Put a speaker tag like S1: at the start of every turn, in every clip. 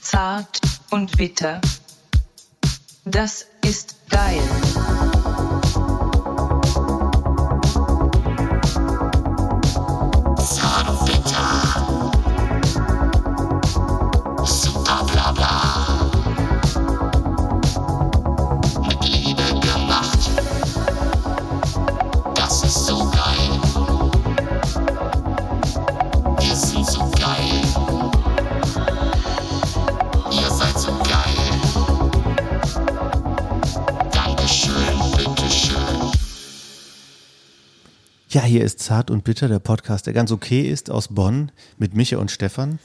S1: Fahrt und Witter. Das ist geil.
S2: Ja, hier ist Zart und Bitter, der Podcast, der ganz okay ist, aus Bonn mit Micha und Stefan.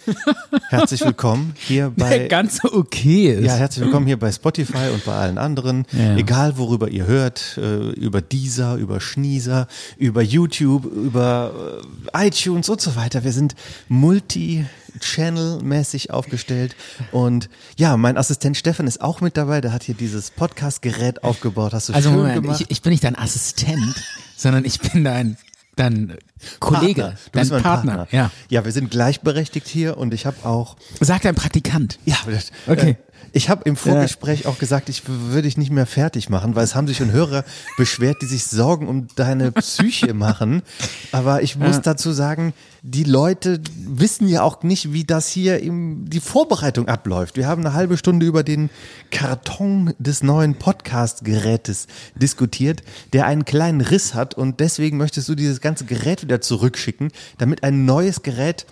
S2: Herzlich willkommen hier bei.
S3: Der ganz okay ist.
S2: Ja, herzlich willkommen hier bei Spotify und bei allen anderen.
S3: Ja.
S2: Egal worüber ihr hört, äh, über Deezer, über Schnieser, über YouTube, über äh, iTunes und so weiter. Wir sind multi-channel-mäßig aufgestellt. Und ja, mein Assistent Stefan ist auch mit dabei. Der hat hier dieses Podcast-Gerät aufgebaut. Hast du
S3: Also
S2: schön
S3: Moment,
S2: gemacht.
S3: ich, ich bin nicht dein Assistent, sondern ich bin dein, dein Kollege,
S2: Partner. Du
S3: dein
S2: bist mein
S3: Partner. Ja.
S2: ja, wir sind gleichberechtigt hier und ich habe auch
S3: Sag dein Praktikant.
S2: Ja, aber das,
S3: Okay.
S2: Äh, ich habe im Vorgespräch auch gesagt, ich w- würde dich nicht mehr fertig machen, weil es haben sich schon Hörer beschwert, die sich Sorgen um deine Psyche machen. Aber ich muss dazu sagen, die Leute wissen ja auch nicht, wie das hier im, die Vorbereitung abläuft. Wir haben eine halbe Stunde über den Karton des neuen Podcast-Gerätes diskutiert, der einen kleinen Riss hat und deswegen möchtest du dieses ganze Gerät wieder zurückschicken, damit ein neues Gerät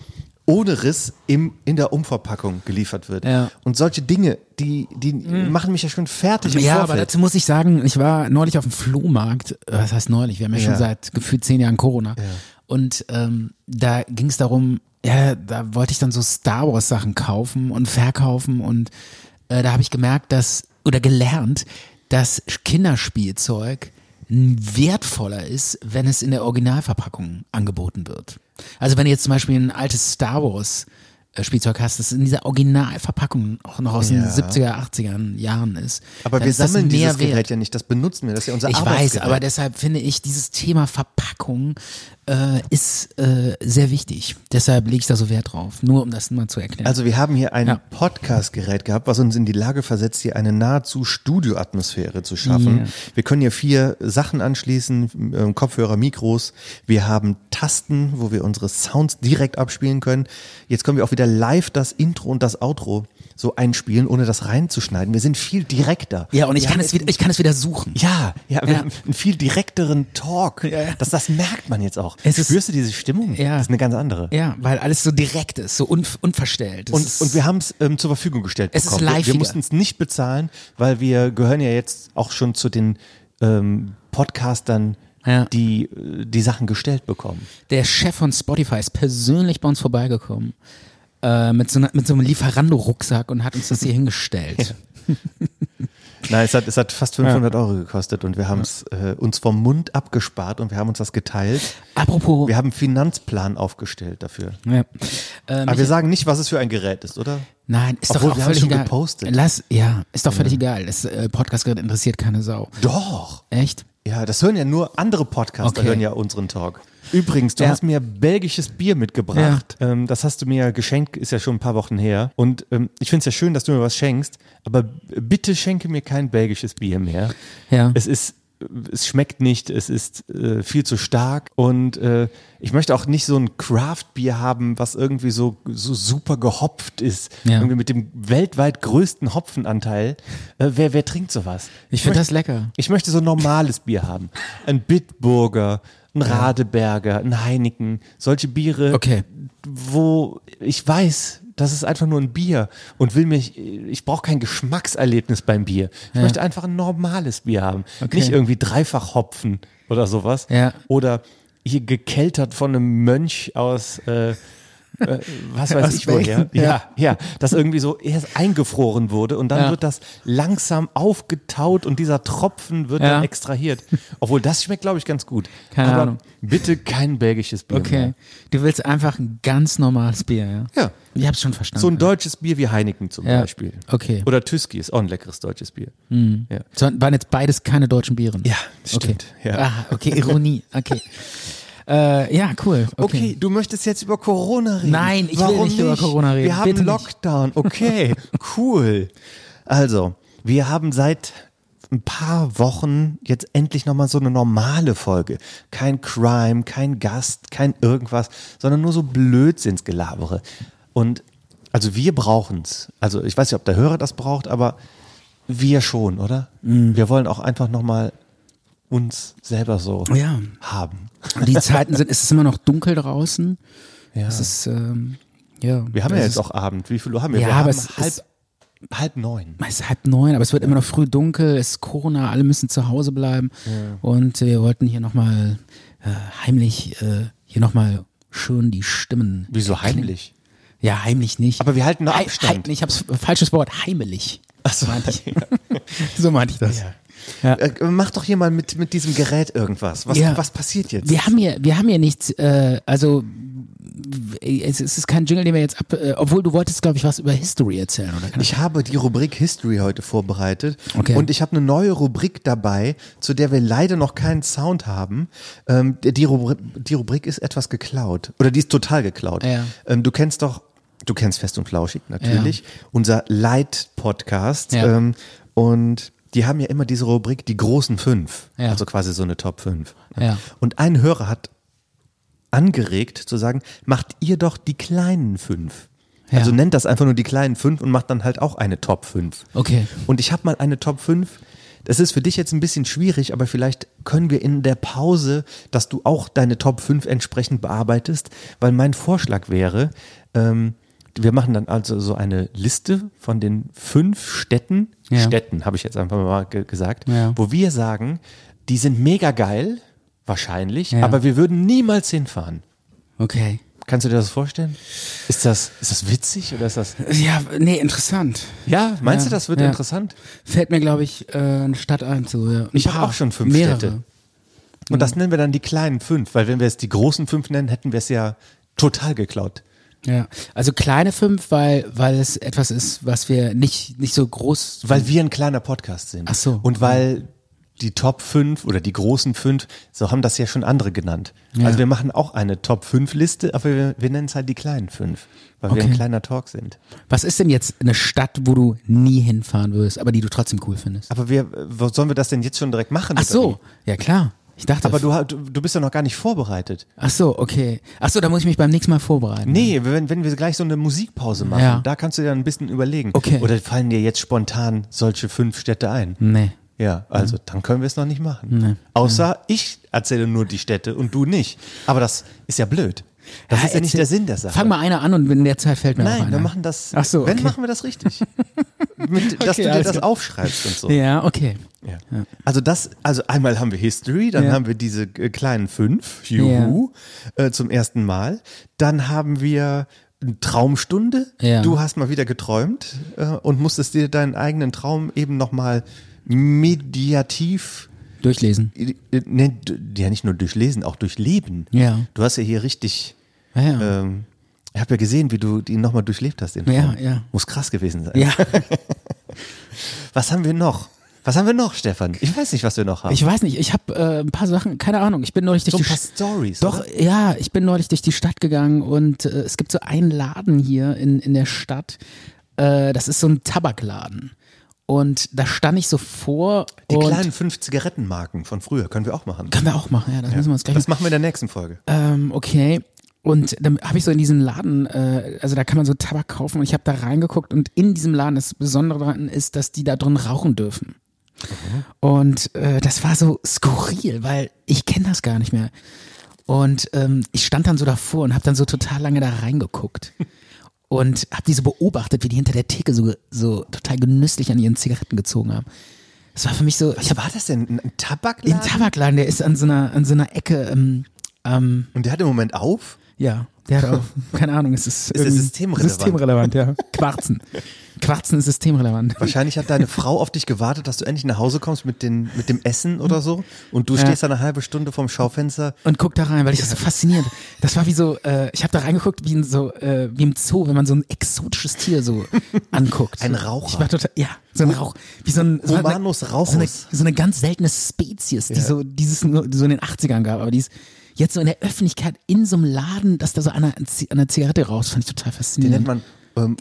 S2: ohne Riss im, in der Umverpackung geliefert wird.
S3: Ja. Mm.
S2: Und solche Dinge, die, die machen mich ja schon fertig im
S3: Ja, aber
S2: Vorfeld.
S3: dazu muss ich sagen, ich war neulich auf dem Flohmarkt, äh, was heißt neulich, wir haben ja,
S2: Ja.
S3: schon seit gefühlt zehn Jahren Corona. Und ähm, da ging es darum, ja, da wollte ich dann so Star Wars Sachen kaufen und verkaufen und äh, da habe ich gemerkt, dass, oder gelernt, dass Kinderspielzeug n- wertvoller ist, wenn es in der Originalverpackung angeboten wird. Also wenn du jetzt zum Beispiel ein altes Star Wars äh, Spielzeug hast, das in dieser Originalverpackung auch noch aus
S2: Ja.
S3: den 70er, 80er Jahren ist.
S2: aber
S3: dann
S2: wir
S3: ist das
S2: sammeln
S3: mehr
S2: dieses Gerät
S3: wert.
S2: ja nicht, das benutzen wir, das ist ja unser
S3: Ich weiß,
S2: Arbeitsgerät.
S3: aber deshalb finde ich, dieses Thema Verpackung äh, ist äh, sehr wichtig. Deshalb lege ich da so Wert drauf. Nur um das mal zu erklären.
S2: also wir haben hier ein
S3: Ja.
S2: Podcast-Gerät gehabt, was uns in die Lage versetzt, hier eine nahezu Studioatmosphäre zu schaffen. Wir können hier vier Sachen anschließen, ähm, Kopfhörer, Mikros. Wir haben Tasten, wo wir unsere Sounds direkt abspielen können. Jetzt können wir auch wieder live das Intro und das Outro so einspielen, ohne das reinzuschneiden. Wir sind viel direkter.
S3: ja, und ich
S2: Wir
S3: kann
S2: haben
S3: es wieder, ich kann es wieder suchen.
S2: Ja, ja, wir
S3: Ja.
S2: haben einen viel direkteren Talk.
S3: ja.
S2: Das, das merkt man jetzt auch.
S3: Es ist-
S2: Spürst du diese Stimmung?
S3: Ja.
S2: Das ist eine ganz andere.
S3: Ja, weil alles so direkt ist, so un, unverstellt. Es
S2: Und,
S3: ist,
S2: und wir haben es ähm, zur Verfügung gestellt
S3: Es ist
S2: bekommen. wir wir
S3: live-iger.
S2: mussten es nicht bezahlen, weil wir gehören ja jetzt auch schon zu den ähm, Podcastern,
S3: Ja.
S2: die äh, die Sachen gestellt bekommen.
S3: der Chef von Spotify ist persönlich bei uns vorbeigekommen. Äh, mit, so einer, mit so einem Lieferando-Rucksack und hat uns das hier hingestellt.
S2: Nein, es hat, es hat fast 500 Euro gekostet und wir haben es äh, uns vom Mund abgespart und wir haben uns das geteilt.
S3: Apropos.
S2: Wir haben einen Finanzplan aufgestellt dafür.
S3: ja. Äh,
S2: Aber wir sagen nicht, was es für ein Gerät ist, oder?
S3: Nein, ist
S2: Obwohl,
S3: doch auch
S2: wir haben
S3: völlig
S2: schon
S3: egal.
S2: gepostet.
S3: Lass, ja, ist doch völlig egal. Das äh, Podcast-Gerät interessiert keine Sau.
S2: Doch.
S3: Echt?
S2: Ja, das hören ja nur andere Podcaster,
S3: Okay.
S2: hören ja unseren Talk. Übrigens, du
S3: Ja.
S2: hast mir belgisches Bier mitgebracht. Ähm, das hast du mir ja geschenkt, ist ja schon ein paar Wochen her. Und ähm, ich finde es ja schön, dass du mir was schenkst, aber b- bitte schenke mir kein belgisches Bier mehr.
S3: Ja.
S2: Es ist, äh, es schmeckt nicht, es ist äh, viel zu stark und äh, ich möchte auch nicht so ein Craft-Bier haben, was irgendwie so, so super gehopft ist.
S3: Ja.
S2: Irgendwie mit dem weltweit größten Hopfenanteil. Äh, wer, wer trinkt sowas?
S3: Ich finde das lecker.
S2: Ich möchte so ein normales Bier haben. Ein Bitburger, ein Radeberger, ein Heineken, solche Biere,
S3: Okay.
S2: wo ich weiß, das ist einfach nur ein Bier und will mich, ich brauche kein Geschmackserlebnis beim Bier. Ich möchte einfach ein normales Bier haben.
S3: Okay.
S2: Nicht irgendwie dreifach Hopfen oder sowas.
S3: Ja.
S2: Oder hier gekeltert von einem Mönch aus, äh, äh, was weiß
S3: Aus
S2: ich woher.
S3: Belgien.
S2: Ja, ja, das irgendwie so erst eingefroren wurde und dann
S3: Ja.
S2: wird das langsam aufgetaut und dieser Tropfen wird
S3: Ja.
S2: dann extrahiert. Obwohl das schmeckt, glaube ich, ganz gut.
S3: Keine
S2: Aber
S3: Ahnung.
S2: bitte kein belgisches Bier.
S3: Okay.
S2: Mehr.
S3: Du willst einfach ein ganz normales Bier, ja?
S2: Ja.
S3: Ich hab's schon verstanden.
S2: So ein deutsches Bier wie Heineken zum
S3: Ja,
S2: Beispiel.
S3: okay. Hm.
S2: Oder Tüski ist auch ein leckeres deutsches Bier. Ja.
S3: So, waren jetzt beides keine deutschen Bieren.
S2: Ja, stimmt,
S3: Okay.
S2: ja.
S3: Ah, okay, Ironie. Okay. Äh, ja, cool.
S2: Okay.
S3: Okay.
S2: du möchtest jetzt über Corona reden.
S3: Nein, ich will
S2: Warum
S3: nicht über Corona reden.
S2: Wir haben
S3: Bitte nicht.
S2: Lockdown. Okay, cool. Also, wir haben seit ein paar Wochen jetzt endlich nochmal so eine normale Folge. Kein Crime, kein Gast, kein irgendwas, sondern nur so Blödsinnsgelabere. Und also wir brauchen's. Also ich weiß nicht, ob der Hörer das braucht, aber wir schon, oder?
S3: Mhm.
S2: Wir wollen auch einfach nochmal uns selber so
S3: Ja.
S2: haben.
S3: Die Zeiten sind, es ist immer noch dunkel draußen.
S2: Ja.
S3: Es ist, ähm, ja.
S2: Ah. Wir haben ja
S3: Es
S2: jetzt
S3: ist-
S2: auch Abend. Wie viel Uhr haben wir?
S3: Ja,
S2: wir
S3: aber
S2: haben
S3: es
S2: halb,
S3: ist-
S2: halb neun.
S3: Es ist halb neun, aber es wird immer noch früh dunkel, es ist Corona, alle müssen zu Hause bleiben. Und wir wollten hier nochmal äh, heimlich, äh, hier nochmal schön die Stimmen.
S2: Wieso heimlich?
S3: Ja, heimlich nicht.
S2: Aber wir halten noch Abstand.
S3: Hei- ich hab's falsches Wort, heimelig. Achso. Meinte ich. so meinte ich das. Ja.
S2: Äh, mach doch hier mal mit, mit diesem Gerät irgendwas. Was,
S3: Ja.
S2: was passiert jetzt?
S3: Wir haben hier, wir haben hier nichts, äh, also es es ist kein Jingle, den wir jetzt ab, äh, obwohl du wolltest, glaube ich, was über History erzählen, oder? Kann
S2: Ich habe die Rubrik History heute vorbereitet
S3: Okay.
S2: und ich habe eine neue Rubrik dabei, zu der wir leider noch keinen Sound haben. Ähm, die, Rubri die Rubrik ist etwas geklaut oder die ist total geklaut.
S3: Ja.
S2: Ähm, du kennst doch, du kennst Fest und Flauschig natürlich, unser Light-Podcast
S3: Ja.
S2: ähm, und die haben ja immer diese Rubrik, die großen fünf,
S3: Ja.
S2: also quasi so eine Top 5.
S3: Ja.
S2: Und ein Hörer hat angeregt zu sagen, macht ihr doch die kleinen fünf.
S3: Ja.
S2: Also nennt das einfach nur die kleinen fünf und macht dann halt auch eine Top 5.
S3: Okay.
S2: Und ich habe mal eine Top 5. Das ist für dich jetzt ein bisschen schwierig, aber vielleicht können wir in der Pause, dass du auch deine Top 5 entsprechend bearbeitest, weil mein Vorschlag wäre, ähm, wir machen dann also so eine Liste von den fünf Städten,
S3: Ja.
S2: Städten habe ich jetzt einfach mal ge gesagt,
S3: Ja.
S2: wo wir sagen, die sind mega geil, wahrscheinlich,
S3: Ja.
S2: aber wir würden niemals hinfahren.
S3: Okay.
S2: Kannst du dir das vorstellen? Ist das, ist das witzig oder ist das.
S3: Ja, nee, interessant.
S2: Ja, meinst
S3: Ja,
S2: du, das wird
S3: ja.
S2: interessant?
S3: Fällt mir, glaube ich, äh, eine Stadt ein. So, ja. Ein
S2: Ich hab
S3: paar,
S2: auch schon fünf
S3: mehrere.
S2: Städte. Und
S3: Mhm.
S2: das nennen wir dann die kleinen fünf, weil wenn wir es die großen fünf nennen, hätten wir es ja total geklaut.
S3: Ja, also kleine fünf, weil, weil es etwas ist, was wir nicht, nicht so groß.
S2: Weil wir ein kleiner Podcast sind.
S3: Ach so.
S2: Und weil die Top fünf oder die großen fünf, so haben das ja schon andere genannt. Also wir machen auch eine Top fünf Liste, aber wir, wir nennen es halt die kleinen fünf, weil wir
S3: Okay.
S2: ein kleiner Talk sind.
S3: Was ist denn jetzt eine Stadt, wo du nie hinfahren würdest, aber die du trotzdem cool findest?
S2: Aber wir, wo- sollen wir das denn jetzt schon direkt machen?
S3: Ach
S2: oder wie?
S3: so, ja klar. Ich dachte,
S2: Aber du, ha- du du bist ja noch gar nicht vorbereitet.
S3: Ach so, okay. Ach so, da muss ich mich beim nächsten Mal vorbereiten.
S2: Nee, wenn, wenn wir gleich so eine Musikpause machen,
S3: Ja.
S2: da kannst du dir dann ein bisschen überlegen.
S3: Okay. Hm.
S2: Oder fallen dir jetzt spontan solche fünf Städte ein?
S3: Nee.
S2: Ja, also
S3: Hm.
S2: dann können wir es noch nicht machen. Außer ich erzähle nur die Städte und du nicht. Aber das ist ja blöd. Das ist ja nicht
S3: erzähl-
S2: der Sinn der Sache.
S3: Fang mal einer an und in der Zeit fällt mir auch
S2: Nein,
S3: einer.
S2: wir machen das.
S3: Ach so,
S2: Wenn
S3: okay.
S2: machen wir das richtig. Mit, dass
S3: Okay,
S2: du dir
S3: alles
S2: das
S3: klar.
S2: aufschreibst und so.
S3: Ja, okay.
S2: Ja. Also das, also einmal haben wir History, dann
S3: Ja.
S2: haben wir diese äh, kleinen fünf, Juhu, äh, zum ersten Mal. Dann haben wir eine Traumstunde.
S3: Ja.
S2: Du hast mal wieder geträumt äh, und musstest dir deinen eigenen Traum eben nochmal mediativ
S3: Durchlesen.
S2: äh, äh, nee, d- ja nicht nur durchlesen, auch durchleben.
S3: Ja.
S2: Du hast ja hier richtig,
S3: Ja, ja.
S2: ähm, ich habe ja gesehen, wie du ihn nochmal durchlebt hast, den
S3: Ja,
S2: Traum.
S3: ja.
S2: Muss krass gewesen sein.
S3: ja.
S2: Was haben wir noch? Was haben wir noch, Stefan? Ich weiß nicht, was wir noch haben.
S3: Ich weiß nicht, ich habe äh, ein paar Sachen, keine Ahnung. Ich bin neulich durch
S2: so ein
S3: die
S2: paar
S3: Sch-
S2: Stories.
S3: Doch, ja, ich bin neulich durch die Stadt gegangen und äh, es gibt so einen Laden hier in, in der Stadt. Äh, das ist so ein Tabakladen. Und da stand ich so vor
S2: Die
S3: und
S2: kleinen fünf Zigarettenmarken von früher können wir auch machen.
S3: können wir auch machen, ja, das müssen wir uns gleich
S2: Das machen wir in der nächsten Folge.
S3: ähm, okay. Und dann habe ich so in diesem Laden, äh, also da kann man so Tabak kaufen und ich habe da reingeguckt und in diesem Laden das Besondere daran ist, dass die da drin rauchen dürfen. Und äh, das war so skurril, weil ich kenne das gar nicht mehr. Und ähm, ich stand dann so davor und habe dann so total lange da reingeguckt und habe die so beobachtet, wie die hinter der Theke so, so total genüsslich an ihren Zigaretten gezogen haben. Das war für mich so, ich
S2: Was
S3: habe
S2: war das denn? Ein- Ein
S3: den
S2: Tabakladen?
S3: Tabakladen, der ist an so einer, an so einer Ecke ähm, am
S2: Und der hat im Moment auf?
S3: ja, der hat auch, keine Ahnung, es ist,
S2: der
S3: irgendwie
S2: systemrelevant?
S3: Systemrelevant, ja. Quarzen. Quarzen ist systemrelevant.
S2: Wahrscheinlich hat deine Frau auf dich gewartet, dass du endlich nach Hause kommst mit, den, mit dem Essen oder so. Und du stehst da eine halbe Stunde vorm Schaufenster.
S3: Und guck da rein, weil ich das so faszinierend. Das war wie so, äh, ich habe da reingeguckt, wie in so, äh, wie im Zoo, wenn man so ein exotisches Tier so anguckt.
S2: Ein Raucher.
S3: Ich war total, ja, so ein Rauch, wie so ein so eine-
S2: Humanus rauchus.
S3: So eine, so eine ganz seltene Spezies, die so dieses nur so in den 80ern gab, aber die es Jetzt so in der Öffentlichkeit, in so einem Laden, dass da so einer an der Zigarette raus, fand ich total
S2: Den nennt
S3: faszinierend.
S2: man ähm,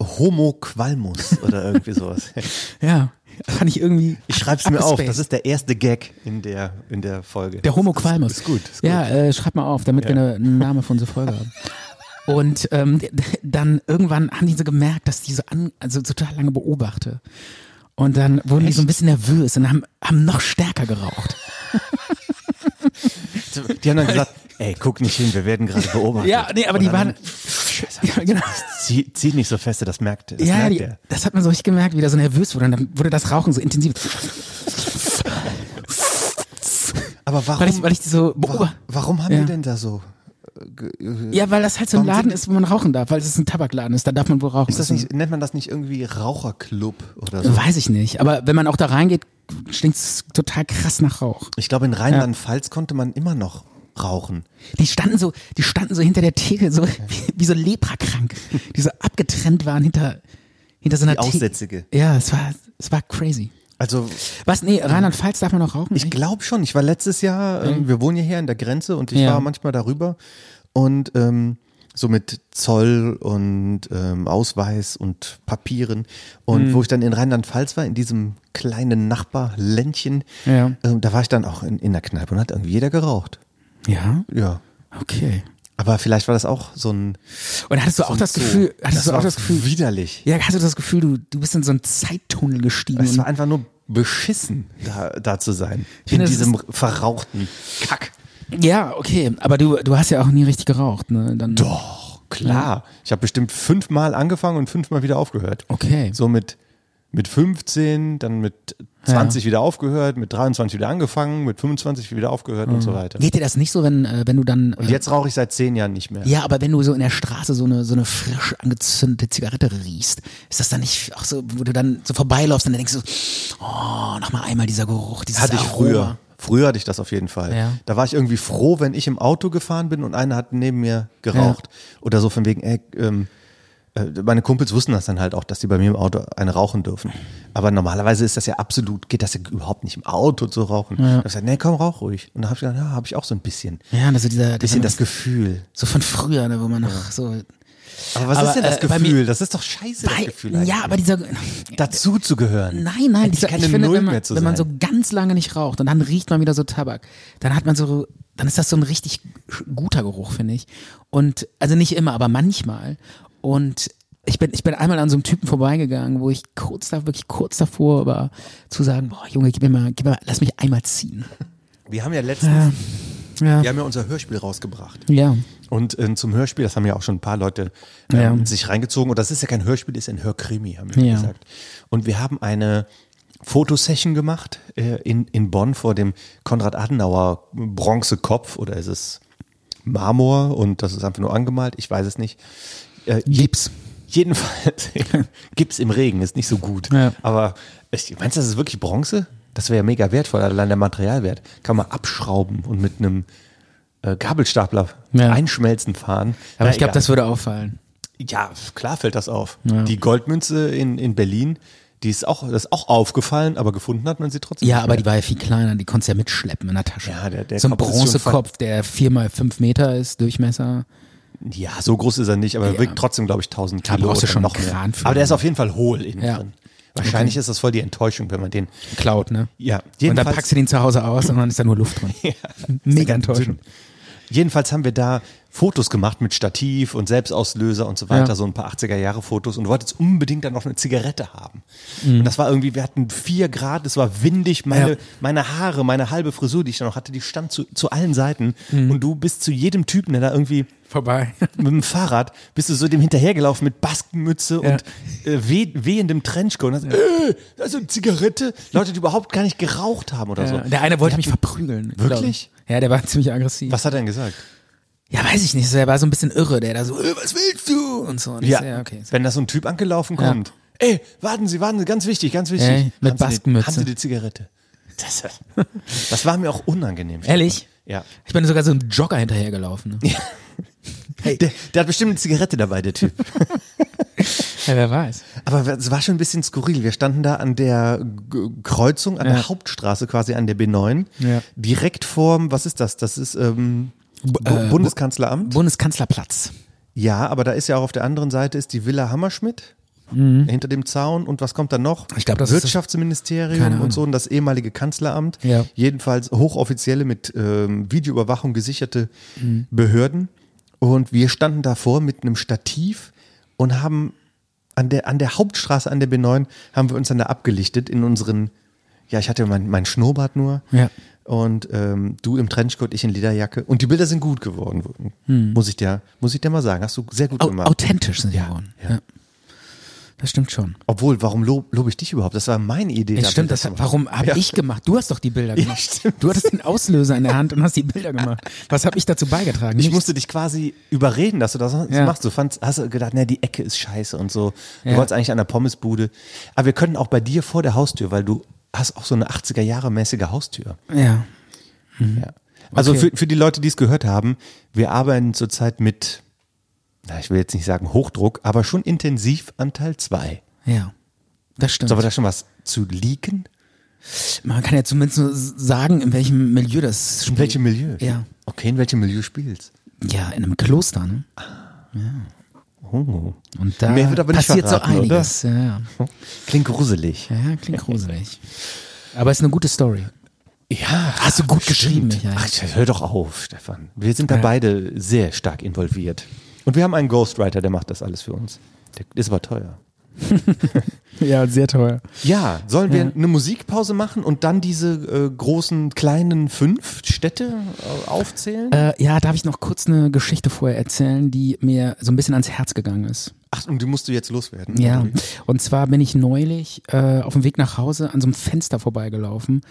S2: Homo Qualmus oder irgendwie sowas.
S3: ja, fand ich irgendwie.
S2: Ich schreib's mir auf,
S3: abgespaced.
S2: das ist der erste Gag in der, in der Folge.
S3: Der Homo Qualmus.
S2: Ist, ist gut, ist gut.
S3: Ja, äh, schreib mal auf, damit wir eine- einen Namen für unsere Folge haben. Und ähm, d- dann irgendwann haben die so gemerkt, dass die so an, also total lange beobachte. Und dann wurden die so ein bisschen nervös und haben, haben noch stärker geraucht.
S2: Die haben dann gesagt, ey, guck nicht hin, wir werden gerade beobachtet.
S3: Ja, nee, aber
S2: Und
S3: die
S2: dann-
S3: waren. Ja, genau.
S2: Zieh, zieh nicht so feste, das merkt, das
S3: ja,
S2: merkt
S3: die,
S2: er.
S3: das hat man so richtig gemerkt, wie der so nervös wurde. Und dann wurde das Rauchen so intensiv.
S2: Aber warum,
S3: Weil ich, weil ich die so
S2: wa
S3: beobachte.
S2: warum haben
S3: Ja.
S2: die denn da so?
S3: Ja, weil das halt so ein
S2: Warum
S3: Laden
S2: sind-
S3: ist, wo man rauchen darf, weil es ein Tabakladen ist, da darf man wohl rauchen.
S2: Ist das nicht, nennt man das nicht irgendwie Raucherclub oder so?
S3: Weiß ich nicht. Aber wenn man auch da reingeht, stinkt es total krass nach Rauch.
S2: Ich glaube, in Rheinland-Pfalz konnte man immer noch rauchen.
S3: Die standen so, die standen so hinter der Theke, so wie, wie so leprakrank, die so abgetrennt waren hinter, hinter so einer
S2: Die Aussätzige.
S3: Theke. Ja, es war, es war crazy.
S2: Also
S3: Was? Nee, Rheinland-Pfalz darf man noch rauchen?
S2: ich
S3: echt?
S2: glaube schon. Ich war letztes Jahr, ähm, wir wohnen hierher an der Grenze und ich
S3: Ja.
S2: war manchmal darüber und ähm, so mit Zoll und ähm, Ausweis und Papieren. Und
S3: Mhm.
S2: wo ich dann in Rheinland-Pfalz war, in diesem kleinen Nachbarländchen,
S3: Ja.
S2: ähm, da war ich dann auch in, in der Kneipe und hat irgendwie jeder geraucht.
S3: ja,
S2: Ja.
S3: okay.
S2: Aber vielleicht war das auch so ein.
S3: Und hattest du auch das
S2: so-
S3: Gefühl, hattest du auch
S2: war
S3: das Gefühl,
S2: Widerlich.
S3: ja, hast du das Gefühl, du, du bist in so einen Zeittunnel gestiegen?
S2: Es war
S3: Und,
S2: einfach nur beschissen, da, da zu sein. In
S3: finde, das
S2: diesem verrauchten Kack.
S3: ja, okay, aber du, du hast ja auch nie richtig geraucht, ne? Dann,
S2: Doch, klar. Ich habe bestimmt fünfmal angefangen und fünfmal wieder aufgehört.
S3: Okay.
S2: So mit, mit 15, dann mit 20 wieder aufgehört, mit 23 wieder angefangen, mit 25 wieder aufgehört
S3: Mhm.
S2: und so weiter.
S3: Geht dir das nicht so, wenn, äh, wenn du dann.
S2: Und jetzt rauche ich seit zehn Jahren nicht mehr.
S3: Ja, aber wenn du so in der Straße so eine, so eine frisch angezündete Zigarette riechst, ist das dann nicht auch so, wo du dann so vorbeiläufst und dann denkst du, oh, nochmal einmal dieser Geruch, dieses
S2: Hatte ich
S3: Aroma.
S2: früher. Früher hatte ich das auf jeden Fall.
S3: Ja.
S2: Da war ich irgendwie froh, wenn ich im Auto gefahren bin und einer hat neben mir geraucht. Oder so von wegen, ey, ähm, äh, meine Kumpels wussten das dann halt auch, dass die bei mir im Auto eine rauchen dürfen. Aber normalerweise ist das ja absolut, geht das ja überhaupt nicht im Auto zu rauchen. Da hab ich gesagt, nee, komm, rauch ruhig. Und dann habe ich gedacht, ja, habe ich auch so ein bisschen.
S3: Ja, also dieser,
S2: Bisschen
S3: dieser
S2: das Gefühl.
S3: so von früher, ne, wo man noch so,
S2: Aber was
S3: Aber,
S2: ist denn das
S3: äh, bei
S2: Gefühl? Das ist doch scheiße, das
S3: Weil-
S2: Gefühl. eigentlich.
S3: ja, aber dieser,
S2: Dazu zu gehören.
S3: nein, nein, dieser,
S2: keine
S3: ich finde,
S2: Null
S3: wenn man,
S2: mehr zu
S3: wenn man so
S2: sein.
S3: ganz lange nicht raucht und dann riecht man wieder so Tabak, dann hat man so, dann ist das so ein richtig guter Geruch, finde ich. Und, also nicht immer, aber manchmal. Und ich bin, ich bin einmal an so einem Typen vorbeigegangen, wo ich kurz da, wirklich kurz davor war, zu sagen, boah, Junge, gib mir mal, gib mir mal, lass mich einmal ziehen.
S2: Wir haben ja letztens,
S3: Ja.
S2: wir haben ja unser Hörspiel rausgebracht.
S3: Ja.
S2: Und ähm, zum Hörspiel, das haben ja auch schon ein paar Leute ähm,
S3: Ja.
S2: sich reingezogen. Und das ist ja kein Hörspiel, das ist ein Hörkrimi, haben wir
S3: Ja.
S2: gesagt. Und wir haben eine Fotosession gemacht äh, in, in Bonn vor dem Konrad-Adenauer-Bronzekopf. Oder ist es Marmor? Und das ist einfach nur angemalt. Ich weiß es nicht. Äh,
S3: Gips.
S2: Jedenfalls, Gips im Regen ist nicht so gut.
S3: Ja.
S2: Aber ich, meinst du, das ist wirklich Bronze? Das wäre ja mega wertvoll, allein der Materialwert. Kann man abschrauben und mit einem äh, Gabelstapler
S3: Ja.
S2: einschmelzen fahren.
S3: Aber
S2: Na,
S3: ich glaube,
S2: egal.
S3: das würde auffallen.
S2: Ja, klar fällt das auf. Die Goldmünze in, in Berlin, die ist auch, das ist auch aufgefallen, aber gefunden hat man sie trotzdem.
S3: Ja,
S2: nicht
S3: aber
S2: mehr.
S3: die war ja viel kleiner, die konntest du ja mitschleppen in der Tasche.
S2: Ja, der- der
S3: so ein
S2: Kopf ist schon
S3: Bronzekopf, der vier mal fünf Meter ist, Durchmesser.
S2: Ja, so groß ist er nicht, aber er
S3: Ja.
S2: wiegt trotzdem, glaube ich, 1000
S3: Da
S2: Kilo
S3: brauchst du
S2: oder
S3: schon
S2: noch
S3: einen
S2: mehr.
S3: Kran für.
S2: Aber der ist auf jeden Fall hohl innen
S3: Ja.
S2: drin. Wahrscheinlich
S3: Okay.
S2: ist das voll die Enttäuschung, wenn man den
S3: Cloud, ne?
S2: Ja,
S3: Und dann
S2: jedenfalls-
S3: packst du den zu Hause aus und dann ist da nur Luft drin. Mega enttäuschend.
S2: Jedenfalls haben wir da Fotos gemacht mit Stativ und Selbstauslöser und so weiter,
S3: Ja.
S2: so ein paar 80er-Jahre-Fotos und du wolltest unbedingt dann noch eine Zigarette haben. Und das war irgendwie, wir hatten vier Grad, es war windig, meine,
S3: Mhm. Ja.
S2: meine Haare, meine halbe Frisur, die ich da noch hatte, die stand zu, zu allen Seiten
S3: Mhm.
S2: und du bist zu jedem Typen, der da irgendwie
S3: Vorbei.
S2: mit dem Fahrrad bist du so dem hinterhergelaufen mit Baskenmütze
S3: Ja.
S2: und äh, weh, wehendem Trenchcoat. Und hast, äh, das ist eine Zigarette. Leute, die überhaupt gar nicht geraucht haben oder so.
S3: Ja, der eine wollte mich verprügeln. glaub
S2: Also, Wirklich?
S3: ich. Ja, der war ziemlich aggressiv.
S2: Was hat er denn gesagt?
S3: Ja, weiß ich nicht. Der war so ein bisschen irre. Der da so, äh, was willst du? Und so. Und ich so, ja okay.
S2: Wenn da so ein Typ angelaufen kommt. Ey, warten Sie, warten Sie, ganz wichtig, ganz wichtig.
S3: Ey, mit
S2: haben, Sie die,
S3: Baskenmütze.
S2: haben Sie die Zigarette? Das, das war mir auch unangenehm. Stefan.
S3: Ehrlich?
S2: Ja.
S3: Ich bin sogar so einem Jogger hinterhergelaufen. Ne?
S2: Der, der hat bestimmt eine Zigarette dabei, der Typ.
S3: Ja, wer weiß.
S2: Aber es war schon ein bisschen skurril. Wir standen da an der G- Kreuzung, an der
S3: Ja.
S2: Hauptstraße quasi, an der B9.
S3: Ja. äh,
S2: Direkt vorm, was ist das? Das ist ähm, Bu- Bundeskanzleramt.
S3: Bundeskanzlerplatz.
S2: ja, aber da ist ja auch auf der anderen Seite ist die Villa Hammerschmidt. Hinter dem Zaun und was kommt dann noch?
S3: Mhm. Ich glaub, das ist das- Keine
S2: Wirtschaftsministerium
S3: Ahnung.
S2: und so und das ehemalige Kanzleramt.
S3: Ja.
S2: Jedenfalls hochoffizielle mit ähm, Videoüberwachung gesicherte
S3: Mhm.
S2: Behörden. Und wir standen davor mit einem Stativ und haben an der, an der Hauptstraße, an der B9, haben wir uns dann da abgelichtet in unseren, ja, ich hatte mein, mein Schnurrbart nur.
S3: Ja.
S2: Und ähm, du im Trenchcoat, ich in Lederjacke. Und die Bilder sind gut geworden, muss, ich dir, muss ich dir mal sagen. Hast du sehr gut
S3: Hm. Au
S2: gemacht.
S3: authentisch sind die geworden. Ja. Das stimmt schon.
S2: Obwohl, warum lob, lobe ich dich überhaupt? Das war meine Idee.
S3: Das
S2: da
S3: stimmt,
S2: Bilder
S3: das,
S2: zu machen.
S3: warum habe
S2: Ja.
S3: ich gemacht? Du hast doch die Bilder gemacht.
S2: stimmt.
S3: du hattest den Auslöser in der Hand und hast die Bilder gemacht. Was habe ich dazu beigetragen?
S2: Ich
S3: Nichts.
S2: musste dich quasi überreden, dass du das
S3: Ja.
S2: machst. Du fandst, hast du gedacht, na, die Ecke ist scheiße und so. Du
S3: Ja.
S2: wolltest eigentlich an der Pommesbude. Aber wir können auch bei dir vor der Haustür, weil du hast auch so eine 80er-Jahre-mäßige Haustür.
S3: Ja.
S2: Ja. Also
S3: Okay.
S2: für, für die Leute, die es gehört haben, wir arbeiten zurzeit mit, na, ich will jetzt nicht sagen Hochdruck, aber schon intensiv an Teil 2.
S3: Ja. Das stimmt.
S2: Sollen wir da schon was zu leaken?
S3: Man kann ja zumindest nur sagen, in welchem Milieu das
S2: In
S3: spielt.
S2: welchem Milieu?
S3: Ja.
S2: Okay, in welchem Milieu spielst
S3: Ja, in einem Kloster, ne?
S2: oh.
S3: Und da
S2: Mehr wird aber nicht
S3: passiert
S2: verraten,
S3: so
S2: oder? Oh.
S3: einiges. Ja, ja.
S2: Klingt gruselig.
S3: ja, klingt gruselig. Aber ist eine gute Story.
S2: Ja,
S3: Hast du gut geschrieben, Michael.
S2: Ach, hör doch auf, Stefan. Wir sind da
S3: Ja.
S2: beide sehr stark involviert. Und wir haben einen Ghostwriter, der macht das alles für uns. Der ist aber teuer.
S3: Ja, sehr teuer.
S2: Ja, sollen wir eine Musikpause machen und dann diese äh, großen, kleinen fünf Städte äh, aufzählen?
S3: Äh, ja, darf ich noch kurz eine Geschichte vorher erzählen, die mir so ein bisschen ans Herz gegangen ist.
S2: Ach, und die musst du jetzt loswerden.
S3: Ja,
S2: oder wie?
S3: und zwar bin ich neulich äh, auf dem Weg nach Hause an so einem Fenster vorbeigelaufen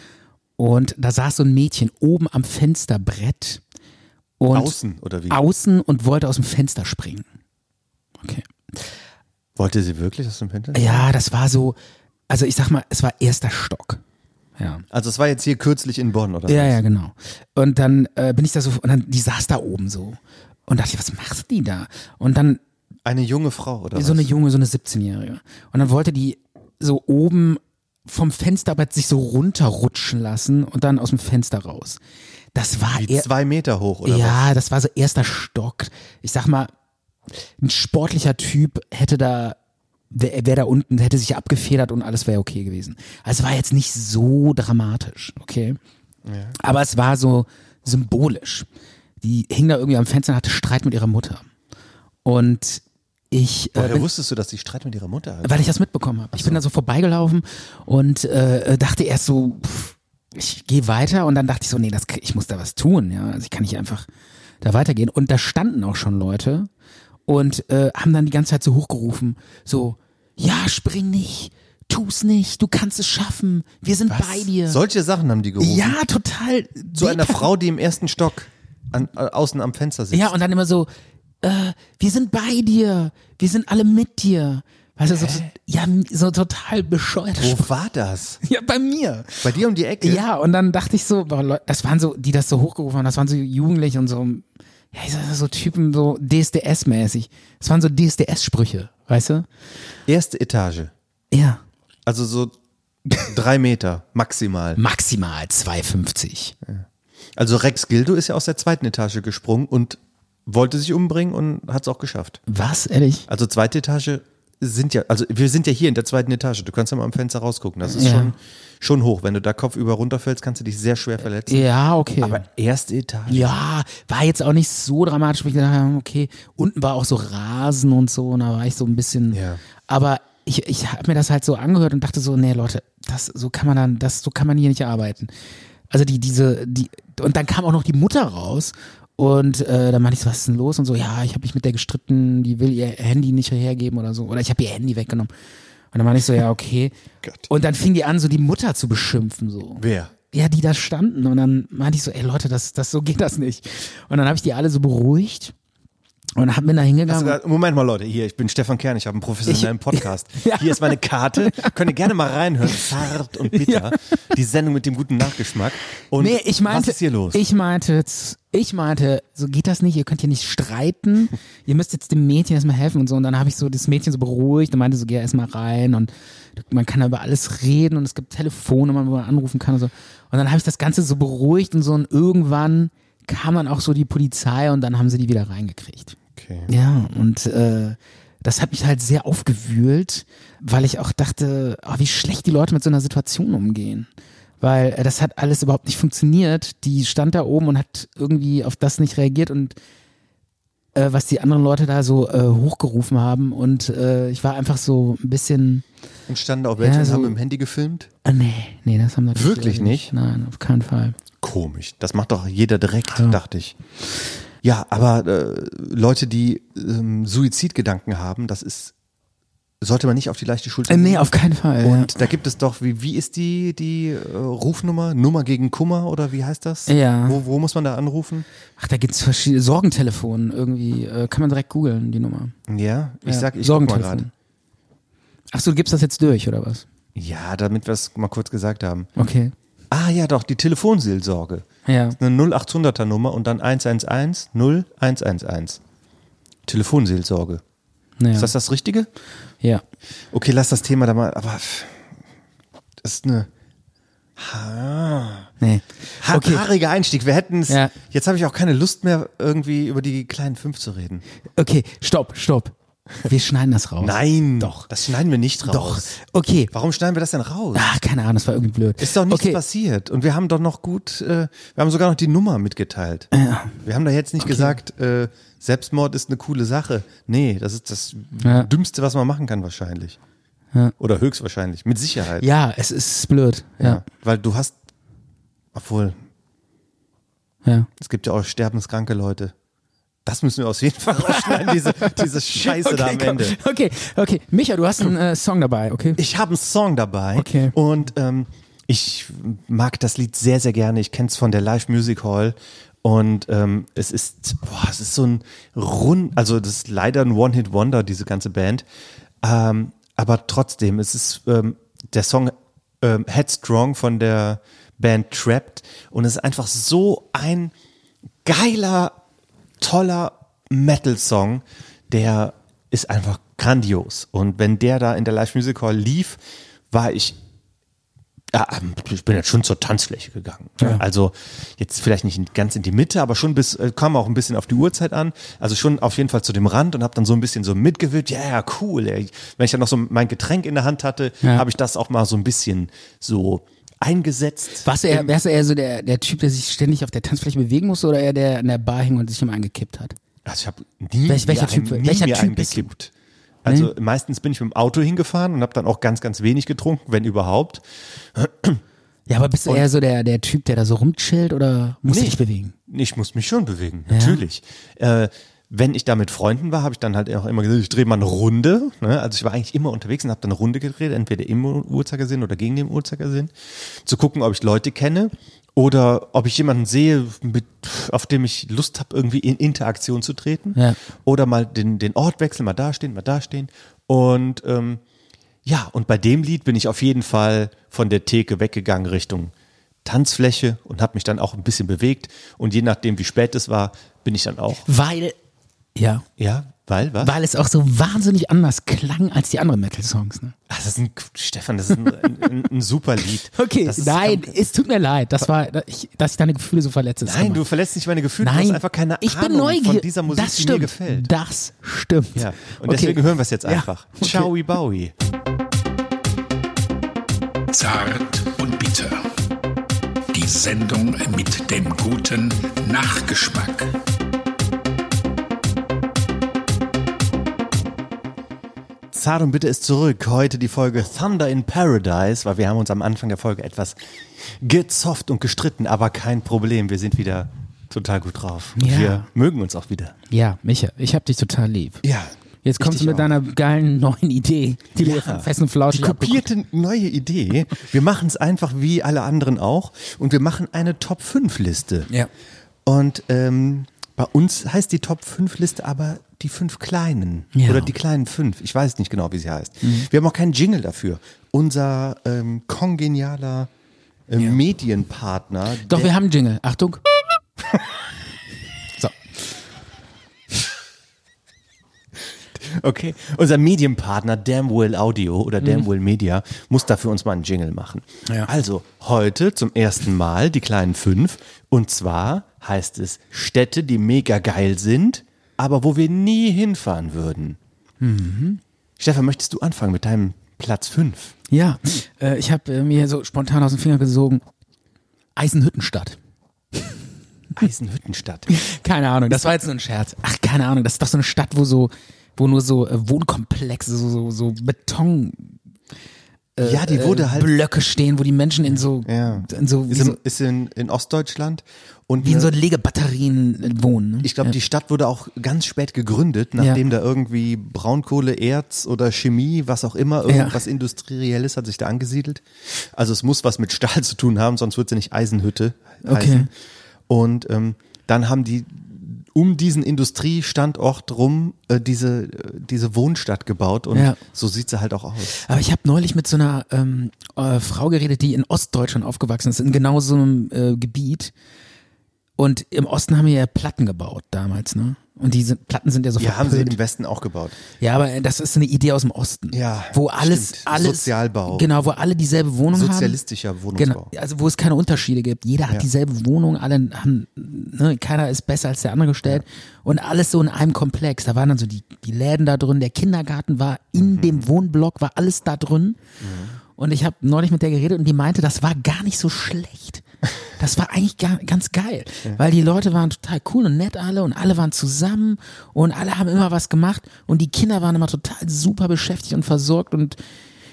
S3: und da saß so ein Mädchen oben am Fensterbrett und
S2: Außen, oder wie?
S3: außen und wollte aus dem Fenster springen. Okay.
S2: Wollte sie wirklich aus dem Fenster?
S3: Ja, das war so, also ich sag mal, es war erster Stock. Ja.
S2: Also es war jetzt hier kürzlich in Bonn, oder?
S3: Ja,
S2: was?
S3: ja, genau. Und dann äh, bin ich da so, und dann, die saß da oben so. Und dachte ich, was macht die da? Und dann
S2: Eine junge Frau, oder
S3: so
S2: was?
S3: eine junge, so eine 17-Jährige. Und dann wollte die so oben vom Fensterbrett sich so runterrutschen lassen und dann aus dem Fenster raus. Das war
S2: Wie
S3: eher,
S2: zwei Meter hoch, oder was?
S3: ja, das war so erster Stock. Ich sag mal, ein sportlicher Typ hätte da, wäre wär da unten, hätte sich abgefedert und alles wäre okay gewesen. Also es war jetzt nicht so dramatisch, okay? Aber es war so symbolisch. Die hing da irgendwie am Fenster und hatte Streit mit ihrer Mutter. Und ich. äh,
S2: Woher
S3: bin-
S2: wusstest du, dass sie Streit mit ihrer Mutter hat?
S3: weil ich das mitbekommen habe. Ich bin da so vorbeigelaufen und äh, dachte erst so, pff, ich gehe weiter und dann dachte ich so, nee, das, ich muss da was tun. Ja, also ich kann nicht einfach da weitergehen. Und da standen auch schon Leute und äh, haben dann die ganze Zeit so hochgerufen, so, ja, spring nicht, tu's nicht, du kannst es schaffen, wir sind bei dir.
S2: Solche Sachen haben die gerufen.
S3: ja, total.
S2: Zu einer
S3: deper-
S2: Frau, die im ersten Stock an, äh, außen am Fenster sitzt.
S3: Ja, und dann immer so, äh, wir sind bei dir, wir sind alle mit dir. Weißt du, so, ja, so total bescheuert.
S2: Wo war das?
S3: Ja, bei mir.
S2: Bei dir um die Ecke?
S3: Ja, und dann dachte ich so, boah, Leute, das waren so, die das so hochgerufen haben, das waren so Jugendliche und so, ja, ich sag, so Typen, so DSDS-mäßig. Das waren so DSDS-Sprüche, weißt du?
S2: Erste Etage.
S3: Ja.
S2: Also so drei Meter maximal.
S3: Maximal 2,50.
S2: Also Rex Gildo ist ja aus der zweiten Etage gesprungen und wollte sich umbringen und hat es auch geschafft.
S3: Was, ehrlich?
S2: Also zweite Etage sind ja, also wir sind ja hier in der zweiten Etage. Du kannst ja mal am Fenster rausgucken. Das ist
S3: Ja.
S2: schon, schon hoch. Wenn du da kopfüber runterfällst, kannst du dich sehr schwer verletzen.
S3: Ja, okay.
S2: Aber erste Etage.
S3: ja, war jetzt auch nicht so dramatisch, wo ich gedacht habe, okay, unten war auch so Rasen und so, und da war ich so ein bisschen,
S2: Ja.
S3: aber ich, ich habe mir das halt so angehört und dachte so, nee, Leute, das, so kann man dann, das, so kann man hier nicht arbeiten. Also die, diese, die, und dann kam auch noch die Mutter raus und äh, dann meinte ich so, was ist denn los? Und so, ja, ich habe mich mit der gestritten, die will ihr Handy nicht hergeben oder so. Oder ich habe ihr Handy weggenommen. Und dann meinte ich so, ja, okay.
S2: Gott.
S3: und dann fing die an, so die Mutter zu beschimpfen. so.
S2: Wer?
S3: Ja, die da standen. Und dann meinte ich so, ey Leute, das, das, so geht das nicht. Und dann habe ich die alle so beruhigt. Und hab bin da hingegangen.
S2: Also, Moment mal, Leute, hier, ich bin Stefan Kern, ich habe einen professionellen Podcast.
S3: Ja.
S2: Hier ist meine Karte. Könnt ihr gerne mal reinhören. Zart und bitter. Die Sendung mit dem guten Nachgeschmack. Und
S3: Nee, ich meinte,
S2: was ist hier los?
S3: ich meinte, jetzt- ich meinte, so geht das nicht, ihr könnt hier nicht streiten, ihr müsst jetzt dem Mädchen erstmal helfen und so. Und dann habe ich so das Mädchen so beruhigt und meinte so, geh erstmal rein und man kann da über alles reden und es gibt Telefonnummern, wo man anrufen kann und so. Und dann habe ich das Ganze so beruhigt und so und irgendwann kam dann auch so die Polizei und dann haben sie die wieder reingekriegt.
S2: okay.
S3: Ja, und äh, das hat mich halt sehr aufgewühlt, weil ich auch dachte, oh, wie schlecht die Leute mit so einer Situation umgehen. Weil äh, das hat alles überhaupt nicht funktioniert. Die stand da oben und hat irgendwie auf das nicht reagiert und äh, was die anderen Leute da so äh, hochgerufen haben. Und äh, ich war einfach so ein bisschen.
S2: Und standen da auch welche
S3: Ja,
S2: und
S3: so-
S2: haben mit dem Handy gefilmt?
S3: Ah, nee, nee, das haben natürlich
S2: Wirklich
S3: Leute
S2: nicht?
S3: Nein, auf keinen Fall.
S2: Komisch. Das macht doch jeder direkt, dachte ich. Ja, aber äh, Leute, die ähm, Suizidgedanken haben, das ist, sollte man nicht auf die leichte Schulter
S3: Äh, nee,
S2: nehmen.
S3: auf keinen Fall.
S2: Und da gibt es doch, wie, wie ist die, die äh, Rufnummer? Nummer gegen Kummer oder wie heißt das?
S3: Ja.
S2: Wo, wo muss man da anrufen?
S3: Ach, da gibt's verschiedene Sorgentelefonen irgendwie. Äh, kann man direkt googeln, die Nummer.
S2: Ja, ich
S3: Ja,
S2: sag, ich guck mal
S3: Sorgentelefon.
S2: gerade.
S3: Ach so, du gibst das jetzt durch, oder was?
S2: Ja, damit wir es mal kurz gesagt haben.
S3: Okay.
S2: Ah ja, doch, die Telefonseelsorge.
S3: Ja.
S2: Das ist eine 0800er Nummer und dann 111 0111. Telefonseelsorge.
S3: Naja.
S2: Ist das das Richtige?
S3: ja.
S2: Okay, lass das Thema da mal, aber pff, das ist eine
S3: Nee.
S2: ha
S3: Okay.
S2: haariger Einstieg. Wir hätten es,
S3: Ja.
S2: jetzt habe ich auch keine Lust mehr, irgendwie über die kleinen fünf zu reden.
S3: Okay, stopp, stopp. Wir schneiden das raus.
S2: Nein, doch. Das schneiden wir nicht raus.
S3: Doch. Okay.
S2: Warum schneiden wir das denn raus?
S3: Ach, keine Ahnung, das war irgendwie blöd.
S2: Ist doch nichts
S3: okay.
S2: passiert. Und wir haben doch noch gut, äh, wir haben sogar noch die Nummer mitgeteilt. Wir haben da jetzt nicht gesagt, äh, Selbstmord ist eine coole Sache. Nee, das ist das
S3: Ja.
S2: Dümmste, was man machen kann wahrscheinlich. Oder höchstwahrscheinlich, mit Sicherheit.
S3: Ja, es ist blöd. Ja.
S2: Weil du hast, obwohl,
S3: Ja.
S2: es gibt ja auch sterbenskranke Leute. Das müssen wir auf jeden Fall rausschneiden, diese, diese Scheiße da am
S3: komm.
S2: Ende.
S3: Okay, okay. Micha, du hast einen äh, Song dabei, okay?
S2: Ich habe einen Song dabei
S3: Okay.
S2: und ähm, ich mag das Lied sehr, sehr gerne. Ich kenne es von der Live Music Hall und ähm, es ist, boah, es ist so ein rund, also das ist leider ein One-Hit-Wonder, diese ganze Band. Ähm, aber trotzdem, es ist ähm, der Song ähm, Headstrong von der Band Trapped und es ist einfach so ein geiler, toller Metal-Song, der ist einfach grandios. Und wenn der da in der Live Music Hall lief, war ich. Ja, ähm, ich bin jetzt schon zur Tanzfläche gegangen. Also jetzt vielleicht nicht in- ganz in die Mitte, aber schon bis, äh, kam auch ein bisschen auf die Uhrzeit an. Also schon auf jeden Fall zu dem Rand und habe dann so ein bisschen so mitgewillt. Ja, ja, cool. Ey. Wenn ich dann noch so mein Getränk in der Hand hatte,
S3: Ja.
S2: habe ich das auch mal so ein bisschen so eingesetzt.
S3: Warst du eher, wärst du eher so der, der Typ, der sich ständig auf der Tanzfläche bewegen musste oder eher der an der Bar hing und sich immer eingekippt hat?
S2: Also ich habe nie
S3: Welch- welcher
S2: mir einen-
S3: Typ-
S2: nie
S3: welcher
S2: mir
S3: Typ
S2: einen
S3: bist du?
S2: gekippt. Also meistens bin ich mit dem Auto hingefahren und habe dann auch ganz, ganz wenig getrunken, wenn überhaupt.
S3: Ja, aber bist du eher so der, der Typ, der da so rumchillt oder musst du dich bewegen?
S2: Ich muss mich schon bewegen, natürlich. Äh, wenn ich da mit Freunden war, habe ich dann halt auch immer gesagt, ich drehe mal eine Runde. Ne? Also ich war eigentlich immer unterwegs und habe dann eine Runde gedreht, entweder im Uhrzeigersinn oder gegen den Uhrzeigersinn, zu gucken, ob ich Leute kenne oder ob ich jemanden sehe, mit, auf dem ich Lust habe, irgendwie in Interaktion zu treten.
S3: Ja.
S2: Oder mal den, den Ort wechseln, mal dastehen, mal dastehen. Und ähm, ja, und bei dem Lied bin ich auf jeden Fall von der Theke weggegangen Richtung Tanzfläche und habe mich dann auch ein bisschen bewegt. Und je nachdem, wie spät es war, bin ich dann auch.
S3: Weil, ja,
S2: Ja, weil, was?
S3: weil es auch so wahnsinnig anders klang als die anderen Metal-Songs, ne?
S2: Ach, das ist ein, Stefan, das ist ein, ein, ein super Lied.
S3: Okay,
S2: das ist,
S3: nein, es tut mir leid, das war, da- ich, dass ich deine Gefühle so verletze. das
S2: Nein,
S3: kann man-
S2: du verlässt nicht meine Gefühle,
S3: nein,
S2: du hast einfach keine
S3: ich bin
S2: Ahnung
S3: neugierig.
S2: von dieser Musik,
S3: das
S2: die
S3: stimmt.
S2: mir gefällt.
S3: Das stimmt.
S2: Ja, und deswegen hören wir es jetzt
S3: Ja,
S2: einfach.
S3: okay.
S2: Ciao, Bowie.
S4: Zart und bitter. Die Sendung mit dem guten Nachgeschmack.
S2: Zart und Bitte ist zurück. Heute die Folge Thunder in Paradise, weil wir haben uns am Anfang der Folge etwas gezofft und gestritten, aber kein Problem. Wir sind wieder total gut drauf. Und
S3: Ja.
S2: wir mögen uns auch wieder.
S3: Ja, Micha, ich hab dich total lieb.
S2: Ja.
S3: Jetzt kommst du
S2: dich
S3: mit
S2: auch.
S3: deiner geilen neuen Idee, die wir von Fest und Flausch
S2: Die kopierte neue Idee. Wir machen es einfach wie alle anderen auch und wir machen eine Top-5-Liste.
S3: Ja.
S2: Und ähm, Bei uns heißt die Top 5 Liste aber die fünf kleinen
S3: Ja.
S2: oder die kleinen fünf. Ich weiß nicht genau, wie sie heißt. Wir haben auch keinen Jingle dafür. Unser ähm, kongenialer äh, Medienpartner.
S3: Doch,
S2: der,
S3: wir haben einen Jingle. Achtung. so.
S2: okay. Unser Medienpartner Damwell Audio oder Damwell Media muss dafür uns mal einen Jingle machen.
S3: Mhm. Ja.
S2: Also heute zum ersten Mal die kleinen fünf und zwar heißt es Städte, die mega geil sind, aber wo wir nie hinfahren würden.
S3: Mhm.
S2: Stefan, möchtest du anfangen mit deinem Platz fünf?
S3: Ja, äh, ich habe äh, mir so spontan aus dem Finger gesogen. Eisenhüttenstadt.
S2: Eisenhüttenstadt.
S3: Keine Ahnung, das war jetzt nur ein Scherz. Ach, keine Ahnung, das ist doch so eine Stadt, wo so, wo nur so äh, Wohnkomplexe, so, so, so Beton.
S2: ja, die
S3: äh,
S2: wurde halt
S3: Blöcke stehen, wo die Menschen in so,
S2: Ja.
S3: in so, wie
S2: ist, in,
S3: so,
S2: ist in, in Ostdeutschland und
S3: wie in so
S2: äh,
S3: Legebatterien äh, wohnen. Ne?
S2: ich glaube, die Stadt wurde auch ganz spät gegründet, nachdem da irgendwie Braunkohle, Erz oder Chemie, was auch immer, irgendwas Industrielles hat sich da angesiedelt. Also es muss was mit Stahl zu tun haben, sonst wird sie nicht Eisenhütte
S3: Okay.
S2: heißen. Und ähm, dann haben die um diesen Industriestandort rum äh, diese, äh, diese Wohnstadt gebaut und
S3: Ja.
S2: so sieht sie halt auch aus.
S3: Aber ich habe neulich mit so einer ähm, äh, Frau geredet, die in Ostdeutschland aufgewachsen ist, in genau so einem äh, Gebiet. Und im Osten haben wir ja Platten gebaut damals, ne? Und diese Platten sind ja so
S2: Ja, haben sie
S3: verpönt.
S2: im Westen auch gebaut.
S3: Ja, aber das ist eine Idee aus dem Osten.
S2: Ja,
S3: Wo alles,
S2: stimmt.
S3: alles.
S2: Sozialbau.
S3: Genau, wo alle dieselbe Wohnung
S2: Sozialistischer
S3: haben.
S2: Wohnungsbau.
S3: Genau, also wo es keine Unterschiede gibt. Jeder hat
S2: Ja.
S3: dieselbe Wohnung, alle haben, ne, keiner ist besser als der andere gestellt. Und alles so in einem Komplex. Da waren dann so die, die Läden da drin, der Kindergarten war
S2: Mhm.
S3: in dem Wohnblock, war alles da drin. Und ich habe neulich mit der geredet und die meinte, das war gar nicht so schlecht. Das war eigentlich gar, ganz geil, weil die Leute waren total cool und nett alle und alle waren zusammen und alle haben immer was gemacht und die Kinder waren immer total super beschäftigt und versorgt und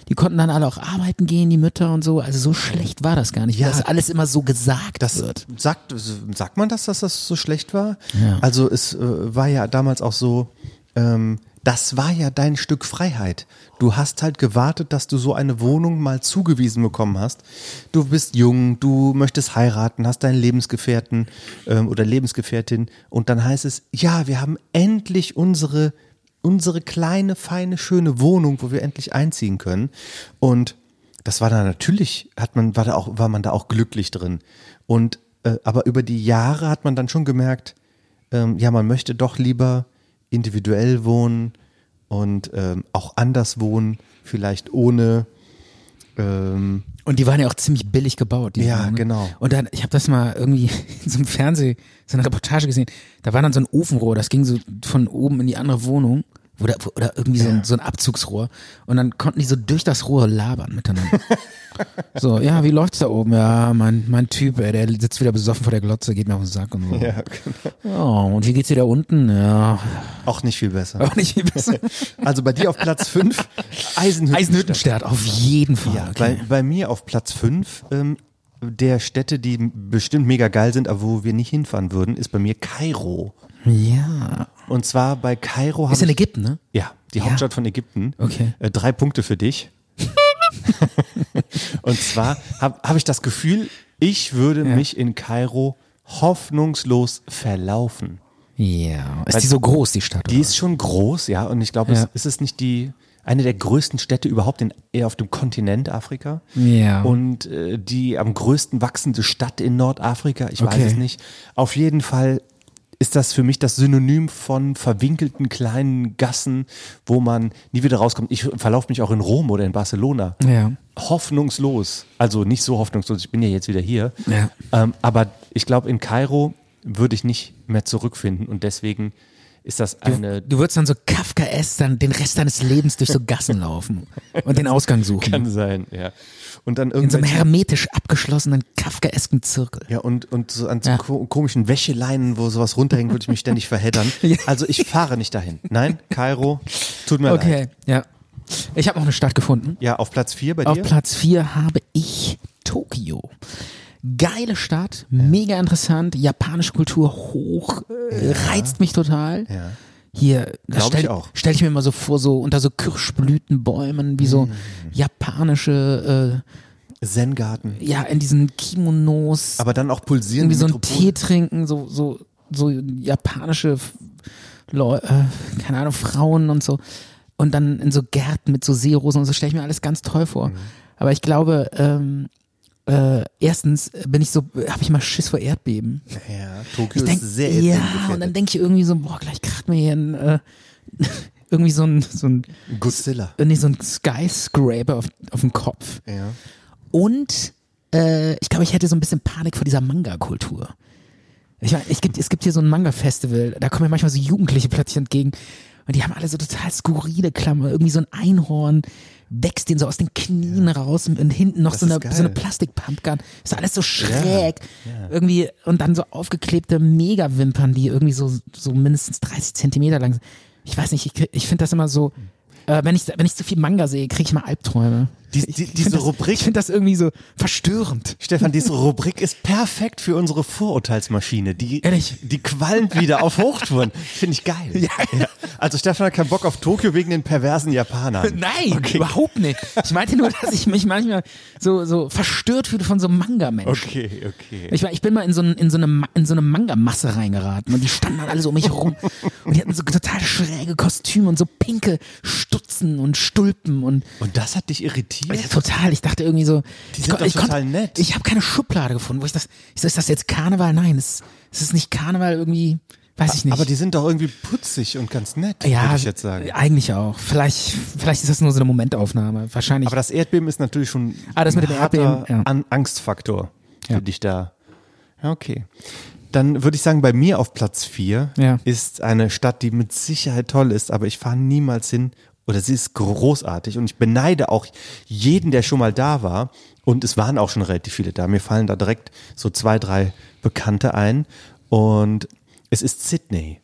S3: die konnten dann alle auch arbeiten gehen, die Mütter und so. Also so schlecht war das gar nicht, ja,
S2: Ja.
S3: dass alles immer so gesagt
S2: Das
S3: wird.
S2: sagt, sagt man das, dass das so schlecht war? Also es äh, war ja damals auch so, ähm, das war ja dein Stück Freiheit. Du hast halt gewartet, dass du so eine Wohnung mal zugewiesen bekommen hast. Du bist jung, du möchtest heiraten, hast deinen Lebensgefährten ähm, oder Lebensgefährtin und dann heißt es, ja, wir haben endlich unsere, unsere kleine, feine, schöne Wohnung, wo wir endlich einziehen können. Und das war da natürlich, hat man, war da auch, war man da auch glücklich drin. Und äh, aber über die Jahre hat man dann schon gemerkt, ähm, ja, man möchte doch lieber individuell wohnen und ähm, auch anders wohnen, vielleicht ohne ähm,
S3: Und die waren ja auch ziemlich billig gebaut. Die
S2: Ja,
S3: Wohnungen.
S2: genau.
S3: Und dann, ich habe das mal irgendwie in so einem Fernseh, so einer Reportage gesehen. Da war dann so ein Ofenrohr, das ging so von oben in die andere Wohnung. Oder, oder irgendwie so ein, so ein Abzugsrohr. Und dann konnten die so durch das Rohr labern miteinander. so, ja, wie läuft's da oben? Ja, mein, mein Typ, ey, der sitzt wieder besoffen vor der Glotze, geht mir auf den Sack und so. Ja, genau. und wie geht's dir da unten? Ja,
S2: auch nicht viel besser.
S3: auch nicht viel besser.
S2: Also bei dir auf Platz 5 Eisenhüttenstadt.
S3: Eisenhüttenstadt, auf jeden Fall.
S2: Ja,
S3: okay.
S2: bei, bei mir auf Platz 5 ähm, der Städte, die bestimmt mega geil sind, aber wo wir nicht hinfahren würden, ist bei mir Kairo.
S3: ja.
S2: Und zwar bei Kairo habe
S3: Ist in
S2: ich
S3: Ägypten, ne?
S2: Ja, die Hauptstadt von Ägypten.
S3: Okay.
S2: Äh, drei Punkte für dich. Und zwar habe hab ich das Gefühl, ich würde mich in Kairo hoffnungslos verlaufen.
S3: Ja. Ist die so groß, die Stadt?
S2: Die ist schon groß, ja, und ich glaube, es
S3: Ja.
S2: es ist nicht die eine der größten Städte überhaupt in, eher auf dem Kontinent Afrika
S3: Ja.
S2: und äh, die am größten wachsende Stadt in Nordafrika, ich
S3: Okay.
S2: weiß es nicht. Auf jeden Fall ist das für mich das Synonym von verwinkelten kleinen Gassen, wo man nie wieder rauskommt. Ich verlaufe mich auch in Rom oder in Barcelona.
S3: Ja.
S2: Hoffnungslos. Also nicht so hoffnungslos, ich bin ja jetzt wieder hier.
S3: Ja.
S2: Ähm, aber ich glaube, in Kairo würde ich nicht mehr zurückfinden und deswegen ist das eine.
S3: Du würdest dann so Kafka S dann den Rest deines Lebens durch so Gassen laufen und den Ausgang suchen.
S2: kann sein, ja. Und dann
S3: in so einem
S2: irgendwelche.
S3: hermetisch abgeschlossenen Kafkaesken Zirkel.
S2: Ja, und, und so an so
S3: Ja.
S2: ko komischen Wäscheleinen, wo sowas runterhängt, würde ich mich ständig verheddern. Also ich fahre nicht dahin. Nein, Kairo, tut mir leid.
S3: Okay, ja. Ich habe noch eine Stadt gefunden.
S2: Ja, auf Platz 4 bei
S3: Auf
S2: dir?
S3: Platz 4 habe ich Tokio. Geile Stadt, mega interessant, japanische Kultur hoch, äh, reizt mich total.
S2: Ja.
S3: Hier, das
S2: Glaub ich
S3: stell,
S2: auch.
S3: stell ich mir immer so vor, so unter so Kirschblütenbäumen, wie
S2: Mhm.
S3: so japanische,
S2: Zen-Garten.
S3: äh, ja, in diesen Kimonos,
S2: Aber dann auch pulsierende
S3: irgendwie so ein
S2: Metropolen.
S3: Tee trinken, so, so so japanische, Leu äh, keine Ahnung, Frauen und so. Und dann in so Gärten mit so Seerosen und so stelle ich mir alles ganz toll vor. Aber ich glaube, ähm, äh, erstens bin ich so, habe ich mal Schiss vor Erdbeben.
S2: Ja, Tokio
S3: Ich denk,
S2: ist sehr
S3: ja,
S2: erdbebengefährdet.
S3: und dann denke ich irgendwie so, boah, gleich kracht mir hier ein, äh, irgendwie so ein, so ein,
S2: Godzilla.
S3: nee, so ein Skyscraper auf, auf den Kopf.
S2: Ja.
S3: Und äh, ich glaube, ich hätte so ein bisschen Panik vor dieser Manga-Kultur. Ich meine, es gibt, es gibt hier so ein Manga-Festival, da kommen ja manchmal so Jugendliche plötzlich entgegen und die haben alle so total skurrile Klammern. Irgendwie so ein Einhorn wächst denen so aus den Knien raus und, und hinten noch
S2: Das
S3: so eine,
S2: ist geil.
S3: so eine Plastik-Pumpgun. Ist alles so schräg. Irgendwie, und dann so aufgeklebte Mega-Wimpern, die irgendwie so, so mindestens 30 Zentimeter lang sind. Ich weiß nicht, ich, krieg- ich finde das immer so, äh, wenn, ich, wenn ich zu viel Manga sehe, kriege ich mal Albträume.
S2: Die, die, diese
S3: das- Ich
S2: Rubrik,
S3: finde das irgendwie so verstörend.
S2: Stefan, diese Rubrik ist perfekt für unsere Vorurteilsmaschine. Die,
S3: Ehrlich?
S2: die qualmt wieder auf Hochtouren. Finde ich geil. Ja. Also Stefan hat keinen Bock auf Tokio wegen den perversen Japanern.
S3: Nein, überhaupt nicht. Ich meinte nur, dass ich mich manchmal so, so verstört fühle von so Manga-Menschen.
S2: Okay, okay.
S3: Ich, war, ich bin mal in so, ein- in so eine, Ma- in so eine Manga-Masse reingeraten und die standen dann alle so um mich herum und die hatten so total schräge Kostüme und so pinke Stutzen und Stulpen und
S2: Und das hat dich irritiert?
S3: Ja, total. Ich dachte irgendwie so.
S2: Die
S3: ich
S2: sind
S3: kon-
S2: doch
S3: ich
S2: total
S3: konnte-
S2: nett.
S3: Ich habe keine Schublade gefunden, wo ich das. Ich so, ist das jetzt Karneval? Nein, es, es ist nicht Karneval irgendwie. Weiß ich nicht.
S2: Aber die sind doch irgendwie putzig und ganz nett,
S3: ja,
S2: würde ich jetzt sagen.
S3: eigentlich auch. Vielleicht, vielleicht ist das nur so eine Momentaufnahme. Wahrscheinlich.
S2: Aber das Erdbeben ist natürlich schon
S3: Ah, das
S2: ein
S3: mit dem
S2: harter
S3: Erdbeben, ja.
S2: An Angstfaktor für
S3: Ja.
S2: dich da. Ja, okay. Dann würde ich sagen, bei mir auf Platz 4
S3: Ja.
S2: ist eine Stadt, die mit Sicherheit toll ist, aber ich fahre niemals hin. Oder sie ist großartig und ich beneide auch jeden, der schon mal da war. Und es waren auch schon relativ viele da. Mir fallen da direkt so zwei, drei Bekannte ein. Und es ist Sydney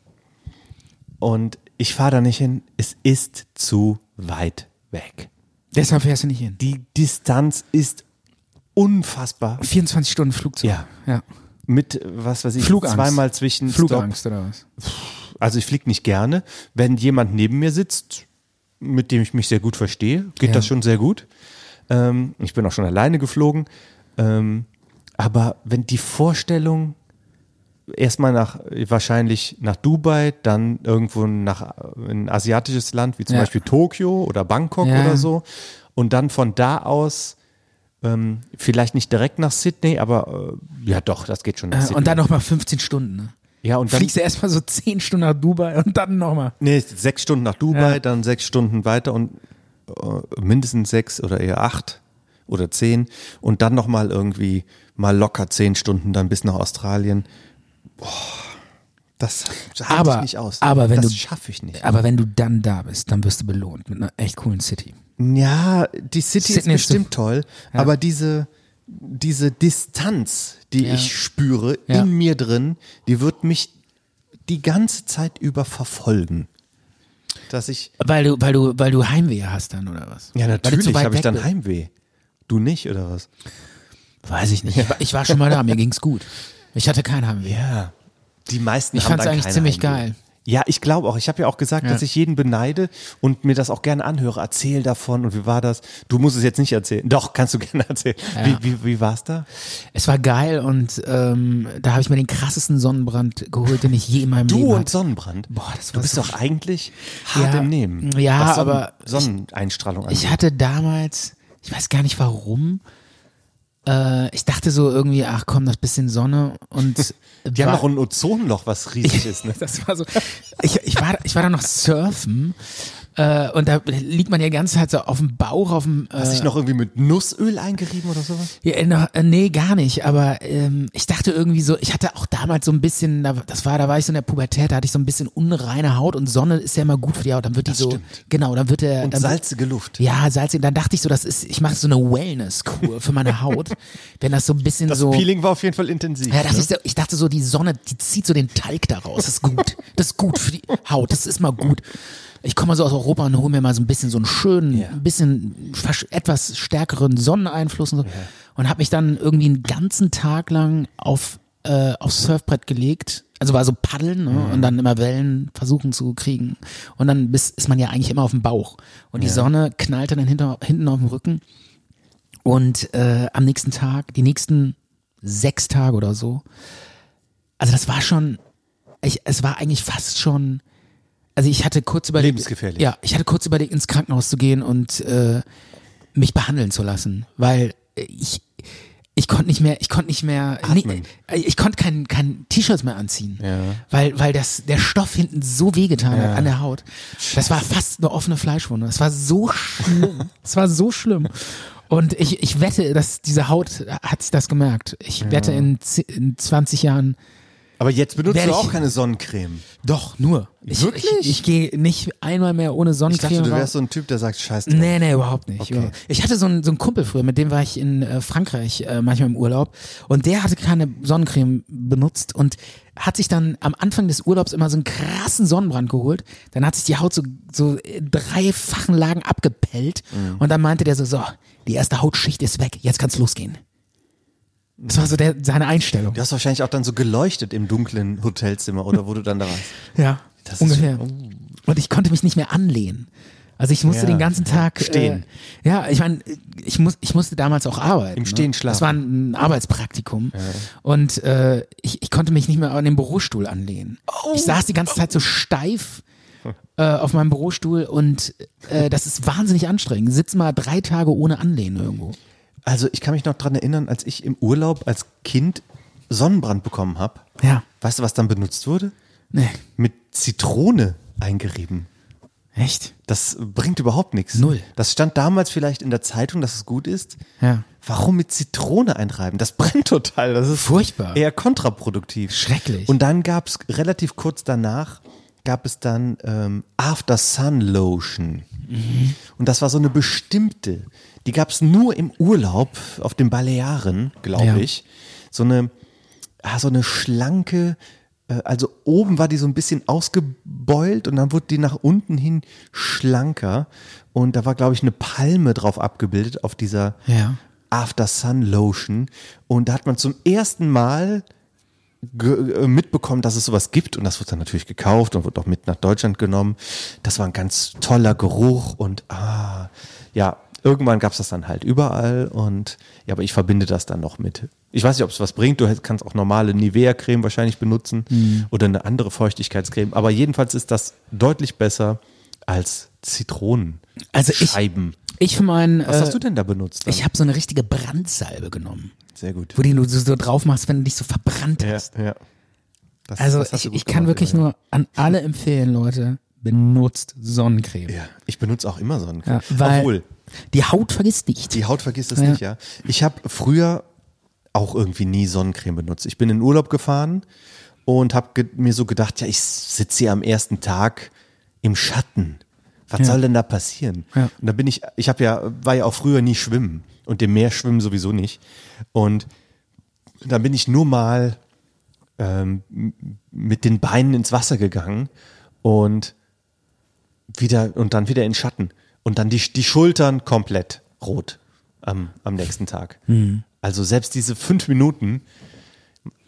S2: und ich fahre da nicht hin. Es ist zu weit weg.
S3: Deshalb fährst du nicht hin.
S2: Die Distanz ist unfassbar.
S3: 24 Stunden Flugzeug.
S2: Ja.
S3: ja.
S2: Mit, was weiß ich,
S3: Flugangst.
S2: zweimal zwischen
S3: Flugangst oder was?
S2: Stopp. Also ich fliege nicht gerne. Wenn jemand neben mir sitzt, mit dem ich mich sehr gut verstehe, geht
S3: Ja.
S2: das schon sehr gut. Ähm, ich bin auch schon alleine geflogen. Ähm, aber wenn die Vorstellung erstmal nach wahrscheinlich nach Dubai, dann irgendwo nach äh, ein asiatisches Land wie zum
S3: Ja.
S2: Beispiel Tokio oder Bangkok
S3: Ja.
S2: oder so und dann von da aus ähm, vielleicht nicht direkt nach Sydney, aber äh, ja doch, das geht schon nach
S3: Äh,
S2: Sydney.
S3: und dann nochmal 15 Stunden. Ne?
S2: ja und dann
S3: Fliegst du erstmal so 10 Stunden nach Dubai und dann nochmal.
S2: nee, sechs Stunden nach Dubai,
S3: Ja.
S2: dann sechs Stunden weiter und äh, mindestens sechs oder eher acht oder zehn und dann noch mal irgendwie mal locker zehn Stunden dann bis nach Australien. Boah, das halte
S3: Aber-
S2: ich Halt nicht aus.
S3: aber wenn
S2: das
S3: du-
S2: schaffe ich nicht.
S3: Aber wenn du dann da bist, dann wirst du belohnt mit einer echt coolen City.
S2: Ja, die City
S3: Sydney
S2: ist
S3: ist so-
S2: bestimmt toll,
S3: Ja.
S2: aber diese, diese Distanz, die
S3: Ja.
S2: ich spüre
S3: Ja.
S2: in mir drin, die wird mich die ganze Zeit über verfolgen. Dass ich.
S3: Weil du, weil du, weil du Heimweh hast dann oder was?
S2: Ja,
S3: Weil du zu
S2: natürlich
S3: weit
S2: habe ich
S3: weg
S2: dann
S3: bist.
S2: Heimweh. Du nicht, oder was?
S3: Weiß ich nicht. Ich war- Ich war schon mal da, mir ging's gut. Ich hatte kein Heimweh.
S2: Ja. Die meisten
S3: Ich
S2: haben
S3: fand's
S2: dann
S3: eigentlich
S2: keine
S3: ziemlich
S2: Heimweh.
S3: geil.
S2: Ja, ich glaube auch. Ich habe ja auch gesagt,
S3: Ja.
S2: dass ich jeden beneide und mir das auch gerne anhöre. Erzähl davon und wie war das? Du musst es jetzt nicht erzählen. Doch, kannst du gerne erzählen.
S3: Ja.
S2: Wie, wie, wie war's da?
S3: Es war geil und ähm, da habe ich mir den krassesten Sonnenbrand geholt, den ich je in meinem Leben
S2: Du und
S3: hatte.
S2: Sonnenbrand.
S3: Boah, das
S2: du
S3: war
S2: bist
S3: so
S2: doch eigentlich hart
S3: Ja,
S2: im Nehmen.
S3: ja,
S2: was Sonnen
S3: aber ich-
S2: Sonneneinstrahlung
S3: Ich
S2: angeht.
S3: hatte damals, ich weiß gar nicht warum, äh, ich dachte so irgendwie, ach komm, das bisschen Sonne und
S2: Die haben noch ein Ozonloch, was riesig ist. Ne?
S3: das war so. Ich, ich, war, ich war da noch surfen äh, und da liegt man ja die ganze Zeit so auf dem Bauch, auf dem. Äh,
S2: Hast dich noch irgendwie mit Nussöl eingerieben oder sowas?
S3: Ja, äh, noch- äh, nee, gar nicht. Aber ähm, ich dachte irgendwie so, ich hatte auch damals so ein bisschen, da- das war, da war ich so in der Pubertät, da hatte ich so ein bisschen unreine Haut und Sonne ist ja immer gut für die Haut. Dann wird die
S2: Das
S3: so,
S2: stimmt.
S3: genau, dann wird der
S2: Und
S3: dann,
S2: salzige Luft.
S3: Ja, salzig. Dann dachte ich so, das ist, ich mache so eine Wellness-Kur für meine Haut, wenn das so ein bisschen
S2: Das
S3: so.
S2: Peeling war auf jeden Fall intensiv.
S3: Ja, dachte
S2: ne?
S3: ich, so, ich dachte so, die Sonne, die zieht so den Talg da raus. Das ist gut. Das ist gut für die Haut. Das ist mal gut. Ich komme mal so aus Europa und hole mir mal so ein bisschen so einen schönen,
S2: Ja.
S3: ein bisschen versch- etwas stärkeren Sonneneinfluss und so. Und habe mich dann irgendwie einen ganzen Tag lang auf, äh, aufs Surfbrett gelegt. Also war so paddeln ne? und dann immer Wellen versuchen zu kriegen. Und dann bis, ist man ja eigentlich immer auf dem Bauch. Und die Sonne knallte dann hinter, hinten auf dem Rücken. Und äh, am nächsten Tag, die nächsten sechs Tage oder so, also das war schon ich, es war eigentlich fast schon, also ich hatte kurz überlegt,
S2: Lebensgefährlich.
S3: ja, ich hatte kurz überlegt, ins Krankenhaus zu gehen und äh, mich behandeln zu lassen, weil ich ich konnte nicht mehr, ich konnte nicht mehr,
S2: Atmen.
S3: Nee, äh, ich konnte kein, kein T-Shirt mehr anziehen, weil weil das der Stoff hinten so wehgetan hat an der Haut. Das war fast eine offene Fleischwunde. Das war so schlimm. Es war so schlimm. Und ich, ich wette, dass diese Haut hat sich das gemerkt. Ich wette in, zi- in 20 Jahren
S2: Aber jetzt benutzt
S3: Werd
S2: du
S3: ich-
S2: auch keine Sonnencreme.
S3: doch, nur. Ich,
S2: Wirklich?
S3: Ich, ich gehe nicht einmal mehr ohne
S2: Ich
S3: Sonnencreme.
S2: dachte, du
S3: raus.
S2: wärst so ein Typ, der sagt, scheiß drauf.
S3: Nee, nee, überhaupt nicht.
S2: Okay.
S3: Überhaupt- Ich hatte so einen, so einen Kumpel früher, mit dem war ich in äh, Frankreich äh, manchmal im Urlaub und der hatte keine Sonnencreme benutzt und hat sich dann am Anfang des Urlaubs immer so einen krassen Sonnenbrand geholt. Dann hat sich die Haut so, so in dreifachen Lagen abgepellt
S2: Mhm.
S3: und dann meinte der so, so, die erste Hautschicht ist weg, jetzt kann's losgehen. Das war so der, seine Einstellung.
S2: Du hast wahrscheinlich auch dann so geleuchtet im dunklen Hotelzimmer oder wo du dann da warst.
S3: Ja,
S2: Das oh.
S3: ungefähr. Und ich konnte mich nicht mehr anlehnen. Also ich musste
S2: Ja,
S3: den ganzen Tag
S2: stehen.
S3: Äh, ja, ich meine, ich, muss, ich musste damals auch arbeiten.
S2: Im Stehen
S3: Ne?
S2: schlafen.
S3: Das war ein Arbeitspraktikum. Und äh, ich, ich konnte mich nicht mehr an den Bürostuhl anlehnen.
S2: Oh.
S3: Ich saß die ganze Zeit so steif äh, auf meinem Bürostuhl und äh, das ist wahnsinnig anstrengend. Sitz mal drei Tage ohne Anlehnen irgendwo.
S2: Also ich kann mich noch dran erinnern, als ich im Urlaub als Kind Sonnenbrand bekommen habe.
S3: Ja.
S2: Weißt du, was dann benutzt wurde?
S3: Nee,
S2: Mit Zitrone eingerieben.
S3: echt?
S2: Das bringt überhaupt nichts.
S3: Null.
S2: Das stand damals vielleicht in der Zeitung, dass es gut ist.
S3: Ja.
S2: Warum mit Zitrone einreiben? Das brennt total. Das ist
S3: Furchtbar.
S2: Eher kontraproduktiv.
S3: Schrecklich.
S2: Und dann gab es relativ kurz danach gab es dann ähm, After Sun Lotion.
S3: Mhm.
S2: Und das war so eine bestimmte. Die gab es nur im Urlaub auf den Balearen, glaube
S3: Ja.
S2: ich. So eine, ah, so eine schlanke, äh, also oben war die so ein bisschen ausgebeult und dann wurde die nach unten hin schlanker. Und da war, glaube ich, eine Palme drauf abgebildet auf dieser
S3: Ja.
S2: After Sun Lotion. Und da hat man zum ersten Mal ge- äh, mitbekommen, dass es sowas gibt und das wird dann natürlich gekauft und wird auch mit nach Deutschland genommen. Das war ein ganz toller Geruch und ah, ja, irgendwann gab es das dann halt überall und ja, aber ich verbinde das dann noch mit. Ich weiß nicht, ob es was bringt, du hätt- kannst auch normale Nivea-Creme wahrscheinlich benutzen
S3: Mhm.
S2: oder eine andere Feuchtigkeitscreme, aber jedenfalls ist das deutlich besser als Zitronen.
S3: Also ich-
S2: Scheiben.
S3: Ich für meinen,
S2: Was
S3: äh,
S2: hast du denn da benutzt? dann?
S3: ich habe so eine richtige Brandsalbe genommen.
S2: Sehr gut.
S3: wo die du so, so drauf machst, wenn du dich so verbrannt
S2: Ja,
S3: hast.
S2: ja. Das-
S3: Also
S2: das hast du
S3: ich,
S2: gut
S3: ich kann
S2: gemacht,
S3: wirklich
S2: immerhin.
S3: nur an alle empfehlen, Leute, benutzt Sonnencreme.
S2: Ja, ich benutze auch immer Sonnencreme.
S3: Ja, weil
S2: Obwohl,
S3: die Haut vergisst nicht.
S2: die Haut vergisst es
S3: Ja.
S2: nicht, ja. Ich habe früher auch irgendwie nie Sonnencreme benutzt. Ich bin in Urlaub gefahren und habe ge mir so gedacht, ja, ich sitze hier am ersten Tag im Schatten. Was soll denn da passieren?
S3: Ja.
S2: Und da bin ich, ich habe ja, war ja auch früher nie schwimmen und im Meer schwimmen sowieso nicht. Und da bin ich nur mal ähm, m- mit den Beinen ins Wasser gegangen und wieder und dann wieder in Schatten und dann die, die Schultern komplett rot am, am nächsten Tag.
S3: Hm.
S2: Also selbst diese fünf Minuten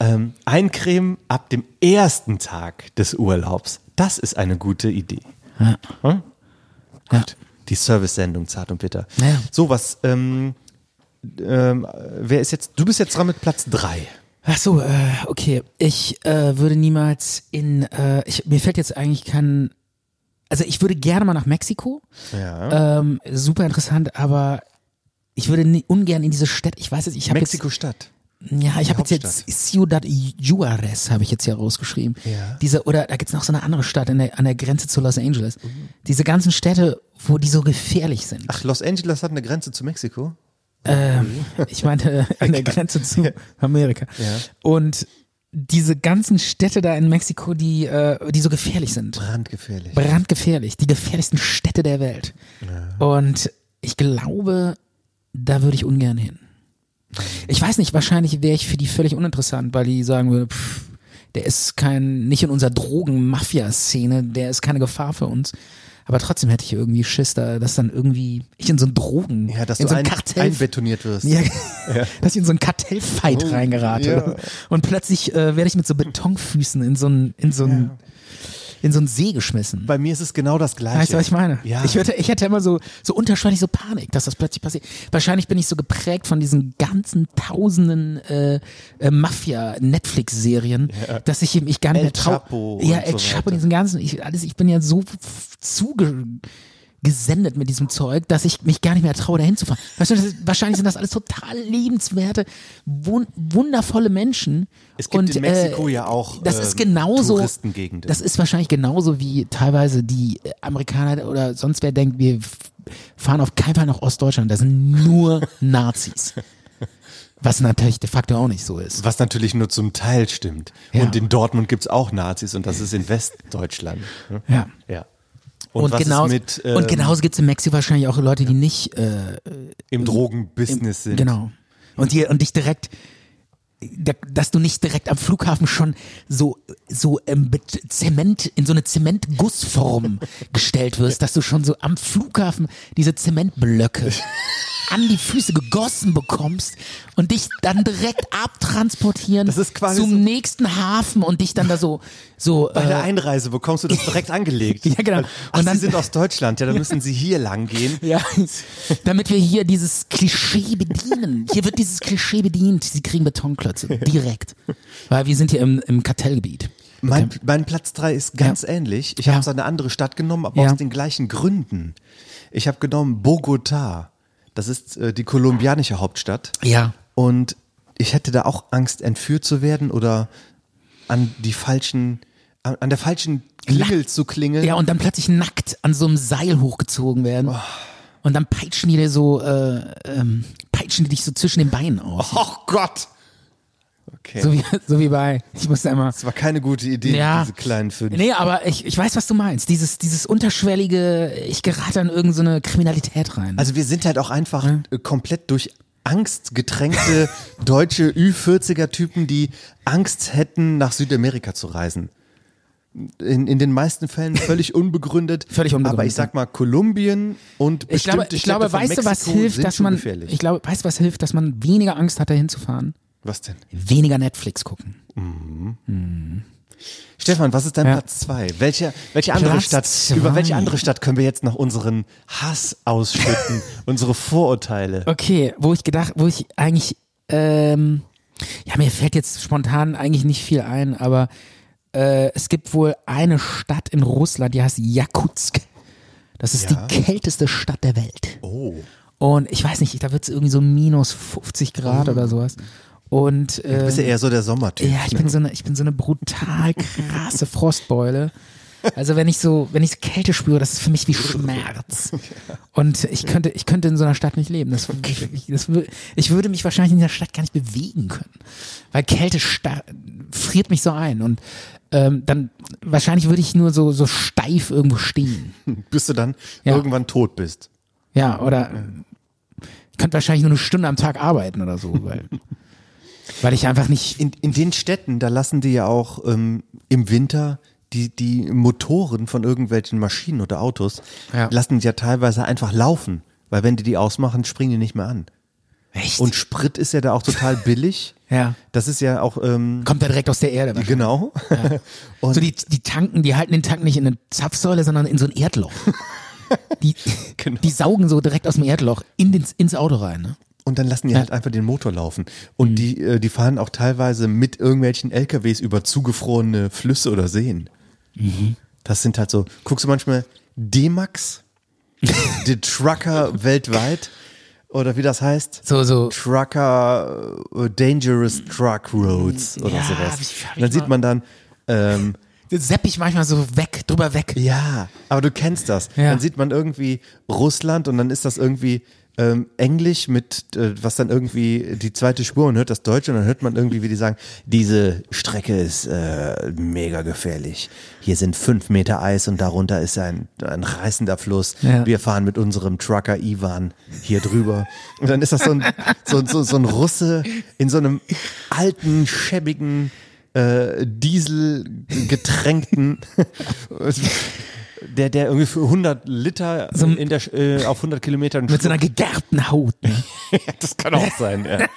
S2: ähm, eincremen ab dem ersten Tag des Urlaubs, das ist eine gute Idee. Hm? Gut. Die Service-Sendung Zart und Bitter.
S3: Ja.
S2: So, was, ähm, ähm, wer ist jetzt, du bist jetzt dran mit Platz drei.
S3: Ach so, äh, okay. Ich äh, würde niemals in, äh, ich, mir fällt jetzt eigentlich kein, also ich würde gerne mal nach Mexiko.
S2: Ja.
S3: Ähm, super interessant, aber ich würde nie, ungern in diese Städte, ich weiß jetzt, ich habe jetzt,
S2: Mexiko-Stadt.
S3: ja, ich
S2: die
S3: habe jetzt,
S2: Hauptstadt.
S3: jetzt Ciudad Juarez, habe ich jetzt hier rausgeschrieben.
S2: Ja.
S3: Diese, oder da gibt's noch so eine andere Stadt an der, an der Grenze zu Los Angeles.
S2: Mhm.
S3: Diese ganzen Städte, wo die so gefährlich sind.
S2: Ach, Los Angeles hat eine Grenze zu Mexiko.
S3: Ich meine, äh, an der Grenze zu Amerika. Und diese ganzen Städte da in Mexiko, die, äh, die so gefährlich sind.
S2: Brandgefährlich.
S3: Brandgefährlich. Die gefährlichsten Städte der Welt. Und ich glaube, da würde ich ungern hin. Ich weiß nicht, wahrscheinlich wäre ich für die völlig uninteressant, weil die sagen würde, pff, der ist kein, nicht in unserer Drogen-Mafia-Szene, der ist keine Gefahr für uns. Aber trotzdem hätte ich irgendwie Schiss, da, dass dann irgendwie ich in so ein Drogen,
S2: ja, dass
S3: in
S2: du
S3: so ein
S2: ein,
S3: Kartell
S2: einbetoniert wirst.
S3: ja, dass ich in so einen Kartellfight
S2: Oh,
S3: reingerate.
S2: ja.
S3: Und plötzlich äh, werde ich mit so Betonfüßen in so einen, in so einen, in so einen See geschmissen.
S2: Bei mir ist es genau das Gleiche.
S3: Weißt du, was ich meine?
S2: Ja.
S3: Ich, hatte, ich hatte immer so, so unterschwellig so Panik, dass das plötzlich passiert. Wahrscheinlich bin ich so geprägt von diesen ganzen tausenden äh, äh, Mafia-Netflix-Serien, dass ich mich gar nicht
S2: El
S3: mehr traue.
S2: Chapo
S3: Ja,
S2: und
S3: El
S2: so
S3: Chapo,
S2: weiter.
S3: diesen ganzen, ich, alles, ich bin ja so f- zuge gesendet mit diesem Zeug, dass ich mich gar nicht mehr traue, dahin zu fahren. Weißt du, das ist, wahrscheinlich sind das alles total lebenswerte, wun wundervolle Menschen.
S2: Es gibt
S3: und,
S2: in Mexiko
S3: äh,
S2: ja auch
S3: das
S2: äh,
S3: ist genauso,
S2: Touristengegenden.
S3: Das ist wahrscheinlich genauso wie teilweise die äh, Amerikaner oder sonst wer denkt, wir f- fahren auf keinen Fall nach Ostdeutschland. Das sind nur Nazis. Was natürlich de facto auch nicht so ist.
S2: was natürlich nur zum Teil stimmt.
S3: Ja.
S2: Und in Dortmund gibt es auch Nazis und das ist in Westdeutschland. ne?
S3: Ja.
S2: Ja. Und,
S3: Und,
S2: was
S3: genauso,
S2: ist mit ähm,
S3: und genau- genauso gibt es in Mexiko wahrscheinlich auch Leute, die nicht äh,
S2: im Drogenbusiness sind?
S3: Genau. Und, die, und dich direkt, da- dass du nicht direkt am Flughafen schon so, so ähm, mit Zement, in so eine Zementgussform gestellt wirst, dass du schon so am Flughafen diese Zementblöcke an die Füße gegossen bekommst und dich dann direkt abtransportieren
S2: Das ist quasi
S3: zum
S2: so-
S3: nächsten Hafen und dich dann da so, so
S2: Bei der
S3: äh,
S2: Einreise bekommst du das direkt angelegt.
S3: Ja, genau.
S2: Ach,
S3: Und dann-
S2: Sie sind aus Deutschland, ja, dann müssen Sie hier lang gehen.
S3: Ja, damit wir hier dieses Klischee bedienen. Hier wird dieses Klischee bedient. Sie kriegen Betonklötze direkt. Weil wir sind hier im, im Kartellgebiet.
S2: Mein, mein Platz drei ist ganz
S3: Ja.
S2: ähnlich. Ich
S3: Ja.
S2: habe es eine andere Stadt genommen, aber
S3: Ja.
S2: aus den gleichen Gründen. Ich habe genommen Bogota. Das ist äh, die kolumbianische Hauptstadt.
S3: Ja.
S2: Und ich hätte da auch Angst, entführt zu werden oder an die falschen, an, an der falschen Klingel zu klingeln.
S3: Ja, und dann plötzlich nackt an so einem Seil hochgezogen werden. Und dann peitschen die dir so, äh, ähm, peitschen die dich so zwischen den Beinen aus.
S2: Oh Gott! Okay.
S3: So, wie, so wie bei, ich musste einmal.
S2: das war keine gute Idee,
S3: Ja.
S2: diese kleinen fünf.
S3: Nee, aber ich, ich weiß, was du meinst. Dieses, dieses unterschwellige, ich gerate an irgendeine so eine Kriminalität rein.
S2: Also wir sind halt auch einfach äh, komplett durch Angst getränkte deutsche Ü40er-Typen, die Angst hätten, nach Südamerika zu reisen. In, in den meisten Fällen völlig unbegründet.
S3: Völlig unbegründet,
S2: Aber ich sag mal, Kolumbien und
S3: ich glaube,
S2: bestimmte
S3: ich glaube,
S2: Städte von
S3: weißt du, was
S2: Mexiko
S3: hilft,
S2: sind
S3: dass
S2: schon
S3: man,
S2: gefährlich.
S3: ich glaube, weißt du, was hilft, dass man weniger Angst hat, da hinzufahren?
S2: was denn?
S3: Weniger Netflix gucken.
S2: Stefan, was ist dein
S3: Ja.
S2: Platz zwei? Welche, welche andere
S3: Platz
S2: Stadt,
S3: zwei.
S2: über welche andere Stadt können wir jetzt noch unseren Hass ausschütten, unsere Vorurteile?
S3: Okay, wo ich gedacht, wo ich eigentlich, ähm, ja, mir fällt jetzt spontan eigentlich nicht viel ein, aber äh, es gibt wohl eine Stadt in Russland, die heißt Jakutsk. Das ist
S2: Ja.
S3: die kälteste Stadt der Welt.
S2: Oh.
S3: Und ich weiß nicht, da wird es irgendwie so minus 50 Grad oder sowas. Und
S2: Du
S3: äh,
S2: bist ja eher so der Sommertyp.
S3: Ja, ich bin so eine, ich bin so eine brutal krasse Frostbeule. Also wenn ich so, wenn ich Kälte spüre, das ist für mich wie Schmerz. Und ich könnte, ich könnte in so einer Stadt nicht leben. Das, ich, das, wür- ich würde mich wahrscheinlich in der Stadt gar nicht bewegen können, weil Kälte sta- friert mich so ein und ähm, dann wahrscheinlich würde ich nur so so steif irgendwo stehen.
S2: Bis du dann
S3: Ja.
S2: irgendwann tot bist.
S3: Ja, oder ich könnte wahrscheinlich nur eine Stunde am Tag arbeiten oder so, weil weil ich einfach nicht
S2: In, in den Städten, da lassen die ja auch ähm, im Winter die, die Motoren von irgendwelchen Maschinen oder Autos,
S3: Ja.
S2: lassen die ja teilweise einfach laufen. Weil wenn die die ausmachen, springen die nicht mehr an.
S3: echt
S2: Und Sprit ist ja da auch total billig.
S3: Ja.
S2: Das ist ja auch, ähm,
S3: kommt da direkt aus der Erde. wahrscheinlich.
S2: genau. Und
S3: So die, die tanken, die halten den Tank nicht in eine Zapfsäule, sondern in so ein Erdloch. Die,
S2: Genau.
S3: die saugen so direkt aus dem Erdloch in den, ins Auto rein. Ne?
S2: Und dann lassen die halt einfach den Motor laufen.
S3: Mhm.
S2: Und die, äh, die fahren auch teilweise mit irgendwelchen LKWs über zugefrorene Flüsse oder Seen.
S3: Mhm.
S2: Das sind halt so, guckst du manchmal D-Max, die Trucker weltweit, oder wie das heißt?
S3: So, so.
S2: Trucker, äh, Dangerous Truck Roads oder
S3: Ja,
S2: sowas.
S3: hab ich- hab
S2: Und dann
S3: ich
S2: sieht
S3: mal-
S2: man dann, ähm,
S3: Sepp ich manchmal so weg, drüber weg.
S2: ja, aber du kennst das.
S3: Ja.
S2: Dann sieht man irgendwie Russland und dann ist das irgendwie ähm, Englisch mit, äh, was dann irgendwie die zweite Spur und hört das Deutsche und dann hört man irgendwie, wie die sagen, diese Strecke ist äh, mega gefährlich. Hier sind fünf Meter Eis und darunter ist ein, ein reißender Fluss.
S3: Ja.
S2: Wir fahren mit unserem Trucker Ivan hier drüber. Und dann ist das so ein, so, so, so ein Russe in so einem alten, schäbigen äh, Diesel getränkten der, der irgendwie für 100 Liter in der, Sch- äh, auf 100 Kilometern
S3: Mit so einer gegerbten Haut. Ne?
S2: das kann auch sein.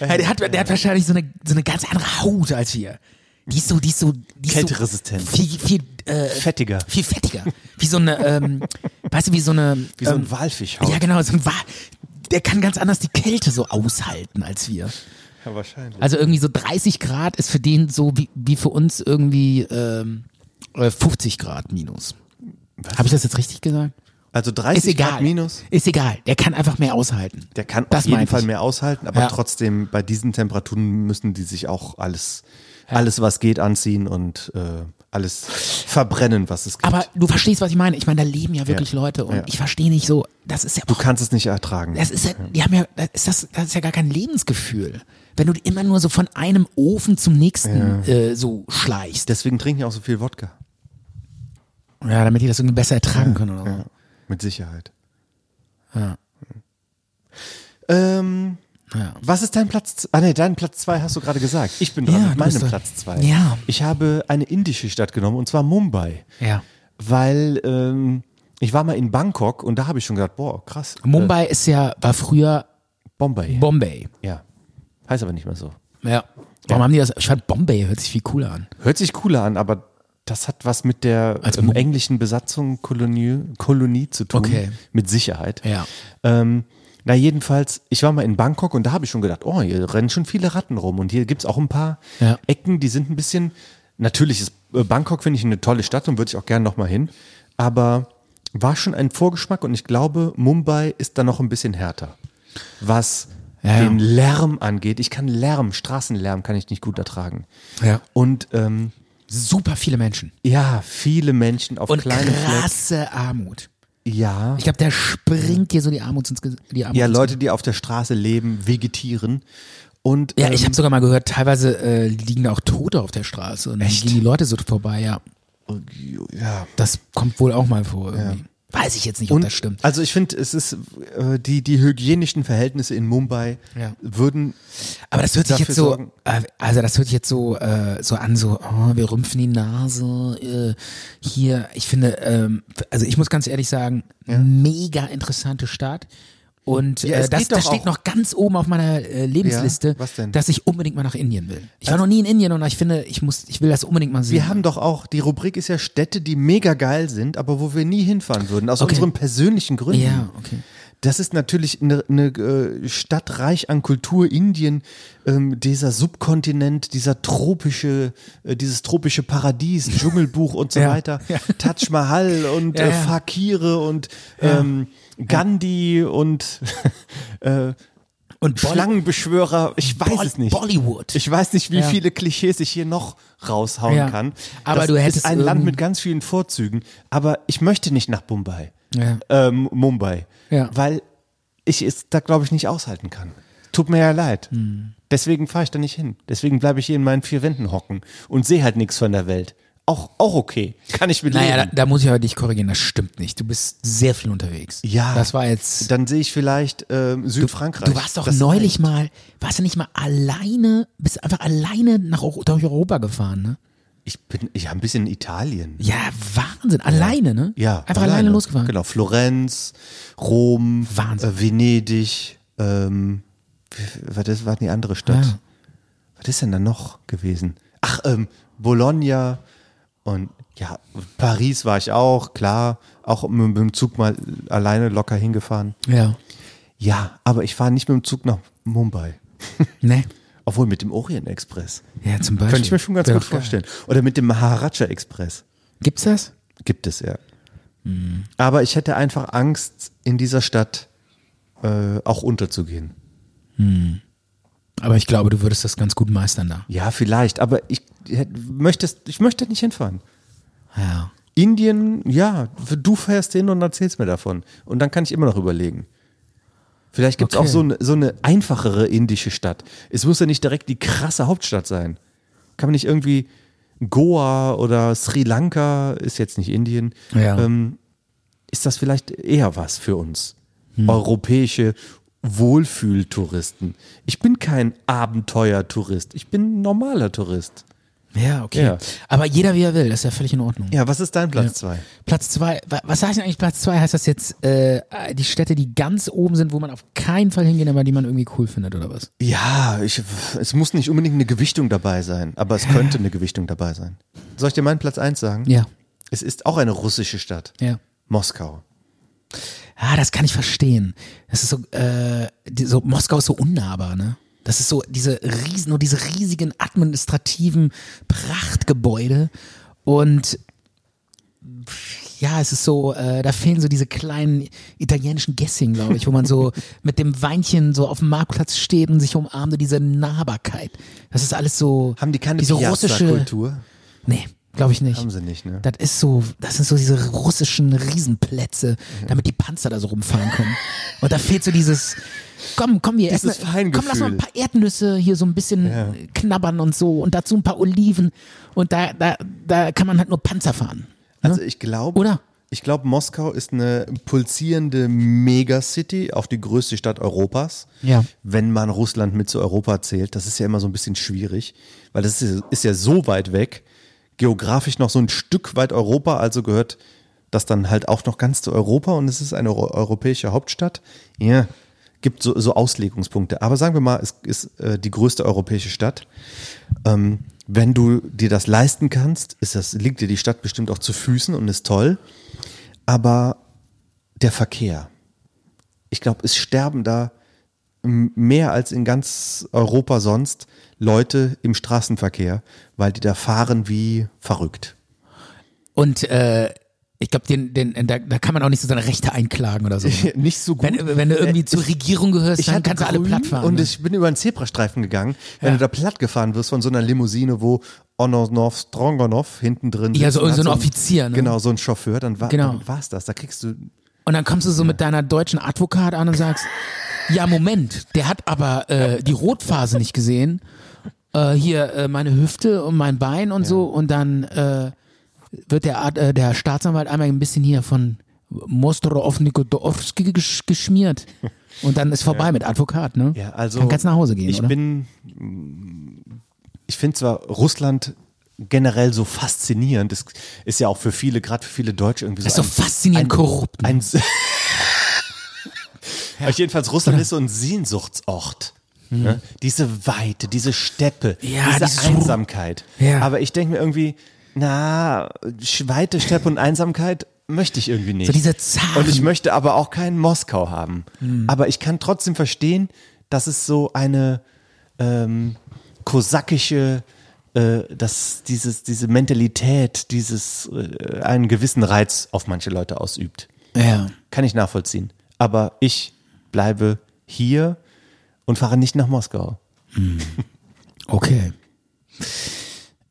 S2: Ja.
S3: Ja, der, hat, der hat wahrscheinlich so eine, so eine ganz andere Haut als wir. Die ist so, die ist so, die ist
S2: Kälteresistent.
S3: So viel, viel, äh,
S2: Fettiger.
S3: Viel fettiger. Wie so eine, ähm, weißt du, wie so eine.
S2: Wie so
S3: ähm,
S2: ein Walfischhaut.
S3: Ja, genau, so ein Wal. Der kann ganz anders die Kälte so aushalten als wir.
S2: Ja, wahrscheinlich.
S3: Also irgendwie so 30 Grad ist für den so wie, wie für uns irgendwie ähm, äh, 50 Grad minus. Habe ich das jetzt richtig gesagt?
S2: Also
S3: Ist
S2: 30
S3: egal.
S2: Grad minus.
S3: Ist egal. Der kann einfach mehr aushalten.
S2: Der kann
S3: Das
S2: auf jeden
S3: meinte
S2: Fall
S3: ich.
S2: mehr aushalten, aber
S3: Ja.
S2: trotzdem bei diesen Temperaturen müssen die sich auch alles, alles was geht, anziehen und äh, alles verbrennen, was es gibt.
S3: Aber du verstehst, was ich meine. Ich meine, da leben ja wirklich
S2: Ja.
S3: Leute und
S2: Ja.
S3: ich verstehe nicht so, das ist ja
S2: du kannst es nicht ertragen.
S3: Das ist ja, die haben ja, das ist, das, das ist ja gar kein Lebensgefühl. Wenn du immer nur so von einem Ofen zum nächsten äh, so schleichst.
S2: Deswegen trinken die auch so viel Wodka.
S3: Ja, damit die das irgendwie besser ertragen können oder so.
S2: Ja, mit Sicherheit.
S3: Ja.
S2: Ähm,
S3: Ja.
S2: Was ist dein Platz? z- Ah nee, dein Platz zwei hast du gerade gesagt. Ich bin dran
S3: Ja,
S2: mit
S3: du bist
S2: meinem
S3: dran.
S2: Platz zwei.
S3: Ja.
S2: Ich habe eine indische Stadt genommen und zwar Mumbai,
S3: ja.
S2: weil ähm, ich war mal in Bangkok und da habe ich schon gedacht, boah, krass.
S3: Mumbai ist ja, war früher
S2: Äh, Bombay.
S3: Bombay.
S2: ja. Heißt aber nicht mehr so.
S3: Ja. Warum haben die das? Schreibt Bombay, hört sich viel cooler an.
S2: Hört sich cooler an, aber das hat was mit der
S3: Als
S2: ähm,
S3: Mum-
S2: englischen Besatzung Kolonie, Kolonie zu tun.
S3: Okay.
S2: Mit Sicherheit.
S3: Ja.
S2: Ähm, na, jedenfalls, ich war mal in Bangkok und da habe ich schon gedacht, oh, hier rennen schon viele Ratten rum. Und hier gibt's auch ein paar
S3: Ja.
S2: Ecken, die sind ein bisschen. Natürlich ist äh, Bangkok, finde ich, eine tolle Stadt und würde ich auch gerne nochmal hin. Aber war schon ein Vorgeschmack und ich glaube, Mumbai ist da noch ein bisschen härter. Was
S3: Ja, ja.
S2: den Lärm angeht. Ich kann Lärm, Straßenlärm kann ich nicht gut ertragen.
S3: Ja.
S2: Und ähm,
S3: Super viele Menschen.
S2: ja, viele Menschen auf
S3: Und
S2: kleinen Flecken.
S3: krasse Armut.
S2: Ja.
S3: Ich glaube, der springt dir so die Armut ins Gesicht. Die Armut
S2: Ja,
S3: ins
S2: Leute, die auf der Straße leben, vegetieren. Und
S3: Ja, ich
S2: ähm,
S3: habe sogar mal gehört, teilweise äh, liegen da auch Tote auf der Straße und dann gehen die Leute so vorbei, ja.
S2: ja.
S3: Das kommt wohl auch mal vor. Irgendwie. Weiß ich jetzt nicht, ob das stimmt.
S2: Also ich finde, es ist äh, die, die hygienischen Verhältnisse in Mumbai
S3: Ja.
S2: würden
S3: Aber das hört sich
S2: dafür
S3: jetzt so,
S2: sorgen-
S3: äh, also das hört sich jetzt so, äh, so an, so, oh, wir rümpfen die Nase. Äh, hier, ich finde, ähm, also ich muss ganz ehrlich sagen, mega interessante Stadt. Und
S2: Ja,
S3: äh,
S2: es
S3: das,
S2: geht doch
S3: das steht
S2: auch-
S3: noch ganz oben auf meiner äh, Lebensliste,
S2: was denn?
S3: dass ich unbedingt mal nach Indien will. Ich war noch nie in Indien und ich finde, ich muss, ich will das unbedingt mal sehen.
S2: Wir haben doch auch, die Rubrik ist ja Städte, die mega geil sind, aber wo wir nie hinfahren würden, aus
S3: Okay.
S2: unseren persönlichen Gründen.
S3: Ja, okay.
S2: Das ist natürlich eine, eine äh, Stadt reich an Kultur, Indien, ähm, dieser Subkontinent, dieser tropische, äh, dieses tropische Paradies, Dschungelbuch und so
S3: Ja.
S2: weiter, Taj Mahal und
S3: Ja,
S2: äh,
S3: ja.
S2: Fakire und ähm, Gandhi und
S3: und Bolli-
S2: Schlangenbeschwörer, ich weiß
S3: Boll-
S2: es nicht.
S3: Bollywood.
S2: Ich weiß nicht, wie
S3: Ja.
S2: viele Klischees ich hier noch raushauen
S3: Ja.
S2: kann.
S3: Aber
S2: das
S3: du hättest
S2: ist ein Land
S3: irgend-
S2: mit ganz vielen Vorzügen, aber ich möchte nicht nach Mumbai.
S3: Ja.
S2: Ähm, Mumbai,
S3: Ja.
S2: weil ich es da glaube ich nicht aushalten kann. Tut mir ja leid.
S3: Hm.
S2: Deswegen fahre ich da nicht hin. Deswegen bleibe ich hier in meinen vier Wänden hocken und sehe halt nichts von der Welt. Auch, auch okay. Kann ich mit
S3: Naja, da,
S2: leben.
S3: da muss ich aber dich korrigieren, das stimmt nicht. Du bist sehr viel unterwegs.
S2: ja.
S3: Das war jetzt.
S2: Dann sehe ich vielleicht ähm, Südfrankreich.
S3: Du warst doch
S2: Das
S3: neulich mal, warst du nicht mal alleine, bist einfach alleine nach Eu- durch Europa gefahren, ne?
S2: Ich bin, ich habe ein bisschen in Italien.
S3: Ja, Wahnsinn. Alleine, ne?
S2: Ja,
S3: Einfach alleine, losgefahren.
S2: Genau, Florenz, Rom,
S3: Wahnsinn.
S2: Äh, Venedig, ähm, w- was ist, war denn die andere Stadt?
S3: Ja.
S2: Was ist denn da noch gewesen? Ach, ähm, Bologna und ja, Paris war ich auch, klar, auch mit, mit dem Zug mal alleine locker hingefahren.
S3: Ja.
S2: Ja, aber ich fahre nicht mit dem Zug nach Mumbai,
S3: Ne?
S2: obwohl mit dem Orient Express.
S3: Ja, zum Beispiel.
S2: Könnte ich mir schon ganz
S3: Wär
S2: gut
S3: doch geil.
S2: vorstellen. Oder mit dem Maharaja Express.
S3: Gibt's das?
S2: Gibt es, ja. Aber ich hätte einfach Angst, in dieser Stadt äh, auch unterzugehen.
S3: Aber ich glaube, du würdest das ganz gut meistern da.
S2: Ja, vielleicht, aber ich, hätte- möchtest, ich möchte nicht hinfahren.
S3: Ja.
S2: Indien, ja, du fährst hin und erzählst mir davon. Und dann kann ich immer noch überlegen. Vielleicht gibt es
S3: Okay.
S2: auch so eine, so eine einfachere indische Stadt. Es muss ja nicht direkt die krasse Hauptstadt sein. Kann man nicht irgendwie Goa oder Sri Lanka, ist jetzt nicht Indien,
S3: Ja.
S2: ähm, ist das vielleicht eher was für uns? Europäische Wohlfühltouristen. Ich bin kein Abenteuertourist, ich bin ein normaler Tourist.
S3: Ja, okay.
S2: Ja.
S3: Aber jeder wie er will, das ist ja völlig in Ordnung.
S2: Ja, was ist dein Platz zwei?
S3: Platz zwei, wa- was heißt denn eigentlich Platz zwei? Heißt das jetzt äh, die Städte, die ganz oben sind, wo man auf keinen Fall hingehen, aber die man irgendwie cool findet oder was?
S2: Ja, ich, es muss nicht unbedingt eine Gewichtung dabei sein, aber es könnte eine Gewichtung dabei sein. Soll ich dir meinen Platz eins sagen?
S3: Ja.
S2: Es ist auch eine russische Stadt.
S3: Ja.
S2: Moskau.
S3: Ah, das kann ich verstehen. Das ist so, äh, die, so Moskau ist so unnahbar, ne? Das ist so diese riesen, nur diese riesigen administrativen Prachtgebäude und pff, ja, es ist so, äh, da fehlen so diese kleinen italienischen Gessing, glaube ich, wo man so mit dem Weinchen so auf dem Marktplatz steht und sich umarmt und diese Nahbarkeit. Das ist alles so.
S2: Haben die keine
S3: diese russische
S2: Piazza-Kultur?
S3: Nee, glaube ich nicht.
S2: Haben sie nicht, ne?
S3: Das ist so, das sind so diese russischen Riesenplätze, damit die Panzer da so rumfahren können. Und da fehlt so dieses, komm, komm, wir
S2: Dieses
S3: essen, komm, lass mal ein
S2: Feingefühl.
S3: paar Erdnüsse hier so ein bisschen
S2: Ja.
S3: knabbern und so und dazu ein paar Oliven und da, da, da kann man halt nur Panzer fahren. ne?
S2: Also ich glaube,
S3: Oder?
S2: ich glaube, Moskau ist eine pulsierende Megacity, auch die größte Stadt Europas.
S3: Ja.
S2: Wenn man Russland mit zu Europa zählt, das ist ja immer so ein bisschen schwierig, weil das ist, ja- ist ja so weit weg, geografisch noch so ein Stück weit Europa, also gehört das dann halt auch noch ganz zu Europa und es ist eine euro europäische Hauptstadt. Ja, gibt so, so Auslegungspunkte. Aber sagen wir mal, es ist äh, die größte europäische Stadt. Ähm, Wenn du dir das leisten kannst, ist das, liegt dir die Stadt bestimmt auch zu Füßen und ist toll. Aber der Verkehr, ich glaube, es sterben da m- mehr als in ganz Europa sonst Leute im Straßenverkehr, weil die da fahren wie verrückt.
S3: Und äh, ich glaube, den, den, äh, da, da kann man auch nicht so seine Rechte einklagen oder so.
S2: Nicht so gut.
S3: Wenn, wenn du irgendwie zur Regierung gehörst, dann
S2: hatte
S3: kannst du alle
S2: grün
S3: platt fahren.
S2: Und
S3: ne?
S2: ich bin über einen Zebrastreifen gegangen. Wenn du da platt gefahren wirst von so einer Limousine, wo Onosnov Strongonov hinten drin
S3: Ja,
S2: sitzt
S3: so-
S2: und
S3: so
S2: hat
S3: ein Offizier, ne?
S2: Genau, so ein Chauffeur, dann war
S3: Genau.
S2: dann war's das. Da kriegst du.
S3: Und dann kommst du so mit deiner deutschen Advokat an und sagst, ja Moment, der hat aber äh, die Rotphase nicht gesehen. Äh, hier äh, meine Hüfte und mein Bein und so. Und dann äh, wird der, Ad, äh, der Staatsanwalt einmal ein bisschen hier von Mostro auf Nikodorski gesch geschmiert. Und dann ist vorbei mit Advokat, ne?
S2: Ja, also.
S3: Dann kannst du nach Hause gehen,
S2: Ich
S3: oder?
S2: bin. mm, Ich finde zwar Russland generell so faszinierend. Das ist ja auch für viele, gerade für viele Deutsche irgendwie so.
S3: das ist so
S2: ein-
S3: faszinierend korrupt. ne?
S2: Ein Aber Jedenfalls, Russland ist so ein Sehnsuchtsort. Ne? Diese Weite, diese Steppe,
S3: Mhm. Ja,
S2: diese
S3: dieses-
S2: Einsamkeit.
S3: Ja.
S2: Aber ich denke mir irgendwie, na, Sch- Weite, Steppe und Einsamkeit möchte ich irgendwie nicht.
S3: So dieser Zaren. Mhm.
S2: Und ich möchte aber auch keinen Moskau haben. Aber ich kann trotzdem verstehen, dass es so eine ähm, kosakische, äh, dass dieses, diese Mentalität, dieses äh, einen gewissen Reiz auf manche Leute ausübt.
S3: ja.
S2: Kann ich nachvollziehen. Aber ich bleibe hier und fahre nicht nach Moskau.
S3: Okay.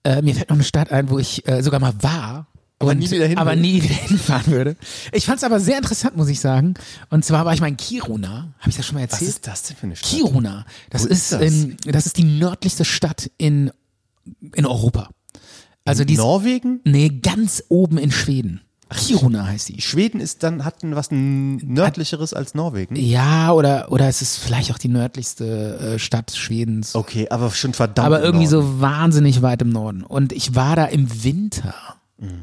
S3: Äh, mir fällt noch eine Stadt ein, wo ich äh, sogar mal war. Aber
S2: nie wieder hin
S3: Aber
S2: will.
S3: nie wieder hinfahren würde. Ich fand es aber sehr interessant, muss ich sagen. Und zwar war ich mal in Kiruna. Habe ich das schon mal
S2: Was
S3: erzählt?
S2: ist das denn für eine Stadt?
S3: Kiruna. Das
S2: Wo ist
S3: ist,
S2: das?
S3: In, das ist die nördlichste Stadt in, in Europa. Also die ist,
S2: Norwegen?
S3: nee, ganz oben in Schweden. Kiruna heißt die.
S2: Schweden ist dann, hat was nördlicheres als Norwegen.
S3: Ja, oder, oder es ist vielleicht auch die nördlichste äh, Stadt Schwedens.
S2: Okay, aber schon verdammt.
S3: aber irgendwie
S2: im Norden.
S3: so wahnsinnig weit im Norden. Und ich war da im Winter.
S2: Mhm.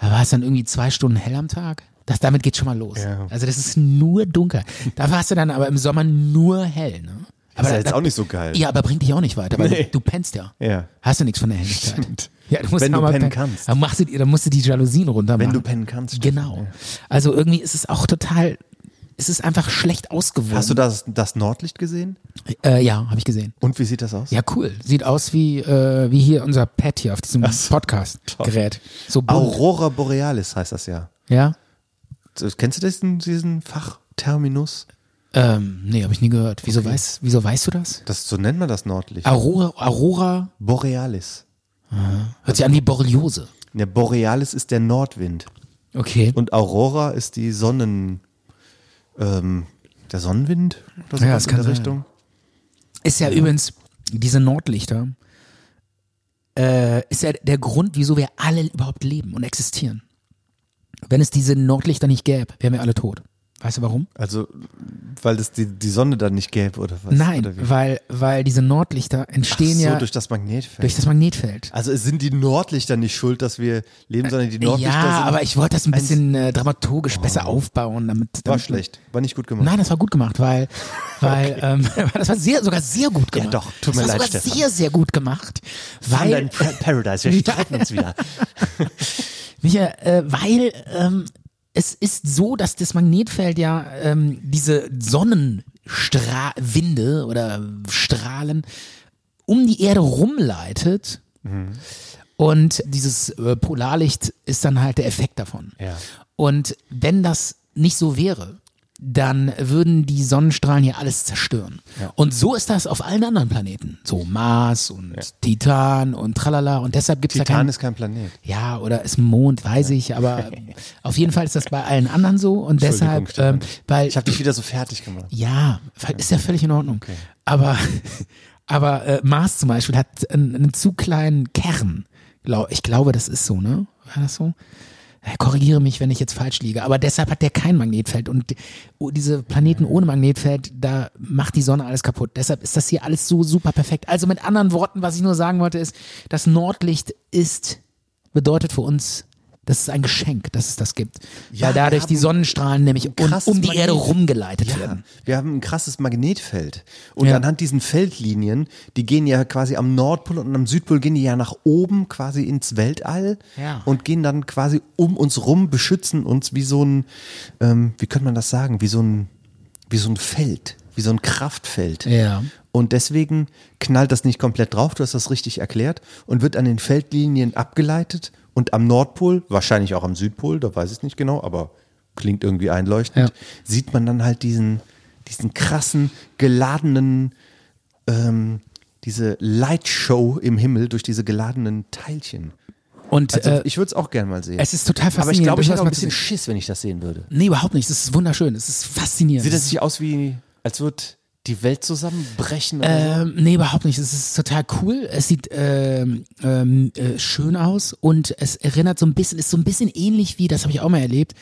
S3: Da war es dann irgendwie zwei Stunden hell am Tag. Das, damit geht schon mal los.
S2: Ja.
S3: Also das ist nur dunkel. Da warst du dann aber im Sommer nur hell. Ne? Aber
S2: ja
S3: da-
S2: jetzt
S3: da-
S2: auch nicht so geil.
S3: Ja, aber bringt dich auch nicht weiter, weil
S2: Nee.
S3: du, du pennst ja.
S2: Ja.
S3: Hast du nichts von der Helligkeit.
S2: Stimmt.
S3: Ja, du musst
S2: Wenn
S3: auch
S2: du
S3: mal
S2: pennen kannst.
S3: Dann, machst du, die- dann musst du die Jalousien runter machen.
S2: Wenn du pennen kannst, stimmt.
S3: Genau. Also irgendwie ist es auch total, es ist einfach schlecht ausgewogen.
S2: Hast du das, das Nordlicht gesehen?
S3: Äh, ja, habe ich gesehen.
S2: Und wie sieht das aus?
S3: Ja, cool. Sieht aus wie, äh, wie hier unser Pad hier auf diesem Podcast-Gerät. So bunt.
S2: Aurora Borealis heißt das ja.
S3: Ja?
S2: So, Kennst du diesen, diesen Fachterminus?
S3: Ähm, nee, habe ich nie gehört. Wieso, weiß, wieso weißt du das?
S2: Das, so nennt man das Nordlicht.
S3: Aurora, Aurora
S2: Borealis.
S3: hört sich an wie Borreliose.
S2: Der Borealis ist der Nordwind.
S3: Okay.
S2: Und Aurora ist die Sonnen. Ähm, der Sonnenwind oder so
S3: Ja, das
S2: in der
S3: kann sein.
S2: Richtung.
S3: Ist ja übrigens, diese Nordlichter, äh, ist ja der Grund, wieso wir alle überhaupt leben und existieren. Wenn es diese Nordlichter nicht gäbe, wären wir alle tot. Weißt du warum?
S2: Also weil es die, die Sonne dann nicht gäbe oder was?
S3: Nein,
S2: oder wie?
S3: weil, weil diese Nordlichter entstehen
S2: Ach so,
S3: ja
S2: durch das Magnetfeld.
S3: durch das Magnetfeld.
S2: also sind die Nordlichter nicht schuld, dass wir leben, sondern die Nordlichter
S3: ja,
S2: sind.
S3: aber ich wollte das ein
S2: eins-
S3: bisschen äh, dramaturgisch besser aufbauen, damit. damit
S2: Oh. War schlecht, war nicht gut gemacht.
S3: Nein, das war gut gemacht, weil, weil ähm, das war sehr, sogar sehr gut gemacht.
S2: doch, tut mir
S3: das
S2: leid,
S3: war sogar
S2: Stefan.
S3: sehr, sehr gut gemacht, weil,
S2: Paradise, wir streiten uns wieder.
S3: Micha, äh, weil ähm, es ist so, dass das Magnetfeld ja ähm, diese Sonnenwinde oder Strahlen um die Erde rumleitet.
S2: Mhm.
S3: Und dieses äh, Polarlicht ist dann halt der Effekt davon.
S2: Ja.
S3: Und wenn das nicht so wäre, dann würden die Sonnenstrahlen hier alles zerstören. Und so ist das auf allen anderen Planeten. So Mars und Titan und Tralala. Und deshalb gibt es da keinen
S2: Titan ist kein Planet.
S3: ja, oder ist ein Mond, weiß ich, aber auf jeden Fall ist das bei allen anderen so und deshalb, ähm,
S2: Entschuldigung, Stefan.
S3: weil
S2: Ich habe dich wieder so fertig gemacht.
S3: ja, ist ja völlig in Ordnung. Aber, aber äh, Mars zum Beispiel hat einen, einen zu kleinen Kern. Glau- Ich glaube, das ist so, ne? War das so? Ja, Korrigiere mich, wenn ich jetzt falsch liege. Aber deshalb hat der kein Magnetfeld. Und oh, diese Planeten ohne Magnetfeld, da macht die Sonne alles kaputt. Deshalb ist das hier alles so super perfekt. Also mit anderen Worten, was ich nur sagen wollte, ist, das Nordlicht ist, bedeutet für uns, das ist ein Geschenk, dass es das gibt.
S2: Ja,
S3: Weil
S2: wir
S3: dadurch die
S2: haben
S3: Sonnenstrahlen nämlich um,
S2: krasses
S3: um die Erde
S2: Magnetfeld.
S3: rumgeleitet
S2: Ja,
S3: werden.
S2: wir haben ein krasses Magnetfeld. Und
S3: Ja.
S2: anhand diesen Feldlinien, die gehen ja quasi am Nordpol und am Südpol, gehen die ja nach oben quasi ins Weltall
S3: Ja.
S2: und gehen dann quasi um uns rum, beschützen uns wie so ein, ähm, wie könnte man das sagen, wie so ein, wie so ein Feld, wie so ein Kraftfeld.
S3: Ja.
S2: Und deswegen knallt das nicht komplett drauf, du hast das richtig erklärt, und wird an den Feldlinien abgeleitet und am Nordpol, wahrscheinlich auch am Südpol, da weiß ich nicht genau, aber klingt irgendwie einleuchtend,
S3: Ja.
S2: sieht man dann halt diesen, diesen krassen, geladenen, ähm, diese Lightshow im Himmel durch diese geladenen Teilchen.
S3: Und
S2: Also
S3: äh,
S2: ich würde es auch gerne mal sehen.
S3: es ist total
S2: aber ich
S3: faszinierend.
S2: glaube, ich hätte
S3: durchaus
S2: auch ein
S3: mal zu
S2: bisschen Schiss, wenn ich das sehen würde.
S3: sehen. Nee, überhaupt nicht. Es ist wunderschön. Es ist faszinierend.
S2: Sieht das nicht aus wie, als würde die Welt zusammenbrechen? Oder so?
S3: ähm, nee, überhaupt nicht. Es ist total cool. Es sieht ähm, ähm, äh, schön aus und es erinnert so ein bisschen, ist so ein bisschen ähnlich wie, das habe ich auch mal erlebt,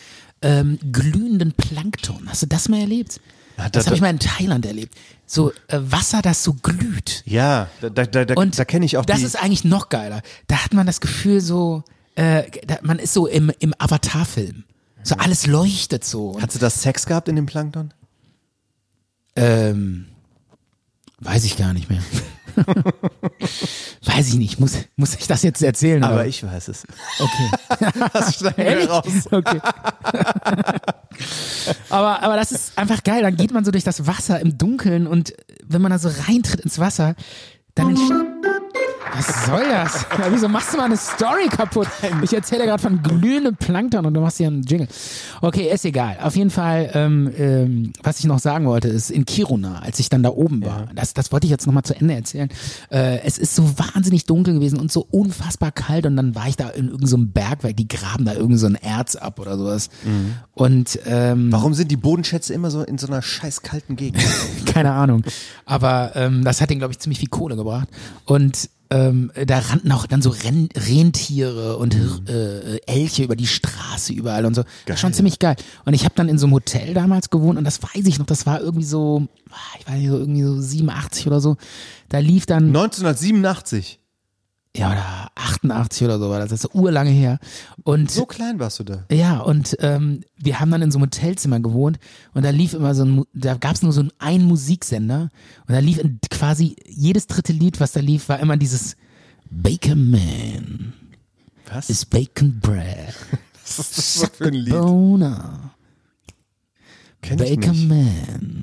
S3: ähm, glühenden Plankton. Hast du das mal erlebt?
S2: Ja, da-
S3: das habe ich
S2: da-
S3: mal in Thailand erlebt. So äh, Wasser, das so glüht.
S2: Ja, da, da, da, da,
S3: Und
S2: da kenne ich auch
S3: Das
S2: die.
S3: ist eigentlich noch geiler. Da hat man das Gefühl so, äh, da, man ist so im, im Avatar-Film. So alles leuchtet so. Und
S2: Hat sie das Sex gehabt in dem Plankton?
S3: Ähm, weiß ich gar nicht mehr. weiß ich nicht. Muss, muss ich das jetzt erzählen? oder?
S2: Aber ich weiß es.
S3: Okay.
S2: Das schneiden
S3: Ehrlich?
S2: wir raus.
S3: Okay. aber, aber das ist einfach geil. Dann geht man so durch das Wasser im Dunkeln und wenn man da so reintritt ins Wasser, dann entsteht. Was soll das? Ja, Wieso machst du mal eine Story kaputt? Ich erzähle gerade von glühendem Plankton und du machst hier einen Jingle. Okay, ist egal. Auf jeden Fall, ähm, ähm, was ich noch sagen wollte, ist in Kiruna, als ich dann da oben war, das, das wollte ich jetzt nochmal zu Ende erzählen. Äh, es ist so wahnsinnig dunkel gewesen und so unfassbar kalt und dann war ich da in irgendeinem Bergwerk, die graben da irgendein so ein Erz ab oder sowas. Und ähm,
S2: Warum sind die Bodenschätze immer so in so einer scheiß kalten Gegend?
S3: keine Ahnung. Aber ähm, das hat ihn, glaube ich, ziemlich viel Kohle gebracht. Und ähm, da rannten auch dann so Ren Rentiere und Hir- äh, äh, Elche über die Straße überall und so. Geil. Schon ziemlich geil. Und ich habe dann in so einem Hotel damals gewohnt und das weiß ich noch, das war irgendwie so, ah, ich weiß nicht, so irgendwie so 87 oder so. Da lief dann
S2: 1987.
S3: ja, oder 88 oder so war das, das ist urlange her. Und
S2: So klein warst du da.
S3: ja, und ähm, wir haben dann in so einem Hotelzimmer gewohnt und da lief immer so ein, Mu- da gab's nur so einen, einen Musiksender und da lief in- quasi jedes dritte Lied, was da lief, war immer dieses Bacon Man
S2: Was?
S3: is Bacon Bread.
S2: Was ist das so für ein Lied?
S3: Boner,
S2: Kenn ich
S3: Bacon
S2: nicht.
S3: Man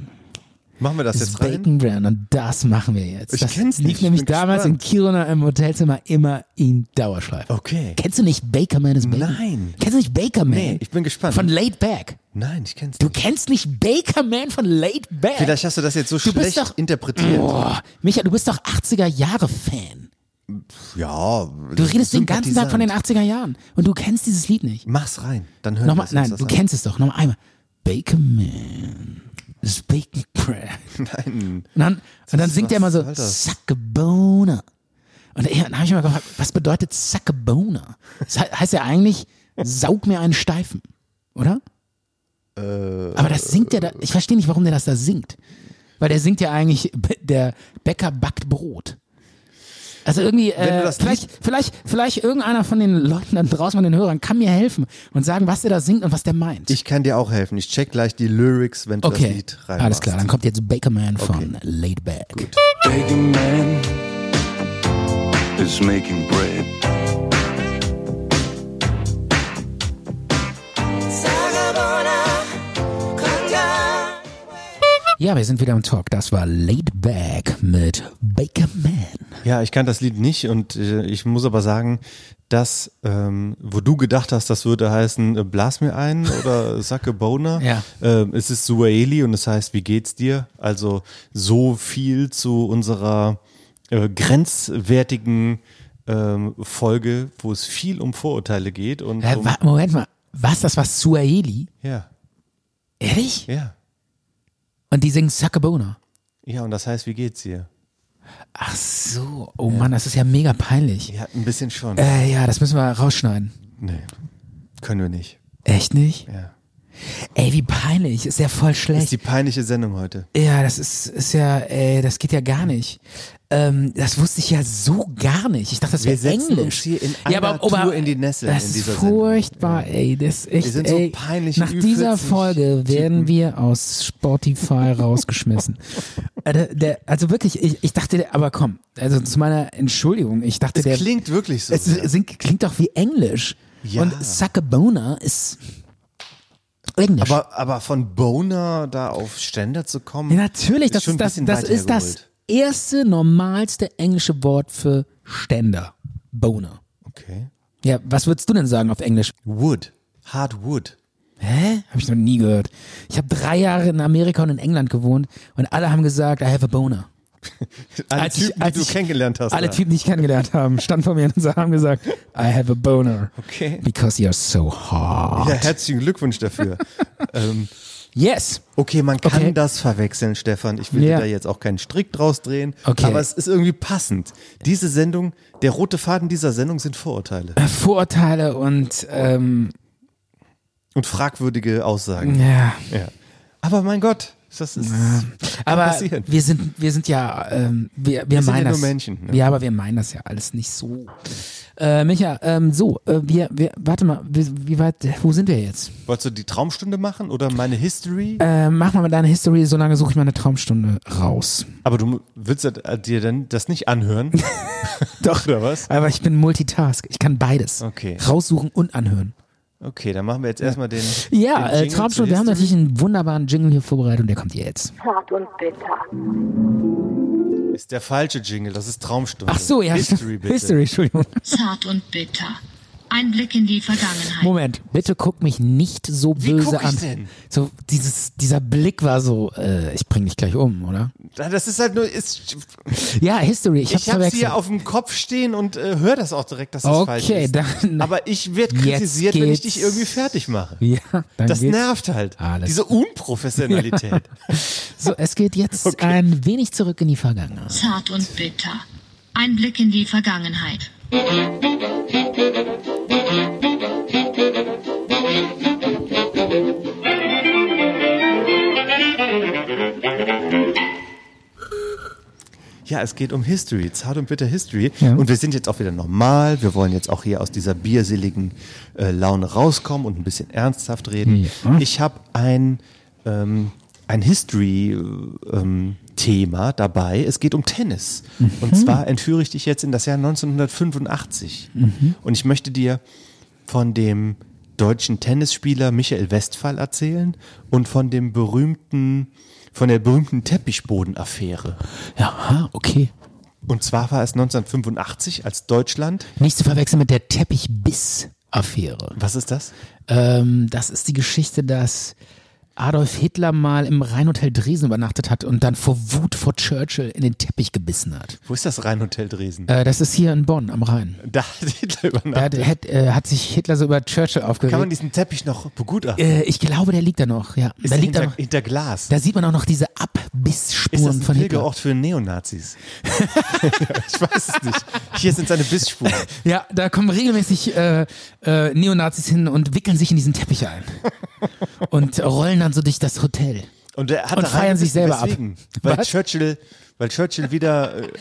S2: Machen wir das
S3: is
S2: jetzt rein?
S3: Bacon Bread und das machen wir jetzt.
S2: Ich
S3: das
S2: kenn's nicht,
S3: lief
S2: ich
S3: nämlich
S2: bin
S3: damals in
S2: gespannt.
S3: Kiruna im Hotelzimmer immer in Dauerschleife.
S2: Okay.
S3: Kennst du nicht Baker Man is Bacon?
S2: Nein.
S3: Kennst du nicht Baker Man?
S2: Nee, ich bin gespannt.
S3: Von Laid Back.
S2: Nein, ich kenn's
S3: Du
S2: nicht.
S3: kennst nicht Baker Man von Late Back.
S2: Vielleicht hast du das jetzt so
S3: bist
S2: schlecht
S3: doch- Oh.
S2: interpretiert.
S3: Boah, Micha, du bist doch 80er Jahre Fan.
S2: Ja.
S3: Du redest den ganzen Tag von den 80er Jahren und du kennst dieses Lied nicht.
S2: Mach's rein, dann hören
S3: Nochmal,
S2: wir uns
S3: nein,
S2: das
S3: du
S2: an.
S3: kennst es doch. Nochmal einmal. Baker Man. is Bacon Bread.
S2: Nein.
S3: Und dann, und dann singt er immer so
S2: was soll das?
S3: Sackeboner. Und er- dann habe ich immer gefragt, was bedeutet Sackeboner? Das he- heißt ja eigentlich, saug mir einen Steifen, oder?
S2: Äh,
S3: Aber das singt ja da. Ich verstehe nicht, warum der das da singt. Weil der singt ja eigentlich, Be- der Bäcker backt Brot. Also irgendwie,
S2: Wenn du
S3: äh,
S2: das
S3: vielleicht, vielleicht, vielleicht irgendeiner von den Leuten da draußen, von den Hörern, kann mir helfen und sagen, was der da singt und was der meint.
S2: Ich kann dir auch helfen. Ich check gleich die Lyrics, wenn du das
S3: okay,
S2: Lied reinmachst.
S3: alles klar. Dann kommt jetzt Baker Man von Laid Back.
S5: Begging man is making bread.
S3: Ja, wir sind wieder im Talk. Das war Laid Back mit Baker Man.
S2: Ja, ich kann das Lied nicht und äh, ich muss aber sagen, dass, ähm, wo du gedacht hast, das würde heißen, äh, blas mir ein oder sacke Boner,
S3: Ja.
S2: ähm, es ist Suaheli und es heißt, wie geht's dir? Also so viel zu unserer äh, grenzwertigen ähm, Folge, wo es viel um Vorurteile geht und
S3: Äh,
S2: um,
S3: wa- Moment mal, was? Das war Suaheli?
S2: ja,
S3: Ehrlich?
S2: ja,
S3: Und die singen Sakabona.
S2: ja und das heißt, wie geht's dir?
S3: Ach so. Oh Mann, das ist ja mega peinlich.
S2: Ja, ein bisschen schon.
S3: Äh, ja, das müssen wir rausschneiden.
S2: Nee, können wir nicht.
S3: Echt nicht?
S2: Ja.
S3: Ey, wie peinlich. Ist ja voll schlecht.
S2: Ist die peinliche Sendung heute.
S3: Ja, das ist, ist ja, ey, das geht ja gar nicht. Ähm, das wusste ich ja so gar nicht. Ich dachte, das
S2: Wir
S3: wäre
S2: setzen
S3: Englisch.
S2: uns hier in einer Tour in die Nässe
S3: Das
S2: in
S3: ist
S2: dieser Sendung.
S3: furchtbar, ey. Das ist echt,
S2: Wir sind so
S3: ey,
S2: peinliche
S3: Nach dieser
S2: Ü40
S3: Folge werden wir aus Spotify rausgeschmissen. Äh, der, der, also wirklich, ich, ich dachte, der, aber komm, also zu meiner Entschuldigung, ich dachte,
S2: Es
S3: der
S2: klingt wirklich so.
S3: es
S2: ja.
S3: singt, klingt doch wie Englisch.
S2: Ja.
S3: Und Sakabona ist Englisch.
S2: Aber, aber von Boner da auf Ständer zu kommen.
S3: Ja, natürlich, das
S2: schon
S3: ist,
S2: ein bisschen
S3: das, das,
S2: weit
S3: ist das
S2: hergeholt.
S3: erste normalste englische Wort für Ständer. Boner.
S2: Okay.
S3: Ja, was würdest du denn sagen auf Englisch?
S2: Wood. Hard Wood.
S3: Hä? Hab ich noch nie gehört. Ich habe drei Jahre in Amerika und in England gewohnt und alle haben gesagt, I have a boner.
S2: Alle
S3: Als ich-
S2: Typen,
S3: als
S2: die du
S3: ich-
S2: kennengelernt hast.
S3: Alle
S2: da.
S3: Typen, die ich kennengelernt haben, standen vor mir und haben gesagt, I have a boner.
S2: Okay.
S3: Because you're so hot.
S2: Ja, herzlichen Glückwunsch dafür. ähm,
S3: Yes.
S2: okay, man kann
S3: Okay.
S2: das verwechseln, Stefan. Ich will
S3: Ja.
S2: dir da jetzt auch keinen Strick draus drehen.
S3: Okay.
S2: Aber es ist irgendwie passend. Diese Sendung, der rote Faden dieser Sendung sind Vorurteile
S3: Vorurteile und, ähm,
S2: und fragwürdige Aussagen.
S3: ja.
S2: Ja. Aber mein Gott, das ist.
S3: Aber
S2: passieren.
S3: wir sind, wir sind ja, ähm, wir, wir,
S2: sind
S3: meinen
S2: ja
S3: das.
S2: nur Menschen, ne?
S3: Ja, aber wir meinen das ja alles nicht so. Äh, Micha, ähm, so, äh, wir, wir, warte mal, wie, wie weit, wo sind wir jetzt?
S2: Wolltest du die Traumstunde machen oder meine History?
S3: Äh, mach mal mit deiner History, solange suche ich meine Traumstunde raus.
S2: Aber du mu- willst ja- dir denn das nicht anhören? Doch, oder was?
S3: Aber ich bin Multitask, ich kann beides.
S2: Okay.
S3: Raussuchen und anhören.
S2: Okay, dann machen wir jetzt erstmal den.
S3: Ja,
S2: den
S3: äh,
S2: Jingle
S3: Traumstunde, wir
S2: zur
S3: haben
S2: History.
S3: natürlich einen wunderbaren Jingle hier vorbereitet und der kommt jetzt.
S6: Zart und bitter.
S2: Ist der falsche Jingle, das ist Traumstunde.
S3: Ach so, ja.
S2: History, bitte.
S3: History, Entschuldigung.
S7: Zart und bitter. Ein Blick in die Vergangenheit.
S3: Moment, bitte guck mich nicht so böse
S2: guck ich
S3: an.
S2: denn?
S3: So dieses dieser Blick war so, äh, ich bring dich gleich um, oder?
S2: Das ist halt nur. Ist,
S3: Ja, History, ich hab's
S2: ich habe
S3: verwechselt.
S2: hier auf dem Kopf stehen und äh, höre das auch direkt, dass das
S3: Okay,
S2: falsch ist.
S3: dann-
S2: Aber ich werde
S3: Jetzt
S2: kritisiert, wenn ich
S3: geht's.
S2: dich irgendwie fertig mache.
S3: ja, dann
S2: Das
S3: geht's.
S2: nervt halt.
S3: Alles.
S2: Diese Unprofessionalität.
S3: So, es geht jetzt ein wenig zurück in die Vergangenheit.
S7: Zart und bitter. Ein Blick in die Vergangenheit.
S2: Ja, es geht um History, zart und bitter History.
S3: Ja.
S2: Und wir sind jetzt auch wieder normal. Wir wollen jetzt auch hier aus dieser bierseligen äh, Laune rauskommen und ein bisschen ernsthaft reden.
S3: Ja.
S2: Ich habe ein, ähm, ein History-Thema dabei. Es geht um Tennis.
S3: Mhm.
S2: Und zwar entführe ich dich jetzt in das Jahr 1985.
S3: Mhm.
S2: Und ich möchte dir von dem deutschen Tennisspieler Michael Westphal erzählen und von dem berühmten von der berühmten Teppichbodenaffäre.
S3: Ja, aha, okay.
S2: Und zwar war es 1985 als Deutschland.
S3: Nicht zu verwechseln mit der Teppichbiss-Affäre.
S2: Was ist das?
S3: Ähm, das ist die Geschichte, dass Adolf Hitler mal im Rheinhotel Dresden übernachtet hat und dann vor Wut vor Churchill in den Teppich gebissen hat.
S2: Wo ist das Rheinhotel Dresden?
S3: Äh, das ist hier in Bonn am Rhein.
S2: Da hat Hitler
S3: Da
S2: übernachtet.
S3: hat, hat, äh, hat sich Hitler so über Churchill
S2: Kann man
S3: aufgeregt.
S2: diesen Teppich noch begutachten?
S3: Äh, ich glaube, der liegt da noch. Ja, Äh, da
S2: Ist
S3: liegt er
S2: hinter,
S3: noch.
S2: hinter Glas.
S3: Da sieht man auch noch diese
S2: Ist das
S3: Abbissspuren
S2: ein
S3: von Hitler.
S2: Pilgerort für Neonazis? ich weiß es nicht. Hier sind seine Bissspuren.
S3: Ja, da kommen regelmäßig äh, äh, Neonazis hin und wickeln sich in diesen Teppich ein. und rollen dann so durch das Hotel.
S2: Und er hat
S3: Und
S2: da
S3: feiern
S2: reingebissen,
S3: sich selber ab.
S2: weswegen? Weil
S3: Was?
S2: Churchill, weil Churchill wieder äh,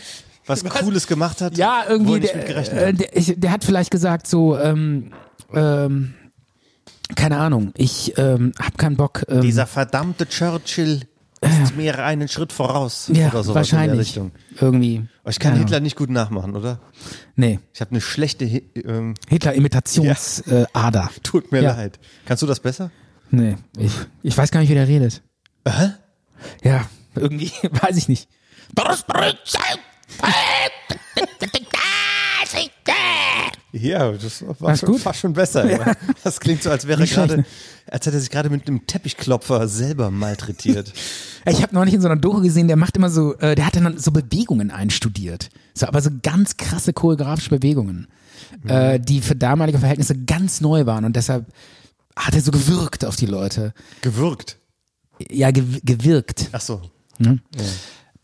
S2: was, Cooles gemacht hat.
S3: Ja,
S2: wo
S3: irgendwie,
S2: er nicht mit
S3: der,
S2: gerechnet
S3: äh,
S2: hat.
S3: der, ich, der hat vielleicht gesagt so, ähm, ähm, keine Ahnung, ich ähm, hab keinen Bock. Ähm,
S2: Dieser verdammte Churchill ist mir einen Schritt voraus
S3: ja,
S2: oder sowas in der
S3: wahrscheinlich.
S2: Richtung.
S3: Irgendwie.
S2: Ich kann
S3: Keine
S2: Hitler nicht gut nachmachen, oder?
S3: Ahnung. Nee,
S2: Ich habe eine schlechte. Hi- Ähm,
S3: Hitler-Imitationsader. Äh, Ader.
S2: tut mir
S3: Ja.
S2: leid. Kannst du das besser?
S3: Nee, ich, ich weiß gar nicht, wie der redet. Hä? Ja, irgendwie, weiß ich nicht.
S2: Ja, das war,
S3: Alles
S2: schon,
S3: gut?
S2: war schon besser. Ja. Das klingt so, als wäre
S3: Nicht schlecht,
S2: gerade,
S3: ne?
S2: als hätte er sich gerade mit einem Teppichklopfer selber malträtiert.
S3: Ich habe neulich in so einer Doku gesehen, der macht immer so, äh, der hat dann so Bewegungen einstudiert. So, aber so ganz krasse choreografische Bewegungen, äh, die für damalige Verhältnisse ganz neu waren und deshalb hat er so gewirkt auf die Leute.
S2: Gewürgt.
S3: Ja, gew gewirkt.
S2: Ach so.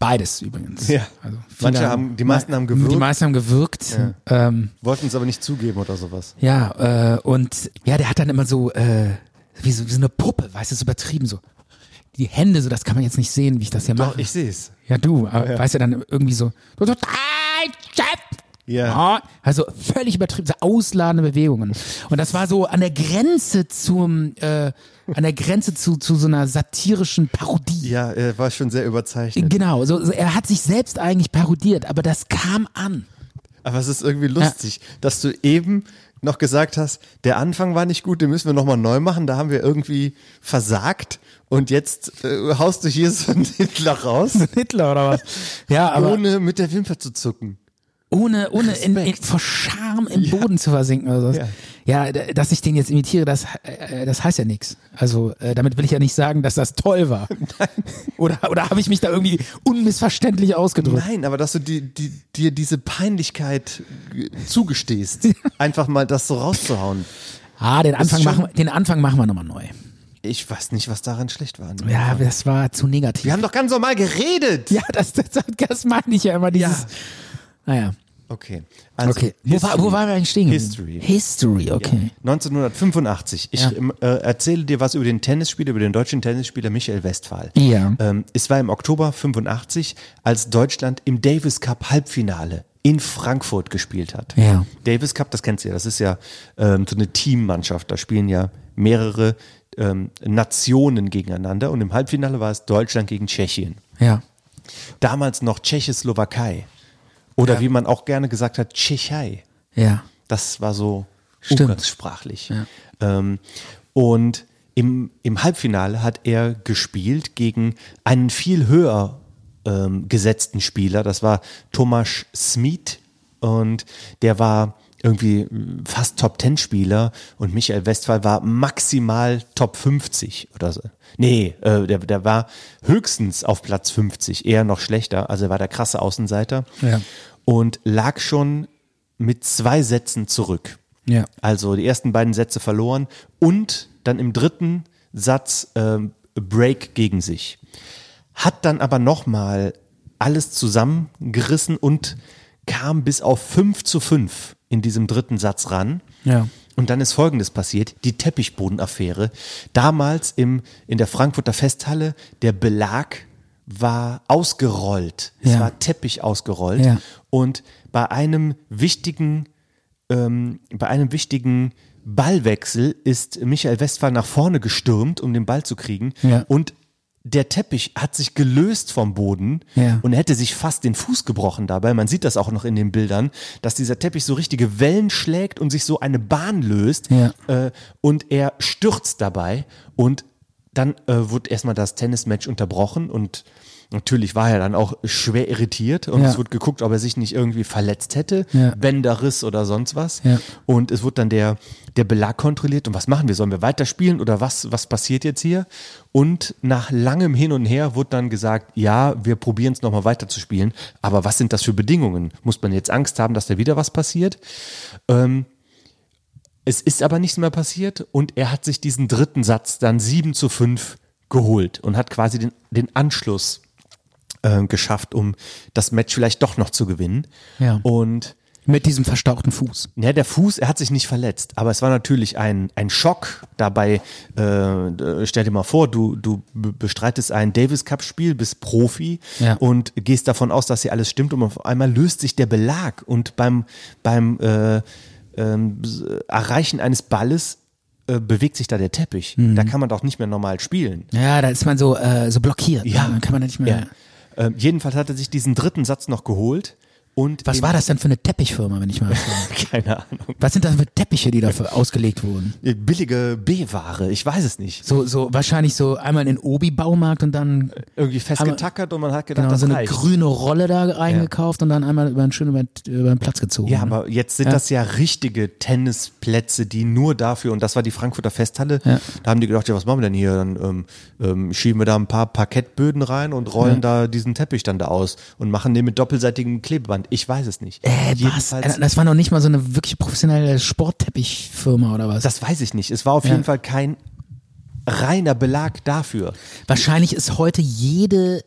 S3: Beides übrigens. Also,
S2: Ja.
S3: viele
S2: Manche haben- die meisten haben gewirkt.
S3: Die meisten haben gewirkt. Ähm,
S2: Wollten es aber nicht zugeben oder sowas.
S3: Ja, äh, und ja, der hat dann immer so, äh, wie so, wie so eine Puppe, weißt du, so übertrieben so. Die Hände, so das kann man jetzt nicht sehen, wie ich das hier
S2: Doch,
S3: mache.
S2: ich sehe es.
S3: ja, du, aber weißt du, dann irgendwie so. so, so,
S2: Ja.
S3: Ah, Also völlig übertrieben, so ausladende Bewegungen. Und das war so an der Grenze zum, äh, an der Grenze zu, zu so einer satirischen Parodie.
S2: Ja, er war schon sehr überzeichnet.
S3: Genau, so, so, er hat sich selbst eigentlich parodiert, aber das kam an.
S2: Aber es ist irgendwie lustig, dass du eben noch gesagt hast, der Anfang war nicht gut, den müssen wir nochmal neu machen, da haben wir irgendwie versagt und jetzt äh, haust du hier so einen Hitler raus,
S3: Hitler oder was? Ja, aber
S2: ohne mit der Wimper zu zucken.
S3: ohne, ohne in, in,
S2: Respekt.
S3: vor Scham im Boden zu versinken oder so.
S2: Ja.
S3: Ja, d- dass ich den jetzt imitiere, das, äh, das heißt ja nichts. Also äh, damit will ich ja nicht sagen, dass das toll war. Oder, oder habe ich mich da irgendwie unmissverständlich ausgedrückt?
S2: Nein, aber dass du die, die, dir diese Peinlichkeit äh, zugestehst, einfach mal das so rauszuhauen.
S3: Ah, den Anfang,
S2: schon-
S3: machen, wir- den Anfang machen wir nochmal neu.
S2: Ich weiß nicht, was daran schlecht war.
S3: Ja, das war zu
S2: Wir
S3: negativ.
S2: haben doch ganz normal geredet.
S3: Ja, das, das, das meine ich ja immer, dieses...
S2: Ja.
S3: Naja,
S2: Okay. Also,
S3: okay. Wo, war, wo
S2: History.
S3: waren wir eigentlich stehen?
S2: History.
S3: geblieben? History, okay.
S2: 1985. Ich
S3: Ja.
S2: ähm, äh, erzähle dir was über den Tennisspieler, über den deutschen Tennisspieler Michael Westphal.
S3: Ja.
S2: Ähm, es war im Oktober 85, als Deutschland im Davis Cup Halbfinale in Frankfurt gespielt hat.
S3: Ja.
S2: Davis Cup, das kennst du ja, das ist ja ähm, so eine Teammannschaft. Da spielen ja mehrere ähm, Nationen gegeneinander und im Halbfinale war es Deutschland gegen Tschechien.
S3: Ja.
S2: Damals noch Tschechoslowakei. Oder wie man auch gerne gesagt hat, Tschechei.
S3: Ja.
S2: Das war so
S3: Stimmt.
S2: umgangssprachlich. Ähm, und im, im Halbfinale hat er gespielt gegen einen viel höher ähm, gesetzten Spieler. Das war Thomas Smith und der war irgendwie mh, fast Top 10 Spieler und Michael Westphal war maximal Top 50 oder so. Nee, äh, der, der war höchstens auf Platz 50, eher noch schlechter. Also er war der krasse Außenseiter
S3: Ja.
S2: und lag schon mit zwei Sätzen zurück.
S3: Ja.
S2: Also die ersten beiden Sätze verloren und dann im dritten Satz ähm, Break gegen sich. Hat dann aber nochmal alles zusammengerissen und kam bis auf 5 zu 5 in diesem dritten Satz ran.
S3: Ja.
S2: Und dann ist Folgendes passiert, die Teppichbodenaffäre. Damals im, in der Frankfurter Festhalle, der Belag war ausgerollt. Es
S3: Ja.
S2: war Teppich ausgerollt.
S3: Ja.
S2: Und bei einem wichtigen Ähm, bei einem wichtigen Ballwechsel ist Michael Westphal nach vorne gestürmt, um den Ball zu kriegen.
S3: Ja.
S2: Und der Teppich hat sich gelöst vom Boden
S3: Ja.
S2: und hätte sich fast den Fuß gebrochen dabei. Man sieht das auch noch in den Bildern, dass dieser Teppich so richtige Wellen schlägt und sich so eine Bahn löst.
S3: Ja.
S2: Äh, und er stürzt dabei und dann äh, wurde erstmal das Tennismatch unterbrochen und Natürlich war er dann auch schwer irritiert und
S3: Ja.
S2: es wurde geguckt, ob er sich nicht irgendwie verletzt hätte,
S3: Ja.
S2: Bänderriss oder sonst was.
S3: Ja.
S2: Und es wurde dann der, der Belag kontrolliert und was machen wir? Sollen wir weiterspielen oder was, was passiert jetzt hier? Und nach langem Hin und Her wurde dann gesagt, ja, wir probieren es nochmal weiterzuspielen, aber was sind das für Bedingungen? Muss man jetzt Angst haben, dass da wieder was passiert? Es ist aber nichts mehr passiert und er hat sich diesen dritten Satz dann 7 zu 5 geholt und hat quasi den, den Anschluss äh, geschafft, um das Match vielleicht doch noch zu gewinnen.
S3: Ja.
S2: Und
S3: Mit diesem verstauchten Fuß.
S2: ja, der Fuß, er hat sich nicht verletzt, aber es war natürlich ein, ein Schock. Dabei, äh, d- stell dir mal vor, du, du b- bestreitest ein Davis Cup-Spiel, bist Profi
S3: Ja.
S2: und gehst davon aus, dass hier alles stimmt und auf einmal löst sich der Belag und beim, beim äh, ähm, s- Erreichen eines Balles äh, bewegt sich da der Teppich. Da kann man doch nicht mehr normal spielen.
S3: Ja, da ist man so, äh, so blockiert.
S2: Ja.
S3: Dann kann man nicht mehr.
S2: Ja. Ähm, jedenfalls hat er sich diesen dritten Satz noch geholt. Und
S3: Was
S2: eben-
S3: war das denn für eine Teppichfirma, wenn ich mal frage?
S2: Keine Ahnung.
S3: Was sind das für Teppiche, die dafür ausgelegt wurden?
S2: Billige B-Ware, ich weiß es nicht.
S3: So, so wahrscheinlich so einmal in den Obi-Baumarkt und dann
S2: irgendwie
S3: Aber-
S2: festgetackert und man hat gedacht,
S3: genau,
S2: Äh, das
S3: so eine
S2: reicht.
S3: grüne Rolle da eingekauft und dann einmal über einen, schön über, über den Platz gezogen.
S2: ja,
S3: ne?
S2: aber jetzt sind
S3: Ja.
S2: das ja richtige Tennisplätze, die nur dafür, und das war die Frankfurter Festhalle,
S3: Ja.
S2: da haben die gedacht, ja, was machen wir denn hier? Dann ähm, ähm, schieben wir da ein paar Parkettböden rein und rollen da diesen Teppich dann da aus und machen den mit doppelseitigem Klebeband. Ich weiß es nicht.
S3: Äh, was? Äh, Das war noch nicht mal so eine wirklich professionelle Sportteppichfirma oder was?
S2: das weiß ich nicht. Es war auf
S3: Ja.
S2: jeden Fall kein reiner Belag dafür.
S3: Wahrscheinlich ist heute jede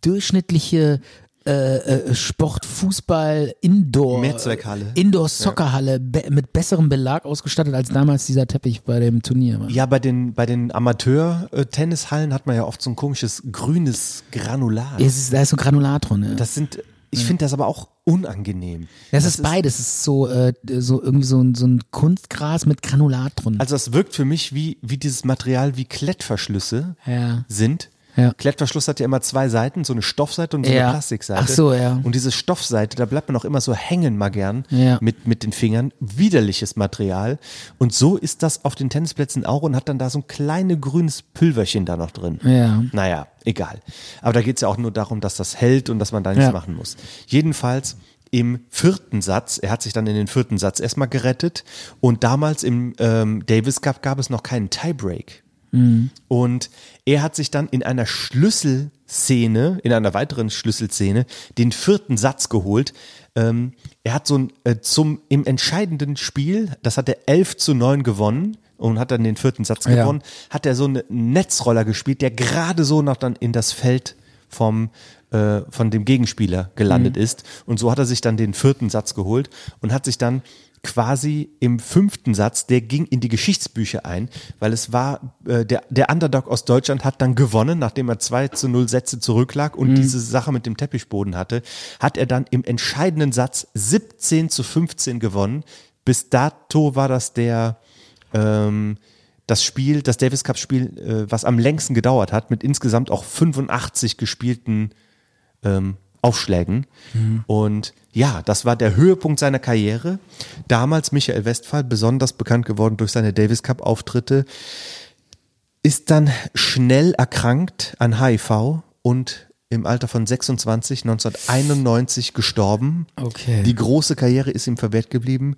S3: durchschnittliche äh, äh, Sport, Fußball, Indoor,
S2: Mehrzweckhalle.
S3: Indoor Soccerhalle be mit besserem Belag ausgestattet als damals dieser Teppich bei dem Turnier. Mann.
S2: Ja, bei den, bei den Amateur-Tennishallen hat man ja oft so ein komisches grünes Granulat.
S3: Es ist, da ist so Granulat drin. Ja. Das,
S2: Also Das sind, ich finde das aber auch unangenehm.
S3: ist beides. Es ist so, äh, so irgendwie so ein, so ein Kunstgras mit Granulat drin.
S2: Also das wirkt für mich wie, wie dieses Material wie Klettverschlüsse
S3: Ja.
S2: sind.
S3: Ja.
S2: Klettverschluss hat ja immer zwei Seiten, so eine Stoffseite und so
S3: Ja.
S2: eine Plastikseite.
S3: Ach so, ja.
S2: Und diese Stoffseite, da bleibt man auch immer so hängen mal gern
S3: Ja.
S2: mit, mit den Fingern. Widerliches Material. Und so ist das auf den Tennisplätzen auch und hat dann da so ein kleines grünes Pülverchen da noch drin.
S3: Ja.
S2: Naja, egal. Aber da geht es ja auch nur darum, dass das hält und dass man da nichts
S3: Ja.
S2: machen muss. Jedenfalls im vierten Satz, er hat sich dann in den vierten Satz erstmal gerettet und damals im ähm, Davis Cup gab es noch keinen Tiebreak.
S3: Hm.
S2: Und er hat sich dann in einer Schlüsselszene, in einer weiteren Schlüsselszene, den vierten Satz geholt. Ähm, er hat so ein, äh, zum, im entscheidenden Spiel, das hat er 11 zu 9 gewonnen und hat dann den vierten Satz
S3: Ja.
S2: gewonnen, hat er so einen Netzroller gespielt, der gerade so noch dann in das Feld vom, äh, von dem Gegenspieler gelandet ist. Und so hat er sich dann den vierten Satz geholt und hat sich dann quasi im fünften Satz, der ging in die Geschichtsbücher ein, weil es war, äh, der, der Underdog aus Deutschland hat dann gewonnen, nachdem er 2 zu 0 Sätze zurücklag und diese Sache mit dem Teppichboden hatte, hat er dann im entscheidenden Satz 17 zu 15 gewonnen. Bis dato war das der ähm, das Spiel, das Davis Cup Spiel, äh, was am längsten gedauert hat, mit insgesamt auch 85 gespielten ähm, Aufschlägen. Und ja, das war der Höhepunkt seiner Karriere. Damals Michael Westphal, besonders bekannt geworden durch seine Davis Cup Auftritte, ist dann schnell erkrankt an HIV und im Alter von 26, 1991 gestorben.
S3: Okay. Mhm.
S2: Die große Karriere ist ihm verwehrt geblieben.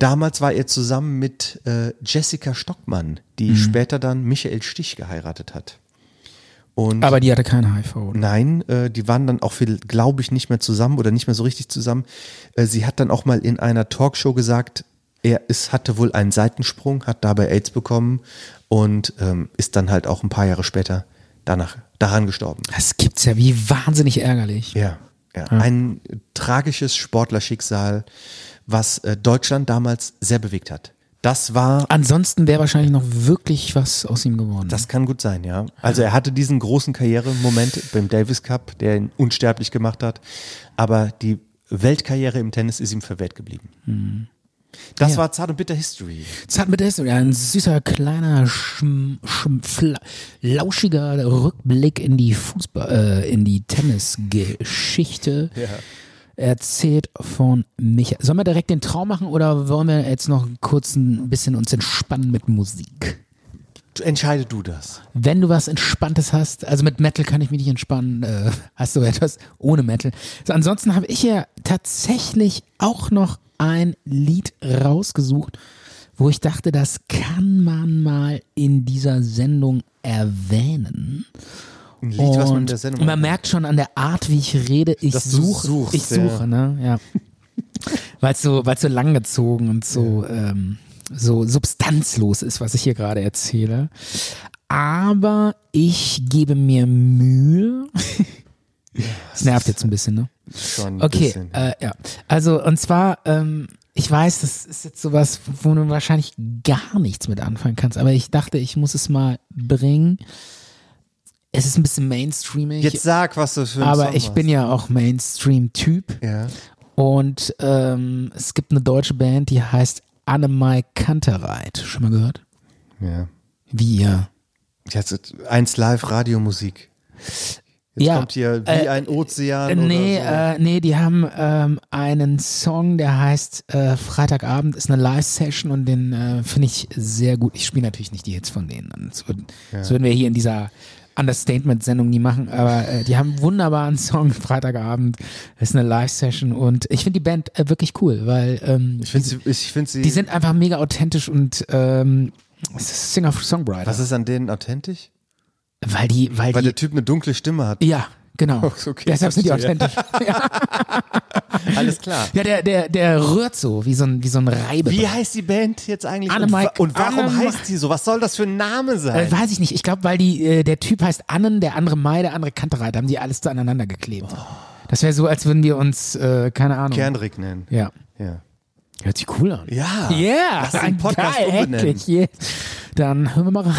S2: Damals war er zusammen mit äh, Jessica Stockmann, die
S3: Mhm.
S2: später dann Michael Stich geheiratet hat. Und
S3: aber die hatte kein HIV. Oder?
S2: Nein, äh, die waren dann auch viel, glaube ich, nicht mehr zusammen oder nicht mehr so richtig zusammen. Äh, sie hat dann auch mal in einer Talkshow gesagt, er ist, hatte wohl einen Seitensprung, hat dabei AIDS bekommen und ähm, ist dann halt auch ein paar Jahre später danach daran gestorben.
S3: Das gibt's ja, wie wahnsinnig ärgerlich.
S2: Ja, ja. Ein tragisches Sportlerschicksal, was äh, Deutschland damals sehr bewegt hat. Das war
S3: Ansonsten wäre wahrscheinlich noch wirklich was aus ihm geworden.
S2: Das kann gut sein, ja. Also er hatte diesen großen Karrieremoment beim Davis Cup, der ihn unsterblich gemacht hat, aber die Weltkarriere im Tennis ist ihm verwehrt geblieben. Das war Zart und Bitter History.
S3: Das hat mit der ja, ein süßer, kleiner, schm, schm, fla, lauschiger Rückblick in die Fußball, äh, in die Tennisgeschichte. Erzählt von Micha. Sollen wir direkt den Traum machen oder wollen wir jetzt noch kurz ein bisschen uns entspannen mit Musik?
S2: Entscheide du das.
S3: Wenn du was Entspanntes hast, also mit Metal kann ich mich nicht entspannen, äh, hast du etwas ohne Metal. So, ansonsten habe ich ja tatsächlich auch noch ein Lied rausgesucht, wo ich dachte, das kann man mal in dieser Sendung erwähnen.
S2: Ein Lied, was man in der Sendung
S3: man merkt schon an der Art, wie ich rede, ich
S2: Dass du
S3: suche,
S2: suchst,
S3: ich suche,
S2: ja.
S3: ne? Ja. weil es so, weil's so langgezogen und so, ähm, so substanzlos ist, was ich hier gerade erzähle. Aber ich gebe mir Mühe. Das nervt jetzt ein bisschen, ne?
S2: schon ein
S3: Okay,
S2: bisschen.
S3: äh, ja. Also, und zwar, ähm, ich weiß, das ist jetzt sowas, wo du wahrscheinlich gar nichts mit anfangen kannst, aber ich dachte, ich muss es mal bringen. Es ist ein bisschen mainstreamig,
S2: Jetzt sag, was du für einen
S3: aber
S2: Song
S3: ich bin ja auch Mainstream-Typ.
S2: Ja.
S3: Und ähm, es gibt eine deutsche Band, die heißt Annemai Kantereit. Schon mal gehört?
S2: ja.
S3: Wie ja.
S2: Jetzt eins live Radiomusik. Jetzt
S3: Ja,
S2: kommt hier wie
S3: äh,
S2: ein Ozean
S3: Äh,
S2: oder
S3: nee,
S2: so.
S3: äh, nee, die haben ähm, einen Song, der heißt äh, Freitagabend ist eine Live-Session und den äh, finde ich sehr gut. Ich spiele natürlich nicht die Hits von denen. Das würden, das würden wir hier in dieser Understatement-Sendung nie machen, aber äh, die haben einen wunderbaren Song, Freitagabend ist eine Live-Session und ich finde die Band äh, wirklich cool, weil ähm,
S2: ich finde sie, ich find sie
S3: die sind einfach mega authentisch und ähm, es ist Singer-Songwriter.
S2: was ist an denen authentisch?
S3: Weil die, weil,
S2: Weil
S3: die,
S2: der Typ eine dunkle Stimme hat.
S3: ja, genau.
S2: Okay,
S3: Deshalb sind die
S2: verstehe.
S3: authentisch.
S2: Alles klar.
S3: Ja, der, der, der rührt so, wie so ein, wie so ein Reibe.
S2: Wie heißt die Band jetzt eigentlich? Und,
S3: Anne-Mike-
S2: wa- und warum
S3: Anne-
S2: heißt die so? Was soll das für ein Name sein?
S3: äh, weiß ich nicht. Ich glaube, weil die, äh, der Typ heißt Annen, der andere Mai, der andere Kantereit. Da haben die alles so aneinander geklebt.
S2: Oh.
S3: Das wäre so, als würden wir uns, äh, keine Ahnung.
S2: Kernrick nennen.
S3: ja.
S2: Ja.
S3: Hört sich cool an.
S2: Ja.
S3: Yeah,
S2: Lass den Podcast
S3: geil,
S2: umbenennen.
S3: endlich. Yeah. Dann hören wir mal rein.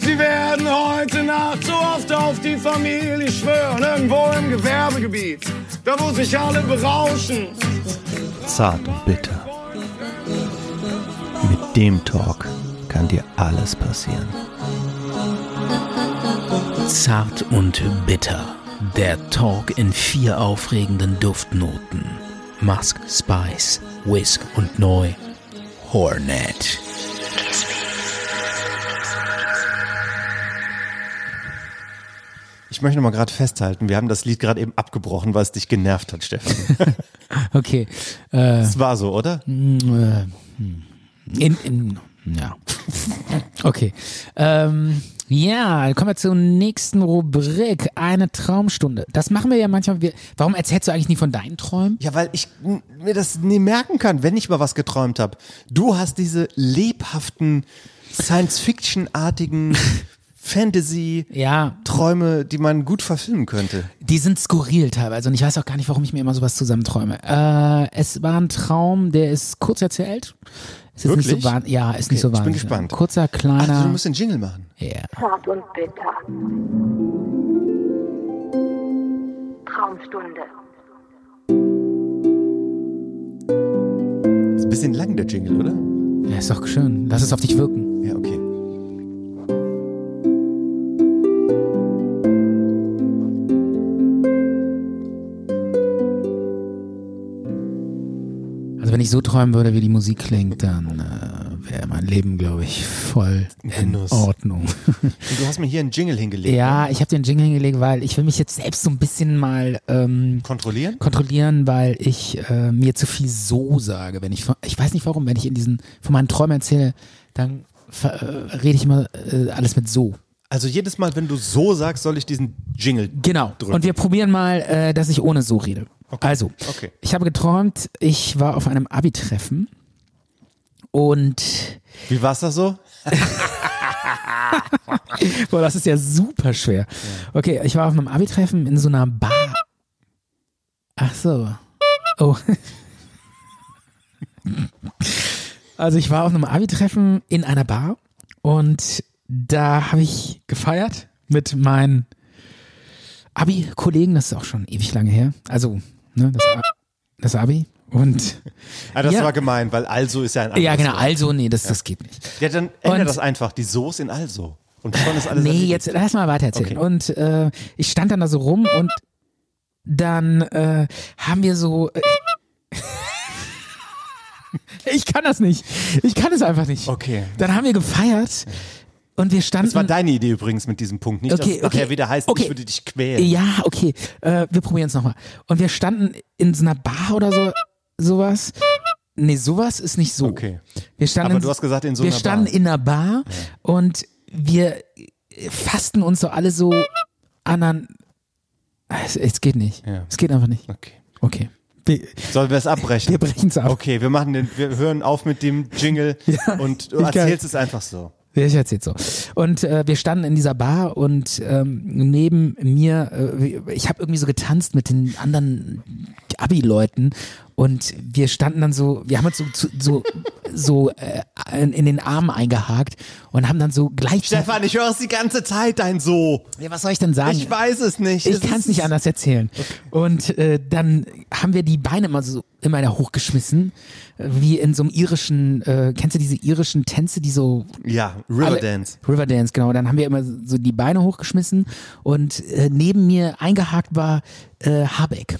S6: Sie werden heute Nacht so oft auf die Familie schwören, irgendwo im Gewerbegebiet, da wo sich alle berauschen.
S8: Zart und bitter. Mit dem Talk kann dir alles passieren.
S9: Zart und bitter. Der Talk in vier aufregenden Duftnoten. Musk, Spice, Whisk und neu Hornet.
S2: Ich möchte noch mal gerade festhalten, wir haben das Lied gerade eben abgebrochen, weil es dich genervt hat, Steffen.
S3: Okay. Äh,
S2: Es war so, oder?
S3: Äh, In, in, ja. Okay. Ähm, ja, kommen wir zur nächsten Rubrik. Eine Traumstunde. Das machen wir ja manchmal. Wir, warum erzählst du eigentlich nie von deinen Träumen?
S2: Ja, weil ich m- mir das nie merken kann, wenn ich mal was geträumt habe. Du hast diese lebhaften, Science-Fiction-artigen Fantasy-Träume,
S3: Ja,
S2: die man gut verfilmen könnte.
S3: die sind skurril teilweise und ich weiß auch gar nicht, warum ich mir immer sowas zusammenträume. Äh, es war ein Traum, der ist kurz erzählt. Ist jetzt nicht so
S2: Wirklich?
S3: wahn- ja, ist
S2: Okay,
S3: nicht so
S2: ich bin
S3: wahnsinnig.
S2: gespannt.
S3: Kurzer,
S2: Also, du
S3: kleiner.
S2: musst den Jingle machen.
S3: ja.
S10: Zart und bitter. Traumstunde.
S2: Ist ein bisschen lang, der Jingle, oder?
S3: ja, ist doch schön. Lass es auf dich wirken.
S2: Ja, okay.
S3: Also wenn ich so träumen würde, wie die Musik klingt, dann äh, wäre mein Leben, glaube ich, voll in
S2: Genuss.
S3: Ordnung.
S2: Und du hast mir hier einen Jingle hingelegt.
S3: ja, ich habe den Jingle hingelegt, weil ich will mich jetzt selbst so ein bisschen mal ähm,
S2: Kontrollieren?
S3: kontrollieren, weil ich äh, mir zu viel so sage, wenn ich von, ich weiß nicht warum, wenn ich in diesen von meinen Träumen erzähle, dann ver- äh, rede ich immer äh, alles mit so.
S2: Also jedes Mal, wenn du so sagst, soll ich diesen Jingle.
S3: Genau.
S2: drücken.
S3: Und wir probieren mal, äh, dass ich ohne so rede. Also,
S2: Okay.
S3: ich habe geträumt, ich war auf einem Abi-Treffen und
S2: Wie war's da so?
S3: Boah, das ist ja super schwer. Okay, ich war auf einem Abi-Treffen in so einer Bar. Ach so. Oh. Also ich war auf einem Abi-Treffen in einer Bar und da habe ich gefeiert mit meinen Abi-Kollegen. Das ist auch schon ewig lange her. Also, ne, das, Abi, das Abi. Und
S2: Ah, das
S3: Ja.
S2: war gemein, weil also ist ja ein anderes
S3: ja, genau.
S2: Wort.
S3: Also, nee, das, das geht nicht.
S2: Ja, dann ändere
S3: Und-
S2: das einfach. Die Soße in also. Und schon ist alles.
S3: Nee,
S2: erledigt.
S3: jetzt lass mal weiter erzählen.
S2: Okay.
S3: Und äh, ich stand dann da so rum und dann äh, haben wir so. Äh, Ich kann das nicht. Ich kann es einfach nicht.
S2: Okay.
S3: Dann haben wir gefeiert und wir standen.
S2: Das war deine Idee übrigens mit diesem Punkt. Nicht, dass
S3: Okay,
S2: es nachher
S3: okay,
S2: wieder heißt,
S3: okay.
S2: ich würde dich quälen.
S3: ja, okay. Äh, wir probieren es nochmal. Und wir standen in so einer Bar oder so sowas. Nee, sowas ist nicht so.
S2: Okay.
S3: Wir standen
S2: Aber
S3: in-
S2: du hast gesagt, in so
S3: wir
S2: einer
S3: standen
S2: Bar.
S3: in einer Bar und wir fassten uns so alle so anderen. Es, es geht nicht.
S2: Ja.
S3: Es geht einfach nicht.
S2: Okay.
S3: Okay. Wir,
S2: Sollen wir es abbrechen?
S3: wir brechen es ab.
S2: Okay, wir machen den, wir hören auf mit dem Jingle
S3: Ja,
S2: und du
S3: ich kann-
S2: erzählst es einfach so.
S3: Ja, Ich erzähl's so. Und äh, wir standen in dieser Bar und ähm, neben mir, äh, ich habe irgendwie so getanzt mit den anderen Abi-Leuten und wir standen dann so, wir haben uns so zu- so, so äh, in, in den Armen eingehakt und haben dann so gleichzeitig.
S2: Stefan, ich höre es die ganze Zeit, dein So.
S3: Ja, was soll ich denn sagen?
S2: Ich weiß es nicht.
S3: Ich
S2: Es
S3: kann es
S2: ist-
S3: nicht anders erzählen. Und äh, dann haben wir die Beine immer so immer da hochgeschmissen, äh, wie in so einem irischen, äh, kennst du diese irischen Tänze, die so
S2: Ja, Riverdance.
S3: alle- Riverdance, genau. Dann haben wir immer so die Beine hochgeschmissen und äh, neben mir eingehakt war äh, Habeck.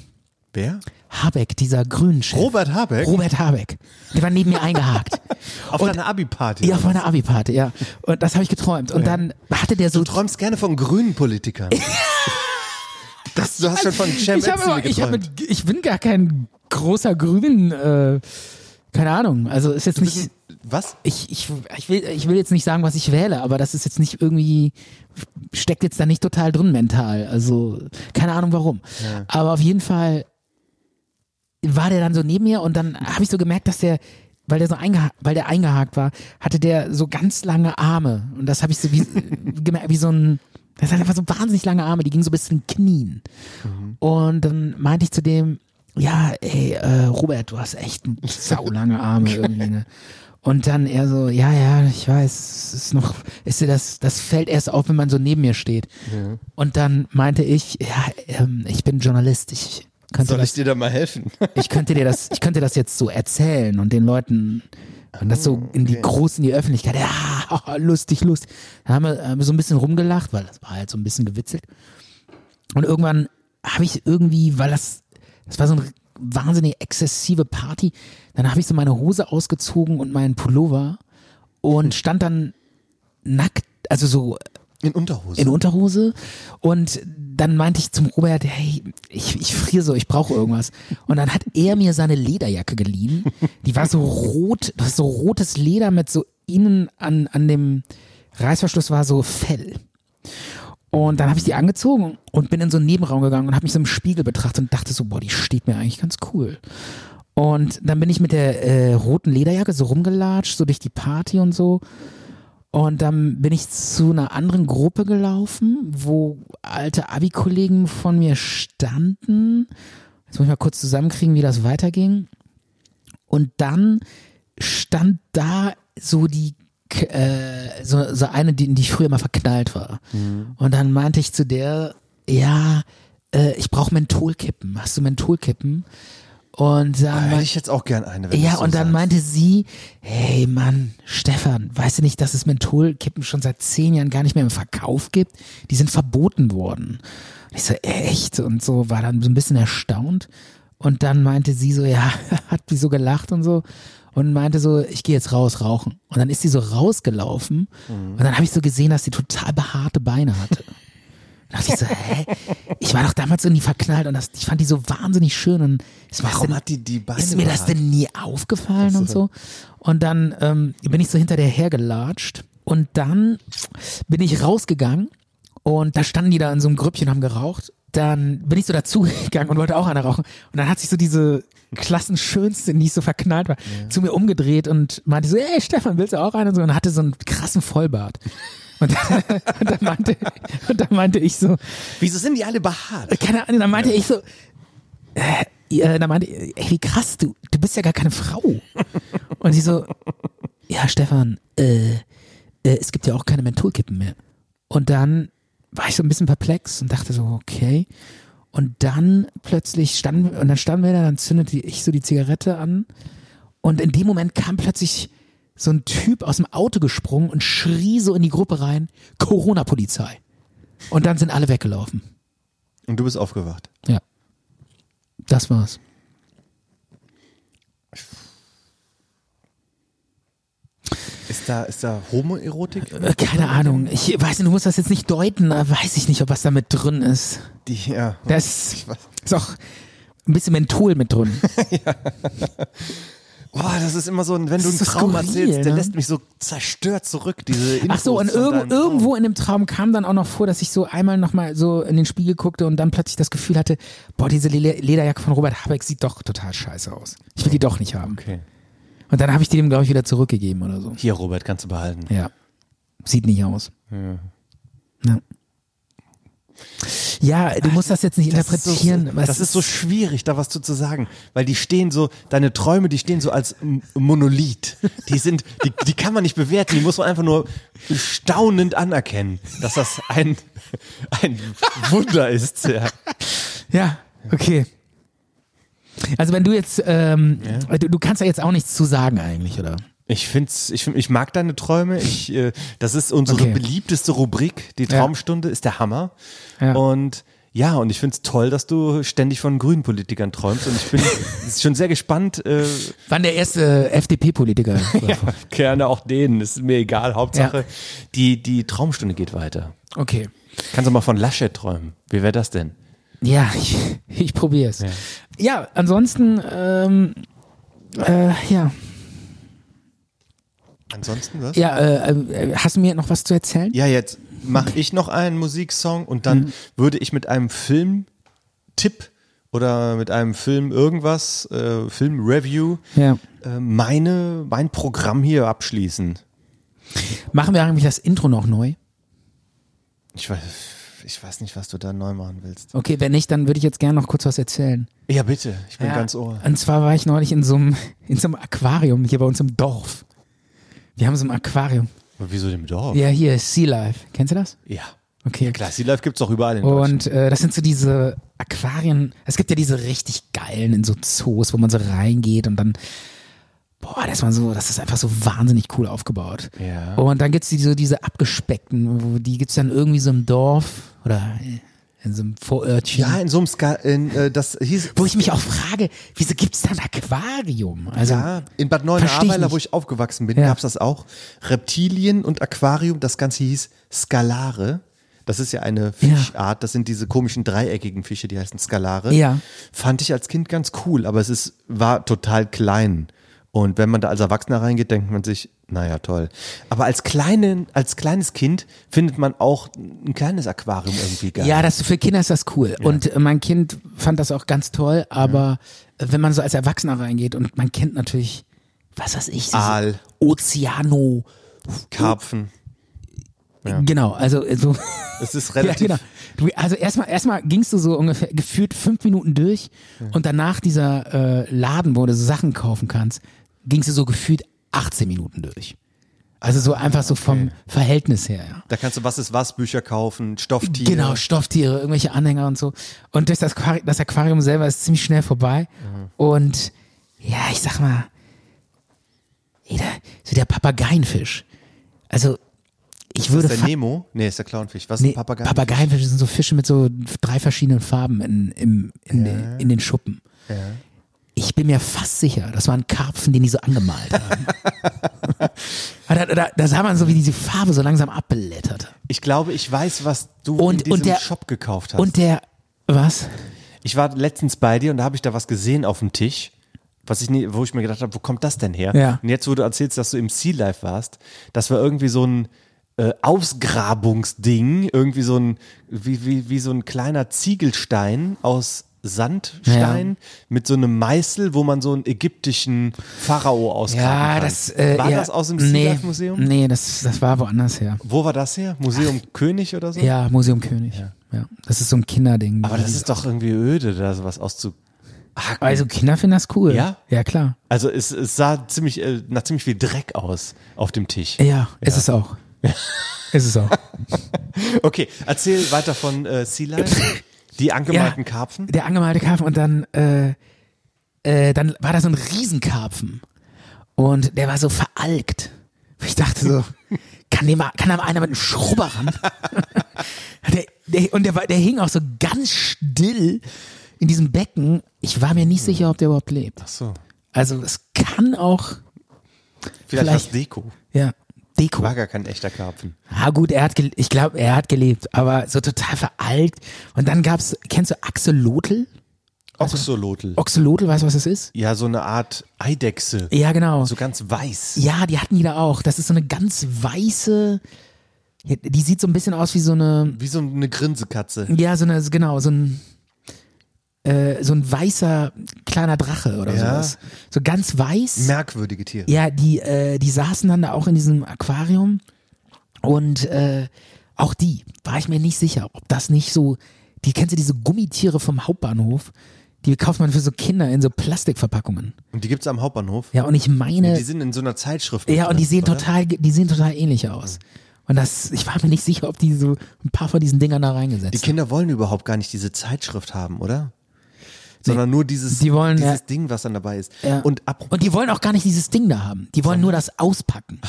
S2: Wer?
S3: Habeck, dieser grünen Chef.
S2: Robert Habeck?
S3: Robert Habeck. Der war neben mir eingehakt.
S2: Auf
S3: Und-
S2: deiner Abi-Party.
S3: ja, auf meiner Abi-Party, ja. Und das habe ich geträumt. Und dann hatte der so.
S2: Du träumst gerne von grünen Politikern. das, du hast schon von Cem
S3: ich, habe
S2: Özdemir
S3: immer- ich, habe,
S2: geträumt.
S3: ich bin gar kein großer Grünen, äh, keine Ahnung. Also ist jetzt nicht.
S2: Was?
S3: Ich, ich, ich, will, ich will jetzt nicht sagen, was ich wähle, aber das ist jetzt nicht irgendwie, steckt jetzt da nicht total drin mental. Also keine Ahnung warum. Aber auf jeden Fall war der dann so neben mir und dann habe ich so gemerkt, dass der, weil der so eingeha weil der eingehakt war, hatte der so ganz lange Arme. Und das habe ich so wie, gemerkt, wie so ein, das hat einfach so wahnsinnig lange Arme, die gingen so bis zu den Knien.
S2: Mhm.
S3: Und dann meinte ich zu dem, ja, ey, äh, Robert, du hast echt saulange Arme irgendwie, ne? Und dann er so, ja, ja, ich weiß, es ist noch, ist dir das, das fällt erst auf, wenn man so neben mir steht. Und dann meinte ich, ja, ähm, ich bin Journalist, ich könnte
S2: Soll
S3: das
S2: ich dir da mal helfen?
S3: ich könnte dir das, ich könnte das jetzt so erzählen und den Leuten und das so in die großen, die Öffentlichkeit, ja, lustig, lustig. Da haben wir, haben wir so ein bisschen rumgelacht, weil das war halt so ein bisschen gewitzelt. Und irgendwann habe ich irgendwie, weil das, das war so eine wahnsinnig exzessive Party, dann habe ich so meine Hose ausgezogen und meinen Pullover und stand dann nackt, also so
S2: In Unterhose.
S3: in Unterhose. Und dann meinte ich zum Robert, hey, ich, ich friere so, ich brauche irgendwas. Und dann hat er mir seine Lederjacke geliehen. Die war so rot, das ist so rotes Leder mit so innen an, an dem Reißverschluss war so Fell. Und dann habe ich die angezogen und bin in so einen Nebenraum gegangen und habe mich so im Spiegel betrachtet und dachte so, boah, die steht mir eigentlich ganz cool. Und dann bin ich mit der äh, roten Lederjacke so rumgelatscht, so durch die Party und so. Und dann bin ich zu einer anderen Gruppe gelaufen, wo alte Abi-Kollegen von mir standen. Jetzt muss ich mal kurz zusammenkriegen, wie das weiterging. Und dann stand da so die K- äh, so, so eine, die, in die ich früher mal verknallt war. Und dann meinte ich zu der, ja, äh, ich brauche Mentholkippen. Hast du Mentholkippen? Und dann
S2: Ah, Hätte
S3: meinte
S2: ich jetzt auch gern eine. Wenn
S3: ja,
S2: du's so
S3: und dann
S2: sagst.
S3: meinte sie, hey Mann, Stefan, weißt du nicht, dass es Mentholkippen schon seit zehn Jahren gar nicht mehr im Verkauf gibt? Die sind verboten worden. Und ich so, echt? Und so war dann so ein bisschen erstaunt. Und dann meinte sie so, ja, hat die so gelacht und so. Und meinte so, ich gehe jetzt raus rauchen. Und dann ist sie so rausgelaufen.
S2: Mhm.
S3: Und dann habe ich so gesehen, dass sie total behaarte Beine hatte. Da dachte ich so, hä? Ich war doch damals so in die verknallt und das, ich fand die so wahnsinnig schön. Und ist mir das
S2: Warum
S3: denn-
S2: hat die die Beine
S3: Ist mir das
S2: behaart?
S3: denn nie aufgefallen und so? Und dann ähm, bin ich so hinter der hergelatscht und dann bin ich rausgegangen und da standen die da in so einem Grüppchen, haben geraucht. Dann bin ich so dazugegangen und wollte auch eine rauchen. Und dann hat sich so diese Klassenschönste, in die ich so verknallt war, zu mir umgedreht und meinte so, ey Stefan, willst du auch eine? Und, so, und hatte so einen krassen Vollbart. Und dann, und, dann meinte, und dann meinte ich so,
S2: Wieso sind die alle behaart?
S3: Äh, keine Ahnung, dann meinte ich so, äh, äh, dann meinte ich, ey, wie krass, du, du bist ja gar keine Frau. Und sie so, ja, Stefan, äh, äh, es gibt ja auch keine Mentholkippen mehr. Und dann war ich so ein bisschen perplex und dachte so, okay. Und dann plötzlich standen, und dann standen wir da, dann zündete ich so die Zigarette an. Und in dem Moment kam plötzlich so ein Typ aus dem Auto gesprungen und schrie so in die Gruppe rein, Corona-Polizei. Und dann sind alle weggelaufen.
S2: Und du bist aufgewacht.
S3: Ja. Das war's.
S2: Ist da, ist da Homoerotik?
S3: Äh, Keine Ahnung. Ich weiß nicht, du musst das jetzt nicht deuten, aber weiß ich nicht, ob was da mit drin ist.
S2: Die, ja.
S3: Das ist auch ein bisschen Menthol mit drin.
S2: Boah, das ist immer so ein, wenn du
S3: Das
S2: einen
S3: ist so
S2: Traum
S3: skurril,
S2: erzählst, der
S3: ne?
S2: lässt mich so zerstört zurück, diese Infos
S3: Ach so, und
S2: von
S3: irg
S2: deinem Traum.
S3: irgendwo in dem Traum kam dann auch noch vor, dass ich so einmal nochmal so in den Spiegel guckte und dann plötzlich das Gefühl hatte, boah, diese Le Lederjacke von Robert Habeck sieht doch total scheiße aus. Ich will die doch nicht haben.
S2: Okay.
S3: Und dann habe ich die dem, glaube ich, wieder zurückgegeben oder so.
S2: Hier, Robert, kannst du behalten.
S3: Ja. Sieht nicht aus. Ja. Ja, du musst das jetzt nicht
S2: Das ist, so,
S3: interpretieren. aber es
S2: das ist so schwierig, da was zu, zu sagen, weil die stehen so, deine Träume, die stehen so als M- Monolith. Die sind, die, die kann man nicht bewerten, die muss man einfach nur staunend anerkennen, dass das ein, ein Wunder ist. Ja.
S3: Ja, okay. Also wenn du jetzt, ähm, du, du kannst ja jetzt auch nichts zu sagen eigentlich, oder?
S2: Ich find's, ich, find, ich mag deine Träume. Ich, äh, das ist unsere
S3: Okay.
S2: beliebteste Rubrik. Die Traumstunde ist der Hammer.
S3: Ja.
S2: Und ja, und ich find's toll, dass du ständig von grünen Politikern träumst. Und ich bin schon sehr gespannt. Äh,
S3: Wann der erste FDP-Politiker?
S2: gerne auch denen. Ist mir egal. Hauptsache,
S3: Ja.
S2: die, die Traumstunde geht weiter.
S3: Okay.
S2: Kannst du mal von Laschet träumen? Wie wäre das denn?
S3: Ja, ich, ich probiere es. Ja. ansonsten, ähm, äh, ja,
S2: Ansonsten was?
S3: ja, äh, äh, hast du mir noch was zu erzählen?
S2: Ja, jetzt mache ich noch einen Musiksong und dann
S3: Mhm.
S2: würde ich mit einem Filmtipp oder mit einem Film irgendwas, äh, Filmreview,
S3: Ja.
S2: äh, meine, mein Programm hier abschließen.
S3: Machen wir eigentlich das Intro noch neu?
S2: Ich weiß, ich weiß nicht, was du da neu machen willst.
S3: Okay, wenn nicht, dann würde ich jetzt gerne noch kurz was erzählen.
S2: Ja, bitte, ich bin
S3: Ja.
S2: ganz ohr.
S3: Und zwar war ich neulich in so einem, in so einem Aquarium hier bei uns im Dorf. Wir haben so ein Aquarium.
S2: Aber wieso dem Dorf?
S3: Ja, hier, Sea Life. Kennst du das?
S2: Ja.
S3: Okay.
S2: Klar, Sea Life gibt's doch überall in Deutschland.
S3: Und äh, das sind so diese Aquarien. Es gibt ja diese richtig geilen in so Zoos, wo man so reingeht und dann. Boah, das, war so, das ist einfach so wahnsinnig cool aufgebaut.
S2: Ja.
S3: Und dann gibt's die, so diese abgespeckten, wo- die gibt's dann irgendwie so im Dorf oder in so einem Vorörtchen.
S2: Ja, in so einem Ska, in, äh, das hieß,
S3: wo ich mich auch frage, wieso gibt's da ein Aquarium? Also,
S2: ja, in Bad
S3: versteh ich
S2: Neuenahr-Ahrweiler,
S3: nicht.
S2: wo ich aufgewachsen bin,
S3: Ja.
S2: gab's das auch. Reptilien und Aquarium, das Ganze hieß Skalare. Das ist ja eine Fischart, das sind diese komischen dreieckigen Fische, die heißen Skalare.
S3: Ja.
S2: Fand ich als Kind ganz cool, aber es ist, war total klein. Und wenn man da als Erwachsener reingeht, denkt man sich, naja, toll. Aber als, kleinen, als kleines Kind findet man auch ein kleines Aquarium irgendwie geil.
S3: Ja, das für Kinder ist das cool. Und äh, mein Kind fand das auch ganz toll, aber äh, wenn man so als Erwachsener reingeht und man kennt natürlich, was weiß ich, diese
S2: Aal.
S3: Ozeano.
S2: Karpfen.
S3: Genau, also äh, so.
S2: Es ist
S3: Ja,
S2: relativ
S3: genau. Du, also erstmal erstmal gingst du so ungefähr gefühlt fünf Minuten durch und danach dieser äh, Laden, wo du so Sachen kaufen kannst, gingst du so gefühlt 18 Minuten durch. Also so einfach so vom Verhältnis her, ja.
S2: Da kannst du was ist was Bücher kaufen, Stofftiere.
S3: Genau, Stofftiere, irgendwelche Anhänger und so. Und durch das, Aquari das Aquarium selber ist ziemlich schnell vorbei.
S2: Mhm.
S3: Und ja, ich sag mal, ey, da, so der Papageienfisch. Also, ich würde.
S2: Ist der
S3: fa-
S2: Nemo? Nee, ist der Clownfisch. Was ist
S3: nee,
S2: ein Papagei?
S3: Papageienfische sind so Fische mit so drei verschiedenen Farben in, im, in, den, in den Schuppen. Ich bin mir fast sicher, das waren Karpfen, den die so angemalt haben. da, da, da sah man so, wie diese Farbe so langsam abblätterte.
S2: Ich glaube, ich weiß, was du
S3: Und-
S2: in diesem
S3: und der-
S2: Shop gekauft hast.
S3: Und der, was?
S2: ich war letztens bei dir und da habe ich da was gesehen auf dem Tisch, was ich nie, wo ich mir gedacht habe, wo kommt das denn her?
S3: Ja.
S2: Und jetzt, wo du erzählst, dass du im Sea Life warst, das war irgendwie so ein äh, Ausgrabungsding, irgendwie so ein wie, wie, wie so ein kleiner Ziegelstein aus Sandstein mit so einem Meißel, wo man so einen ägyptischen Pharao ausgraben
S3: Ja,
S2: kann.
S3: das äh,
S2: war
S3: ja,
S2: das aus dem Sea
S3: nee,
S2: Life Museum?
S3: Nee, das, das war woanders her.
S2: Wo war das her? Museum König oder so?
S3: Ja, Museum König. Ja. das ist so ein Kinderding.
S2: Aber das ist doch irgendwie öde, da sowas auszu.
S3: also Kinder finden das cool.
S2: Ja?
S3: Ja, klar.
S2: Also es, es sah ziemlich äh, nach ziemlich viel Dreck aus auf dem Tisch.
S3: Ja, ist es auch. ist es auch.
S2: Okay, erzähl weiter von äh, Sea Life. Die angemalten
S3: Ja.
S2: Karpfen.
S3: Der angemalte Karpfen und dann, äh, äh, dann war da so ein Riesenkarpfen. Und der war so veralkt. Ich dachte so, kann, dem, mal- kann da mal einer mit einem Schrubber ran? der, der, und der, war- der hing auch so ganz still in diesem Becken. Ich war mir nicht sicher, ob der überhaupt lebt.
S2: Ach so.
S3: Also es kann auch
S2: Vielleicht,
S3: Vielleicht-
S2: was Deko.
S3: Ja. Deko.
S2: War gar kein echter Karpfen.
S3: Ah gut, er hat, gel- ich glaube, er hat gelebt, aber so total veralkt. Und dann gab's, kennst du Axolotl?
S2: Oxolotl.
S3: Oxolotl, weißt du, was das ist?
S2: Ja, so eine Art Eidechse.
S3: Ja, genau.
S2: So ganz weiß.
S3: Ja, die hatten die da auch. Das ist so eine ganz weiße, ja, die sieht so ein bisschen aus wie so eine,
S2: Wie so eine Grinsekatze.
S3: ja, so eine, genau, so ein, äh, so ein weißer kleiner Drache oder
S2: Ja.
S3: sowas. So ganz weiß.
S2: Merkwürdige Tiere.
S3: Ja, die, äh, die saßen dann da auch in diesem Aquarium und äh, auch die war ich mir nicht sicher, ob das nicht so, die kennst du diese Gummitiere vom Hauptbahnhof, die kauft man für so Kinder in so Plastikverpackungen.
S2: Und die gibt's am Hauptbahnhof.
S3: Ja, und ich
S2: Und
S3: meine,
S2: die sind in so einer Zeitschrift.
S3: ja, und die sehen
S2: oder?
S3: total, die sehen total ähnlich aus. Und das, ich war mir nicht sicher, ob die so ein paar von diesen Dingern da
S2: Die
S3: reingesetzt haben.
S2: Kinder wollen überhaupt gar nicht diese Zeitschrift haben, oder? Sondern nur dieses,
S3: Die wollen,
S2: dieses
S3: ja.
S2: Ding, was dann dabei ist.
S3: Ja.
S2: Und ab.
S3: Und die wollen auch gar nicht dieses Ding da haben. Die wollen nur das auspacken.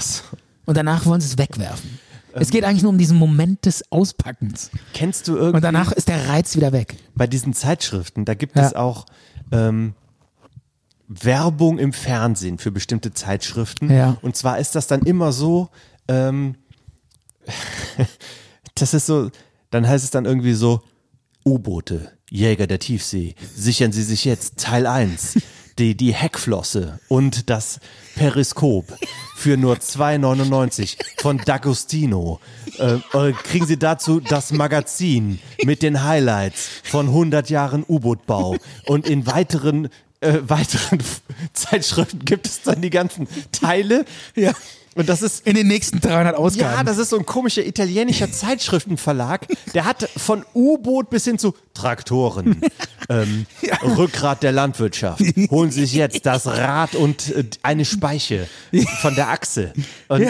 S3: Und danach wollen sie es wegwerfen. Es geht eigentlich nur um diesen Moment des Auspackens.
S2: Kennst du irgendwie
S3: Und danach ist der Reiz wieder weg.
S2: bei diesen Zeitschriften, da gibt
S3: Ja.
S2: es auch ähm, Werbung im Fernsehen für bestimmte Zeitschriften.
S3: Ja.
S2: Und zwar ist das dann immer so, ähm, das ist so, dann heißt es dann irgendwie so, U-Boote, Jäger der Tiefsee, sichern Sie sich jetzt Teil 1, die, die Heckflosse und das Periskop für nur 2,99 von D'Agostino. Äh, äh, kriegen Sie dazu das Magazin mit den Highlights von 100 Jahren U-Boot-Bau und in weiteren äh, weiteren Zeitschriften gibt es dann die ganzen Teile. Ja. Und das ist
S3: In den nächsten 300
S2: ja, das ist so ein komischer italienischer Zeitschriftenverlag. Der hat von U-Boot bis hin zu Traktoren, ähm, Rückgrat der Landwirtschaft. Holen Sie sich jetzt das Rad und äh, eine Speiche von der Achse. Und,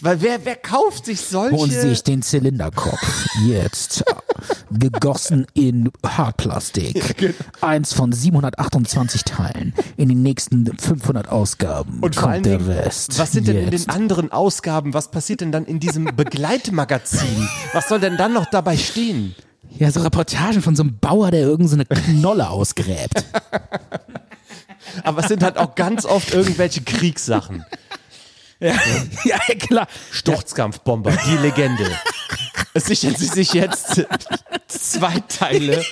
S2: Weil wer, wer kauft sich solche?
S9: Holen Sie sich den Zylinderkopf. Jetzt. Gegossen in Hartplastik.
S2: genau.
S9: Eins von 728 Teilen. In den nächsten 500 Ausgaben
S2: Und vor allen
S9: kommt der
S2: Dingen,
S9: Rest.
S2: was sind denn in
S9: Jetzt.
S2: den anderen Ausgaben? Was passiert denn dann in diesem Begleitmagazin? Was soll denn dann noch dabei stehen?
S3: Ja, so Reportagen von so einem Bauer, der irgendeine so eine Knolle ausgräbt.
S2: Aber es sind halt auch ganz oft irgendwelche Kriegssachen.
S3: ja, klar.
S2: Sturzkampfbomber, die Legende. Es Sichern Sie sich jetzt zwei Teile.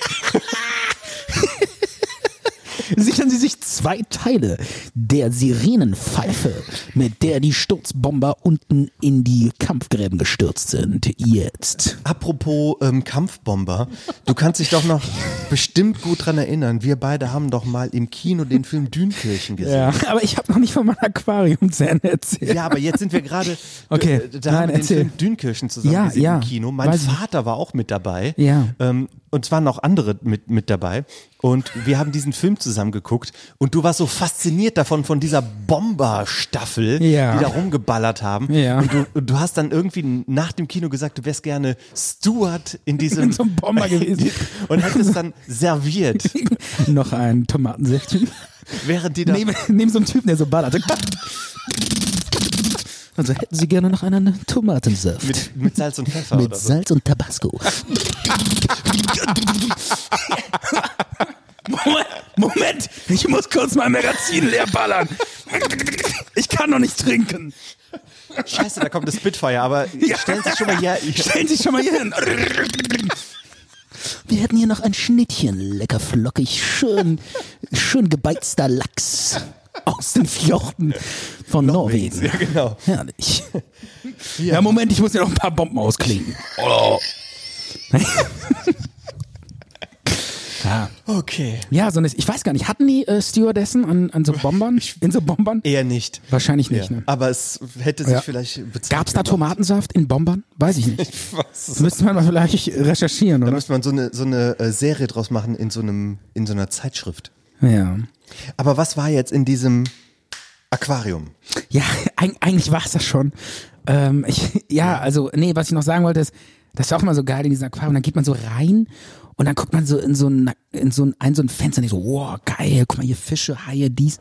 S3: Sichern Sie sich zwei Teile der Sirenenpfeife, mit der die Sturzbomber unten in die Kampfgräben gestürzt sind. Jetzt.
S2: Apropos ähm, Kampfbomber, du kannst dich doch noch bestimmt gut dran erinnern. Wir beide haben doch mal im Kino den Film Dünkirchen gesehen.
S3: Aber ich habe noch nicht von meinem Aquarium zu Ende erzählt.
S2: Ja. aber jetzt sind wir gerade.
S3: Okay.
S2: äh, Da
S3: Nein,
S2: haben wir den
S3: erzähl.
S2: Film Dünkirchen zusammen
S3: Ja,
S2: gesehen
S3: ja.
S2: im Kino. Mein
S3: Weiß ich.
S2: Vater war auch mit dabei.
S3: Ja.
S2: Ähm, und es waren auch andere mit, mit dabei. Und wir haben diesen Film zusammen geguckt. Und du warst so fasziniert davon, von dieser Bomberstaffel,
S3: Ja.
S2: die da rumgeballert haben.
S3: Ja.
S2: Und du, und du hast dann irgendwie nach dem Kino gesagt, du wärst gerne Stuart in diesem.
S3: In so einem Bomber gewesen.
S2: und hättest dann serviert,
S3: noch ein Tomatensäftchen.
S2: während die da.
S3: Neben, neben so einem Typen, der so ballert. Also hätten Sie gerne noch einen Tomatensaft.
S2: mit, mit Salz und Pfeffer
S3: Mit
S2: oder so.
S3: Salz und Tabasco. Moment, Moment, ich muss kurz mein Magazin leerballern. Ich kann noch nicht trinken.
S2: Scheiße, da kommt das Spitfire, aber stellen Sie sich schon mal her.
S3: Stellen Sie sich schon mal hier hin. Wir hätten hier noch ein Schnittchen, lecker flockig, schön, schön gebeizter Lachs aus den Fjorden von Norwegen.
S2: Ja, genau.
S3: Herrlich. Ja, Oh. Moment, ich muss hier noch ein paar Bomben ausklingen.
S2: Okay.
S3: Ja, so eine, ich weiß gar nicht, hatten die äh, Stewardessen an, an so Bombern? In so Bombern?
S2: Eher nicht.
S3: Wahrscheinlich nicht,
S2: Ja.
S3: ne?
S2: Aber es hätte sich
S3: Ja.
S2: vielleicht bezahlt.
S3: Gab's da
S2: gemacht.
S3: Tomatensaft in Bombern? Weiß ich nicht. Müsste man mal vielleicht recherchieren,
S2: Da
S3: oder?
S2: müsste man so eine, so eine äh, Serie draus machen in so, einem, in so einer Zeitschrift.
S3: Ja.
S2: Aber was war jetzt in diesem Aquarium?
S3: Ja, eig eigentlich war's das schon. Ähm, ich, ja, also, nee, was ich noch sagen wollte, ist, das ist auch immer so geil in diesem Aquarium. Dann geht man so rein und dann guckt man so in so ein, in so ein, ein, so ein Fenster und denkt so, wow, geil, guck mal hier Fische, Haie, dies.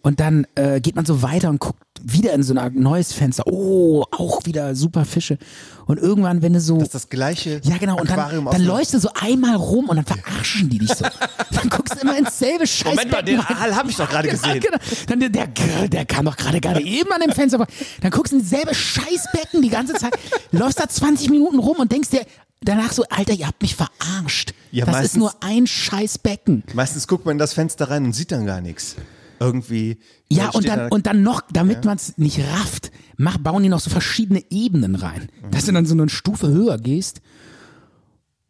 S3: Und dann äh, geht man so weiter und guckt wieder in so ein neues Fenster. Oh, auch wieder super Fische. Und irgendwann, wenn du so.
S2: Das ist das gleiche
S3: Ja, genau. Und dann,
S2: Aquarium
S3: dann
S2: auf-
S3: leuchtest du so einmal rum und dann verarschen die dich so. dann guckst du immer ins selbe Scheiß.
S2: Moment mal, den Aal hab ich doch gerade gesehen.
S3: Genau. Dann der, der, Gr- der kam doch gerade gerade eben an dem Fenster vorbei. Dann guckst du in dieselbe Scheißbecken die ganze Zeit, läufst da 20 Minuten rum und denkst dir danach so, Alter, ihr habt mich verarscht.
S2: Ja,
S3: das ist
S2: meistens-
S3: nur ein Scheißbecken.
S2: Meistens guckt man in das Fenster rein und sieht dann gar nichts. Irgendwie.
S3: Ja, und
S2: steht
S3: dann,
S2: da-
S3: und dann noch, damit man's man es nicht rafft, mach, bauen die noch so verschiedene Ebenen rein.
S2: Mhm.
S3: Dass du dann so eine Stufe höher gehst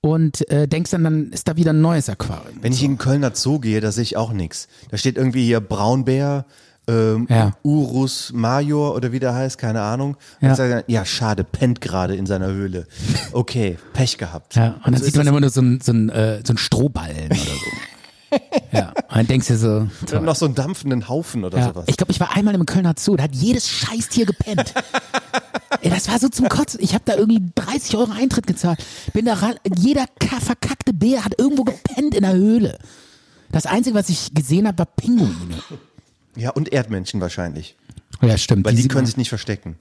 S3: und äh, denkst dann, dann ist da wieder ein neues Aquarium.
S2: Wenn ich in den Kölner Zoo gehe, da sehe ich auch nichts. Da steht irgendwie hier Braunbär, ähm,
S3: Ja.
S2: Urus Major oder wie der heißt, keine Ahnung. Und
S3: Ja.
S2: sagt er, ja, schade, pennt gerade in seiner Höhle. Okay, Pech gehabt.
S3: Ja, und dann
S2: So
S3: sieht
S2: ist
S3: man
S2: das.
S3: immer nur so einen so einen, äh, so einen Strohballen oder so. ja, und dann denkst du dir so, toll.
S2: noch so einen dampfenden Haufen oder
S3: Ja,
S2: sowas.
S3: ich glaube, ich war einmal im Kölner Zoo, da hat jedes Scheißtier gepennt. Ey, das war so zum Kotzen. Ich habe da irgendwie 30 Euro Eintritt gezahlt. Bin da ran, jeder ka- verkackte Bär hat irgendwo gepennt in der Höhle. Das Einzige, was ich gesehen habe, war Pinguine.
S2: Ja, und Erdmenschen wahrscheinlich.
S3: Ja, stimmt.
S2: Weil die,
S3: sieht
S2: können
S3: man-
S2: sich nicht verstecken.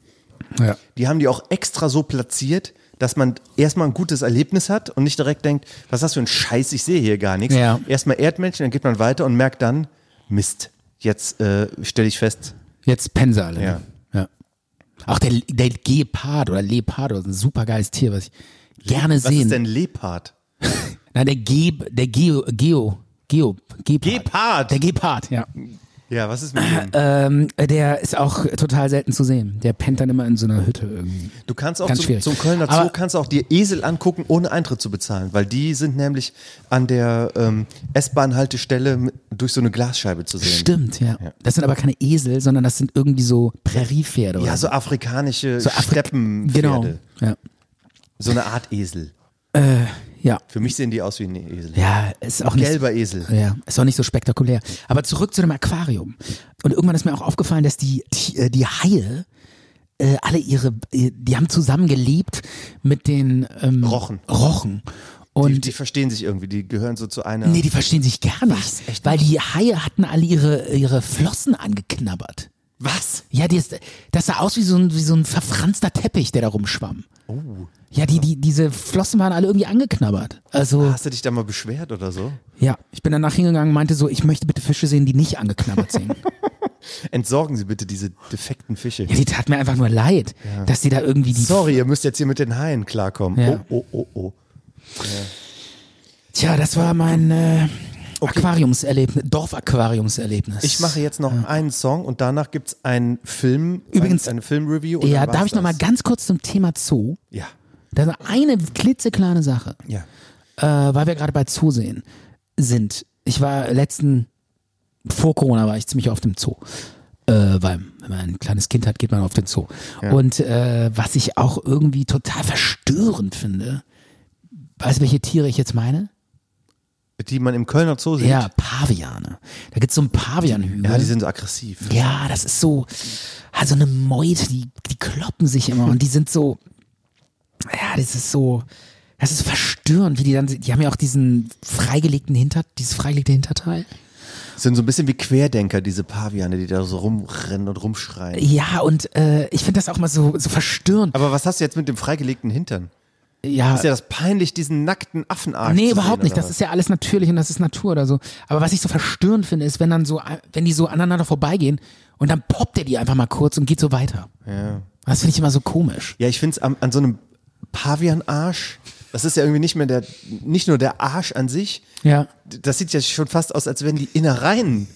S3: ja.
S2: Die haben die auch extra so platziert, dass man erstmal ein gutes Erlebnis hat und nicht direkt denkt, was ist das für ein Scheiß, ich sehe hier gar nichts.
S3: Ja.
S2: Erstmal Erdmännchen, dann geht man weiter und merkt dann, Mist, jetzt äh, stelle ich fest,
S3: Jetzt pennen sie alle.
S2: Ja.
S3: Ne? ja. Auch der, der Gepard oder Leopard oder so ein super geiles Tier, was ich gerne
S2: was
S3: sehen.
S2: ist denn Leopard?
S3: Nein, der Ge der Geo, Geo, Geo, Gepard.
S2: Gepard.
S3: Der Gepard, ja.
S2: Ja, was ist mit dem?
S3: Ähm, der ist auch total selten zu sehen. Der pennt dann immer in so einer Hütte irgendwie.
S2: Du kannst auch
S3: Ganz
S2: zum,
S3: schwierig.
S2: zum Kölner Zoo
S3: Aber-
S2: kannst du auch dir Esel angucken, ohne Eintritt zu bezahlen, weil die sind nämlich an der ähm, S-Bahn-Haltestelle mit- durch so eine Glasscheibe zu sehen.
S3: Stimmt, ja. Das sind aber keine Esel, sondern das sind irgendwie so Präriepferde.
S2: Ja,
S3: oder
S2: so afrikanische
S3: So Afri-
S2: Steppenpferde.
S3: Genau. Ja.
S2: So eine Art Esel.
S3: ja.
S2: Für mich sehen die aus wie ein Esel.
S3: Ja, ist auch nicht.
S2: Gelber Esel.
S3: Ja, ist auch nicht so spektakulär. Aber zurück zu dem Aquarium. Und irgendwann ist mir auch aufgefallen, dass die, die, äh, die Haie äh, alle ihre, äh, die haben zusammen gelebt mit den ähm,
S2: Rochen.
S3: Rochen.
S2: Die,
S3: Und
S2: die verstehen sich irgendwie, die gehören so zu einer.
S3: Nee, die verstehen sich gar nicht. weil die Haie hatten alle ihre, ihre Flossen angeknabbert.
S2: Was?
S3: Ja, die ist, das sah aus wie so, ein, wie so ein verfranster Teppich, der da rumschwamm. Oh. Ja, die, die, diese Flossen waren alle irgendwie angeknabbert. Also,
S2: Hast du dich da mal beschwert oder so?
S3: ja, ich bin danach hingegangen und meinte so, ich möchte bitte Fische sehen, die nicht angeknabbert sind.
S2: Entsorgen Sie bitte diese defekten Fische.
S3: ja, die tat mir einfach nur leid, dass die da irgendwie die...
S2: Sorry, ihr müsst jetzt hier mit den Haien klarkommen.
S3: Ja.
S2: Oh, oh, oh, oh.
S3: Tja, das war mein äh, Aquariumserlebnis, Dorfaquariumserlebnis.
S2: Ich mache jetzt noch einen Song und danach gibt es einen Film.
S3: Übrigens-
S2: ein, eine Filmreview. und
S3: Ja,
S2: dann war's
S3: darf ich nochmal
S2: das.
S3: ganz kurz zum Thema Zoo?
S2: Ja.
S3: Da ist eine klitzekleine Sache.
S2: Ja.
S3: äh, weil wir gerade bei Zoo sehen, sind. Ich war letzten, vor Corona war ich ziemlich oft im Zoo. Äh, weil, wenn man ein kleines Kind hat, geht man auf den Zoo. Und äh, was ich auch irgendwie total verstörend finde, weißt du, welche Tiere ich jetzt meine?
S2: Die man im Kölner Zoo sieht.
S3: Ja, Paviane. Da gibt's so einen Pavianhügel.
S2: Ja, die sind so aggressiv.
S3: Ja, das ist so, also eine Meute, die, die kloppen sich immer und die sind so, ja, das ist so, das ist verstörend, wie die dann, die haben ja auch diesen freigelegten Hinter, dieses freigelegte Hinterteil.
S2: Sind so ein bisschen wie Querdenker, diese Paviane, die da so rumrennen und rumschreien.
S3: Ja, und äh, ich finde das auch mal so, so verstörend.
S2: Aber was hast du jetzt mit dem freigelegten Hintern?
S3: ja,
S2: Ist ja das peinlich, diesen nackten Affenarsch
S3: Äh. nee,
S2: zu
S3: überhaupt
S2: sehen,
S3: nicht.
S2: oder
S3: Das ist ja alles natürlich und das ist Natur oder so. Aber was ich so verstörend finde, ist, wenn dann so, wenn die so aneinander vorbeigehen und dann poppt er die einfach mal kurz und geht so weiter. Ja. Das finde ich immer so komisch.
S2: Ja, ich finde es an, an so einem Pavian-Arsch, das ist ja irgendwie nicht mehr der, nicht nur der Arsch an sich,
S3: Ja.
S2: das sieht ja schon fast aus, als wären die Innereien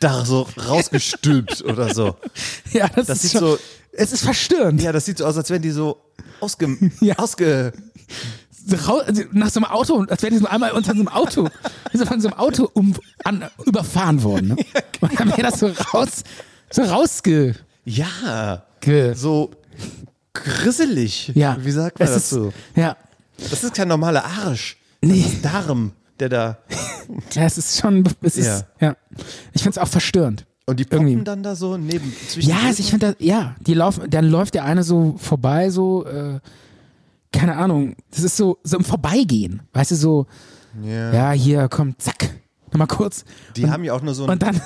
S2: da so rausgestülpt oder so.
S3: Ja, das,
S2: Das
S3: ist
S2: sieht
S3: schon,
S2: so-
S3: Es ist verstörend.
S2: Ja, das sieht so aus, als wären die so ausge,
S3: Ja.
S2: ausge,
S3: Rau- also nach so einem Auto, als wäre die so einmal unter so einem Auto, also von so einem Auto um, an, überfahren worden. Ne?
S2: genau.
S3: Und dann wäre das so raus, so rausge...
S2: ja,
S3: Ge
S2: so grisselig.
S3: ja.
S2: Wie sagt man
S3: Es
S2: das
S3: ist-
S2: so?
S3: Ja.
S2: Das ist kein normaler Arsch.
S3: Nee.
S2: Das ist Darm, der da,
S3: ja, es ist schon, es ist, ja. Ich finde es auch verstörend.
S2: und die poppen
S3: Irgendwie.
S2: dann da so neben, zwischen
S3: Ja,
S2: den
S3: also ich finde das, ja, die laufen, dann läuft der eine so vorbei, so, äh, keine Ahnung, das ist so, so im Vorbeigehen, weißt du, so, ja, hier, komm, zack, nochmal kurz.
S2: Die haben ja auch nur so ein-
S3: Und dann,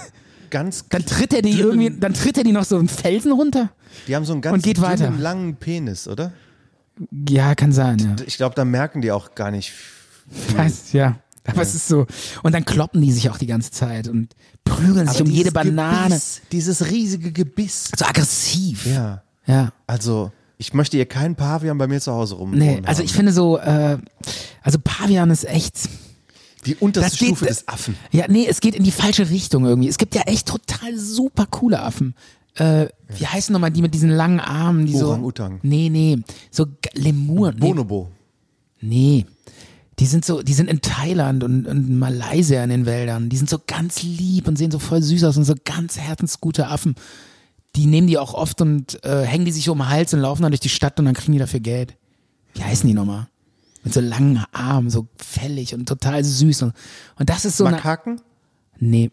S2: ganz
S3: Dann tritt er die irgendwie, dann tritt er die noch so einen Felsen runter?
S2: Die haben so einen ganz
S3: Und geht weiter.
S2: dünnen, langen Penis, oder?
S3: Ja, kann sein, ja.
S2: Ich glaube, da merken die auch gar nicht.
S3: Das, ja. Aber es ist so. Und dann kloppen die sich auch die ganze Zeit und prügeln sich um jede
S2: Dieses
S3: Banane.
S2: Gebiss, dieses riesige Gebiss.
S3: So aggressiv.
S2: Ja.
S3: ja.
S2: Also, ich möchte hier keinen Pavian bei mir zu Hause rum.
S3: Nee, also ich finde so, äh, also Pavian ist echt.
S2: Die unterste
S3: Das geht-
S2: Stufe des Affen.
S3: Ja, nee, es geht in die falsche Richtung irgendwie. Es gibt ja echt total super coole Affen. Äh, wie heißen nochmal die mit diesen langen Armen, die so.
S2: Orang-Utang.
S3: Nee, nee. So G- Lemuren. Nee,
S2: Bonobo.
S3: Nee. Die sind so, die sind in Thailand und, und Malaysia in den Wäldern. Die sind so ganz lieb und sehen so voll süß aus und so ganz herzensgute Affen. Die nehmen die auch oft und äh, hängen die sich um den Hals und laufen dann durch die Stadt und dann kriegen die dafür Geld. Wie heißen die nochmal? Mit so langen Armen, so fällig und total süß. Und, und das ist so eine.
S2: Makaken?
S3: Nee.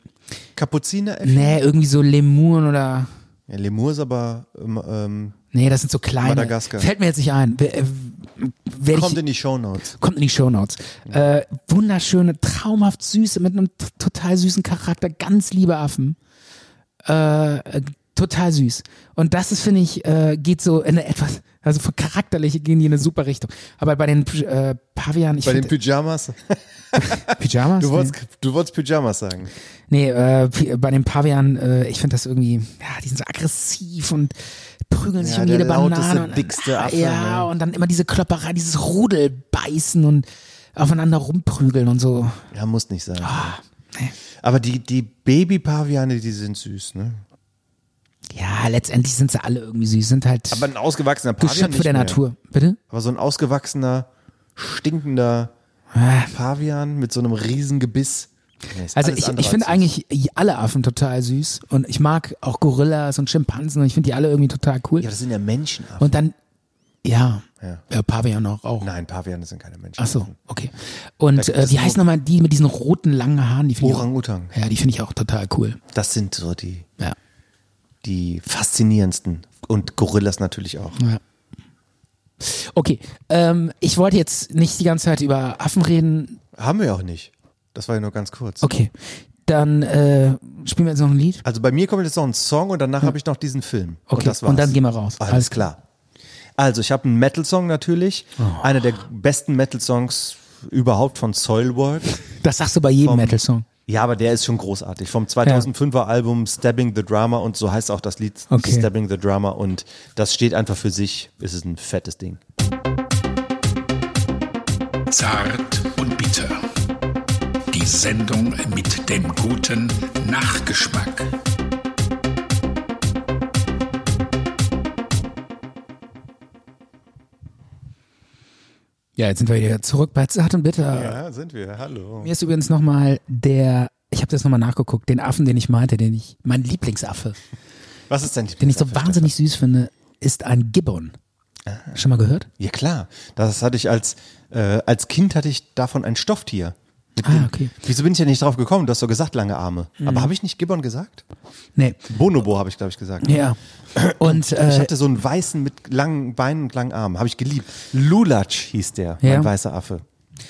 S2: Kapuziner?
S3: Nee, irgendwie so Lemuren oder.
S2: Ja, Lemur ist aber ähm, ähm,
S3: Nee, das sind so kleine.
S2: Madagaskar.
S3: Fällt mir jetzt nicht ein. Wer- äh, werd
S2: kommt
S3: ich,
S2: in die Shownotes.
S3: kommt in die Shownotes.
S2: Mhm.
S3: Äh, wunderschöne, traumhaft süße, mit einem t- total süßen Charakter, ganz liebe Affen. Äh, äh, total süß. Und das ist, finde ich, äh, geht so in eine etwas, also von charakterlich gehen die in eine super Richtung. Aber bei den P- äh, Pavian, ich
S2: Bei den
S3: finde,
S2: Pyjamas?
S3: Pyjamas?
S2: Du
S3: nee.
S2: wolltest, du wolltest Pyjamas sagen.
S3: Nee, äh, P- bei den Pavian, äh, ich finde das irgendwie, ja, die sind so aggressiv und prügeln sich
S2: Ja,
S3: um
S2: der
S3: jede
S2: lauteste,
S3: Banane. und, ah,
S2: dickste Affe,
S3: ja,
S2: ne?
S3: und dann immer diese Klopperei, dieses Rudelbeißen und aufeinander rumprügeln und so.
S2: Ja, muss nicht sein.
S3: Ah,
S2: Aber die, die Baby-Paviane, die sind süß, ne?
S3: Ja, letztendlich sind sie alle irgendwie süß, sind halt
S2: Aber ein ausgewachsener Pavian
S3: Geschöpfe
S2: nicht
S3: der
S2: mehr.
S3: Natur. Bitte?
S2: Aber so ein ausgewachsener, stinkender Pavian mit so einem riesen Gebiss. Nee, ist
S3: Ah, Also
S2: alles
S3: ich,
S2: andere
S3: ich finde
S2: als süß.
S3: eigentlich alle Affen total süß und ich mag auch Gorillas und Schimpansen und ich finde die alle irgendwie total cool.
S2: Ja, das sind ja Menschenaffen.
S3: und dann, ja,
S2: Ja.
S3: ja. Pavian auch. auch.
S2: Nein, Paviane sind keine Menschen.
S3: Ach so, okay. Und
S2: gibt
S3: äh,
S2: es
S3: wie
S2: nur-
S3: heißen nochmal die mit diesen roten langen Haaren? Die finde ich auch-
S2: Orang-Utang.
S3: Ja, die finde ich auch total cool.
S2: Das sind so die,
S3: Ja.
S2: die faszinierendsten. Und Gorillas natürlich auch.
S3: ja. Okay, ähm, ich wollte jetzt nicht die ganze Zeit über Affen reden.
S2: Haben wir auch nicht. Das war ja nur ganz kurz.
S3: Okay, dann äh, spielen wir jetzt noch ein Lied.
S2: Also bei mir kommt jetzt noch ein Song und danach habe ich noch diesen Film.
S3: Okay,
S2: Und das war's.
S3: und dann gehen wir raus.
S2: Alles,
S3: Alles
S2: klar. Also ich habe einen Metal-Song natürlich.
S3: Oh.
S2: Einer der besten Metal-Songs überhaupt von Soilwork.
S3: Das sagst du bei jedem
S2: Vom-
S3: Metal-Song.
S2: Ja, aber der ist schon großartig. Vom 2005er Album Stabbing the Drama und so heißt auch das Lied
S3: Okay.
S2: Stabbing the Drama und das steht einfach für sich. Es ist ein fettes Ding.
S4: Zart und bitter. Die Sendung mit dem guten Nachgeschmack.
S3: Ja, jetzt sind wir wieder zurück bei Zart und Bitter.
S2: Ja, sind wir. Hallo.
S3: Mir ist übrigens nochmal der, ich habe das nochmal nachgeguckt, den Affen, den ich meinte, den ich, mein Lieblingsaffe,
S2: Was ist denn die
S3: den ich so wahnsinnig süß finde, ist ein Gibbon.
S2: Ah.
S3: Schon mal gehört?
S2: Ja klar, das hatte ich als äh, als Kind hatte ich davon ein Stofftier. Mit
S3: Ah,
S2: dem-
S3: okay.
S2: Wieso bin ich ja nicht drauf gekommen? Du hast doch gesagt lange Arme.
S3: Mhm.
S2: Aber habe ich nicht Gibbon gesagt?
S3: Nee.
S2: Bonobo habe ich glaube ich gesagt.
S3: Ja. Und
S2: Ich
S3: äh,
S2: hatte so einen weißen mit langen Beinen und langen Armen, habe ich geliebt. Lulatsch hieß der,
S3: Ja.
S2: mein weißer Affe.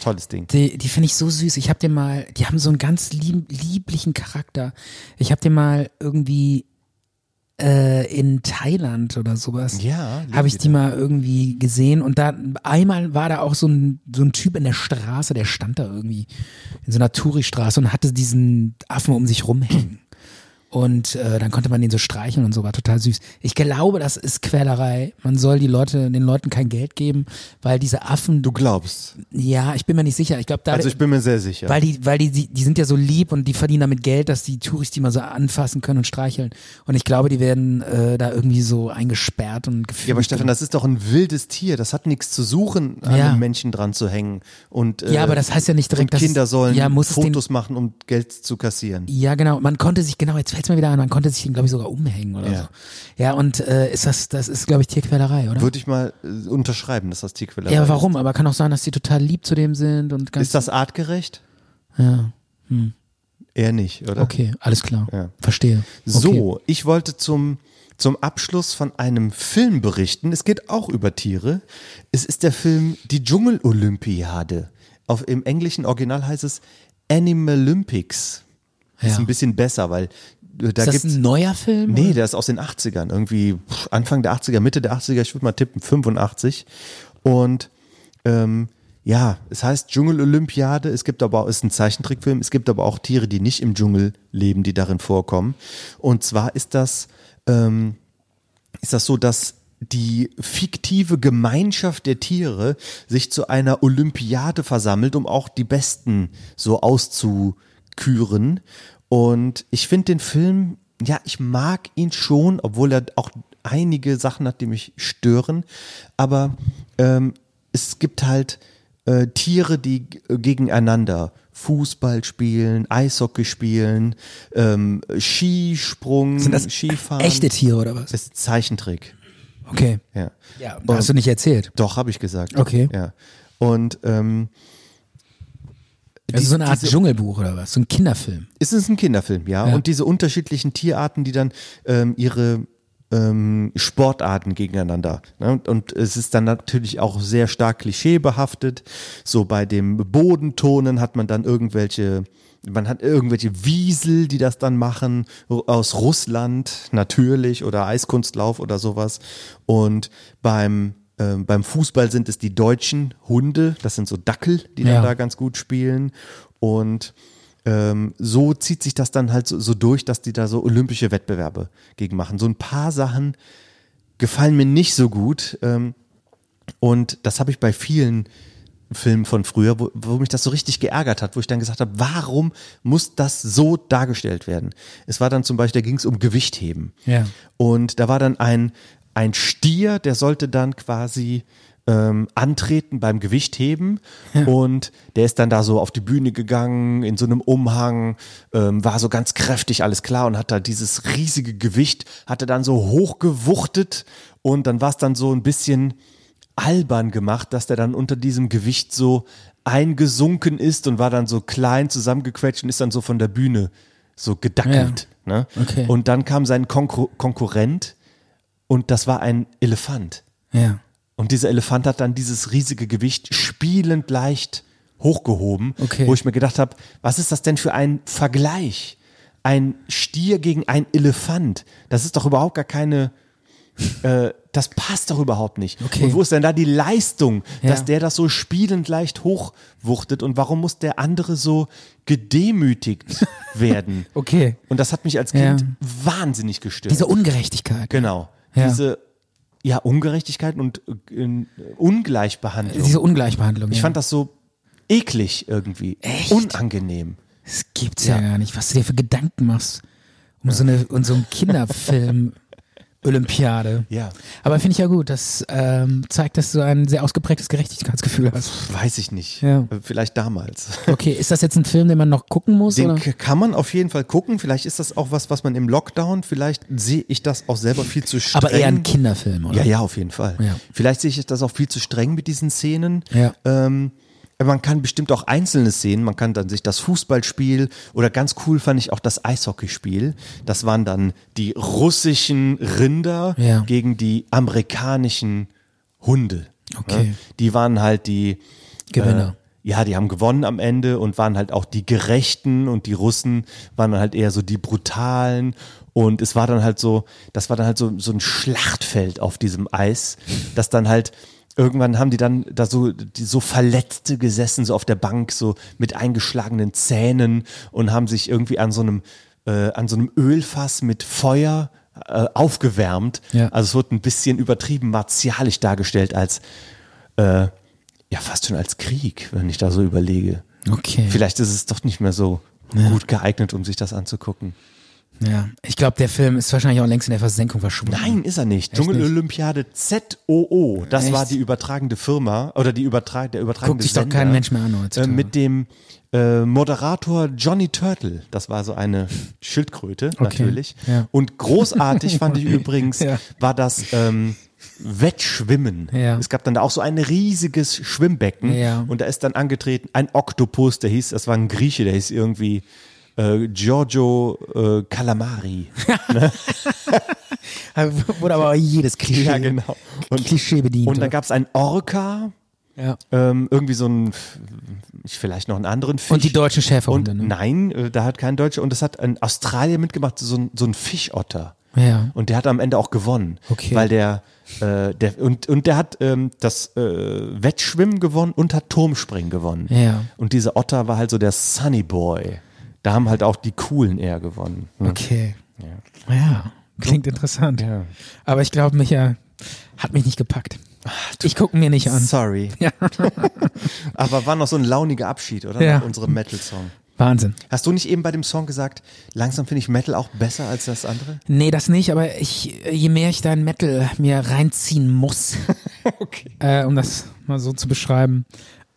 S2: Tolles Ding.
S3: die, die finde ich so süß. Ich habe den mal, die haben so einen ganz lieb, lieblichen Charakter. Ich habe den mal irgendwie äh, in Thailand oder sowas.
S2: Ja, lieben
S3: Habe ich
S2: die
S3: die mal irgendwie gesehen und da einmal war da auch so ein, so ein Typ in der Straße, der stand da irgendwie in so einer Touri-Straße und hatte diesen Affen um sich rumhängen. Und äh, dann konnte man den so streicheln und so, war total süß. Ich glaube, das ist Quälerei. Man soll die Leute, den Leuten kein Geld geben, weil diese Affen,
S2: Du glaubst?
S3: ja, ich bin mir nicht sicher. Ich glaube, da,
S2: Also ich bin mir sehr sicher.
S3: weil die, weil die, die, die sind ja so lieb und die verdienen damit Geld, dass die Touris die mal so anfassen können und streicheln. Und ich glaube, die werden äh, da irgendwie so eingesperrt und gefühlt.
S2: ja, aber Stefan, das ist doch ein wildes Tier. Das hat nichts zu suchen, an
S3: Ja.
S2: einem Menschen dran zu hängen. Und, äh,
S3: Ja, aber das heißt ja nicht direkt,
S2: und
S3: dass es-
S2: Kinder sollen
S3: Ja, muss es den-
S2: Fotos machen, um Geld zu kassieren.
S3: ja, genau. Man konnte sich, genau, jetzt fällt's mir wieder an, man konnte sich den, glaube ich, sogar umhängen oder
S2: Ja.
S3: so. Ja, und äh, ist das, das ist, glaube ich, Tierquälerei, oder?
S2: Würde ich mal äh, unterschreiben, dass das Tierquälerei
S3: ja,
S2: ist.
S3: warum? Aber kann auch sein, dass die total lieb zu dem sind und ganz.
S2: Ist das artgerecht?
S3: Ja. hm.
S2: Eher nicht, oder?
S3: Okay, alles klar.
S2: Ja.
S3: Verstehe. Okay.
S2: So, ich wollte zum, zum Abschluss von einem Film berichten. Es geht auch über Tiere. Es ist der Film Die Dschungelolympiade. Auf, Im englischen Original heißt es Animal Olympics. Ist
S3: Ja.
S2: ein bisschen besser, weil äh, da
S3: ist das
S2: gibt's.
S3: ein neuer Film?
S2: Nee, der ist aus den 80ern, irgendwie pff, Anfang der 80er, Mitte der 80er, ich würde mal tippen, 85. Und ähm, ja, es heißt Dschungelolympiade, es gibt aber auch, ist ein Zeichentrickfilm, es gibt aber auch Tiere, die nicht im Dschungel leben, die darin vorkommen. Und zwar ist das, ähm, ist das so, dass die fiktive Gemeinschaft der Tiere sich zu einer Olympiade versammelt, um auch die Besten so auszuküren. Und ich finde den Film, ja, ich mag ihn schon, obwohl er auch einige Sachen hat, die mich stören. Aber ähm, es gibt halt äh, Tiere, die g- äh, gegeneinander Fußball spielen, Eishockey spielen, ähm, Skisprung,
S10: Sind das
S2: Skifahren.
S10: Echte Tiere oder was?
S2: Das ist Zeichentrick.
S10: Okay.
S2: Ja.
S10: Ja, hast du nicht erzählt.
S2: Doch, habe ich gesagt.
S10: Okay.
S2: Ja. Und ähm,
S10: Also
S2: die-
S10: so eine Art
S2: diese-
S10: Dschungelbuch oder was? So ein Kinderfilm.
S2: es ist ein Kinderfilm, ja. Und diese unterschiedlichen Tierarten, die dann ähm, ihre ähm, Sportarten gegeneinander. Ne? Und, und es ist dann natürlich auch sehr stark klischeebehaftet. So bei dem Bodentonen hat man dann irgendwelche, man hat irgendwelche Wiesel, die das dann machen, ru- aus Russland natürlich oder Eiskunstlauf oder sowas. Und beim ähm, beim Fußball sind es die deutschen Hunde, das sind so Dackel, die
S10: Ja.
S2: dann da ganz gut spielen. Und ähm, so zieht sich das dann halt so, so durch, dass die da so olympische Wettbewerbe gegen machen. So ein paar Sachen gefallen mir nicht so gut. Ähm, und das habe ich bei vielen Filmen von früher, wo, wo mich das so richtig geärgert hat, wo ich dann gesagt habe, warum muss das so dargestellt werden? Es war dann zum Beispiel, da ging es um Gewichtheben.
S10: Ja.
S2: Und da war dann ein, ein Stier, der sollte dann quasi ähm, antreten beim Gewichtheben. Und der ist dann da so auf die Bühne gegangen, in so einem Umhang, ähm, war so ganz kräftig, alles klar, und hat da dieses riesige Gewicht, hatte dann so hochgewuchtet. Und dann war es dann so ein bisschen albern gemacht, dass der dann unter diesem Gewicht so eingesunken ist und war dann so klein zusammengequetscht und ist dann so von der Bühne so gedackelt. Ne?
S10: Okay.
S2: Und dann kam sein Konkur Konkurrent und das war ein Elefant.
S10: Ja.
S2: Und dieser Elefant hat dann dieses riesige Gewicht spielend leicht hochgehoben,
S10: Okay.
S2: wo ich mir gedacht habe, was ist das denn für ein Vergleich? Ein Stier gegen ein Elefant. Das ist doch überhaupt gar keine, äh, das passt doch überhaupt nicht.
S10: Okay.
S2: Und wo ist denn da die Leistung,
S10: Ja.
S2: dass der das so spielend leicht hochwuchtet und warum muss der andere so gedemütigt werden?
S10: Okay.
S2: Und das hat mich als
S10: Ja.
S2: Kind wahnsinnig gestört.
S10: Diese Ungerechtigkeit.
S2: Genau.
S10: Ja.
S2: Diese ja, Ungerechtigkeit und äh, in- Ungleichbehandlung.
S10: Diese Ungleichbehandlung.
S2: ich
S10: ja.
S2: fand das so eklig irgendwie. Echt? Unangenehm.
S10: Das gibt's ja. gar nicht, was du dir für Gedanken machst. Um so eine, um so einen Kinderfilm. Olympiade.
S2: Ja.
S10: Aber finde ich ja gut. Das ähm, zeigt, dass du ein sehr ausgeprägtes Gerechtigkeitsgefühl hast.
S2: Weiß ich nicht.
S10: Ja.
S2: Äh, Vielleicht damals.
S10: Okay, ist das jetzt ein Film, den man noch gucken muss?
S2: Den
S10: Oder?
S2: k- kann man auf jeden Fall gucken. Vielleicht ist das auch was, was man im Lockdown, vielleicht sehe ich das auch selber viel zu streng.
S10: Aber eher ein Kinderfilm, oder?
S2: Ja, ja, auf jeden Fall.
S10: Ja.
S2: Vielleicht sehe ich das auch viel zu streng mit diesen Szenen.
S10: Ja.
S2: Ähm, aber man kann bestimmt auch einzelne Szenen, man kann dann sich das Fußballspiel oder ganz cool fand ich auch das Eishockeyspiel. Das waren dann die russischen Rinder
S10: Ja.
S2: gegen die amerikanischen Hunde.
S10: Okay.
S2: Ne? Die waren halt die
S10: Gewinner.
S2: Äh, ja, die haben gewonnen am Ende und waren halt auch die Gerechten und die Russen waren dann halt eher so die Brutalen. Und es war dann halt so, das war dann halt so, so ein Schlachtfeld auf diesem Eis, das dann halt. Irgendwann haben die dann da so, die so Verletzte gesessen, so auf der Bank, so mit eingeschlagenen Zähnen und haben sich irgendwie an so einem, äh, an so einem Ölfass mit Feuer äh, aufgewärmt.
S10: Ja.
S2: Also es wurde ein bisschen übertrieben martialisch dargestellt als äh, ja fast schon als Krieg, wenn ich da so überlege.
S10: Okay.
S2: Vielleicht ist es doch nicht mehr so gut geeignet, um sich das anzugucken.
S10: Ja. Ich glaube, der Film ist wahrscheinlich auch längst in der Versenkung verschwunden.
S2: Nein, ist er nicht. Dschungelolympiade ZOO, das
S10: Echt?
S2: war die übertragende Firma oder die übertra der übertragende
S10: Guckt sich doch
S2: Sender,
S10: kein Mensch mehr an heutzutage.
S2: Äh, mit dem äh, Moderator Johnny Turtle, das war so eine Schildkröte natürlich.
S10: ja.
S2: Und großartig fand ich übrigens,
S10: Ja.
S2: war das ähm, Wettschwimmen.
S10: Ja.
S2: Es gab dann da auch so ein riesiges Schwimmbecken
S10: Ja.
S2: und da ist dann angetreten ein Oktopus, der hieß, das war ein Grieche, der hieß irgendwie äh, Giorgio äh, Calamari.
S10: Wurde aber jedes Klischee,
S2: Ja, genau. Und,
S10: Klischee bedient.
S2: und dann gab es einen Orca
S3: Ja.
S2: Ähm, irgendwie so ein, vielleicht noch einen anderen Fisch.
S3: Und die deutschen Schäferhunde.
S2: Und
S3: ne?
S2: nein, äh, da hat kein Deutscher. Und das hat in Australien mitgemacht, so ein, so ein Fischotter.
S3: Ja.
S2: Und der hat am Ende auch gewonnen.
S3: Okay.
S2: Weil der, äh, der und, und der hat ähm, das äh, Wettschwimmen gewonnen und hat Turmspringen gewonnen.
S3: Ja.
S2: Und dieser Otter war halt so der Sunny Boy. Da haben halt auch die Coolen eher gewonnen. ne?
S3: Okay. Ja. Klingt interessant. Aber ich glaube, Micha hat mich nicht gepackt. ich gucke mir nicht an.
S2: Sorry.
S3: Ja.
S2: Aber war noch so ein launiger Abschied, oder?
S3: Ja.
S2: Nach unserem Metal-Song.
S3: Wahnsinn.
S2: Hast du nicht eben bei dem Song gesagt, langsam finde ich Metal auch besser als das andere?
S3: Nee, das nicht, aber ich, je mehr ich dein Metal mir reinziehen muss, äh, um das mal so zu beschreiben,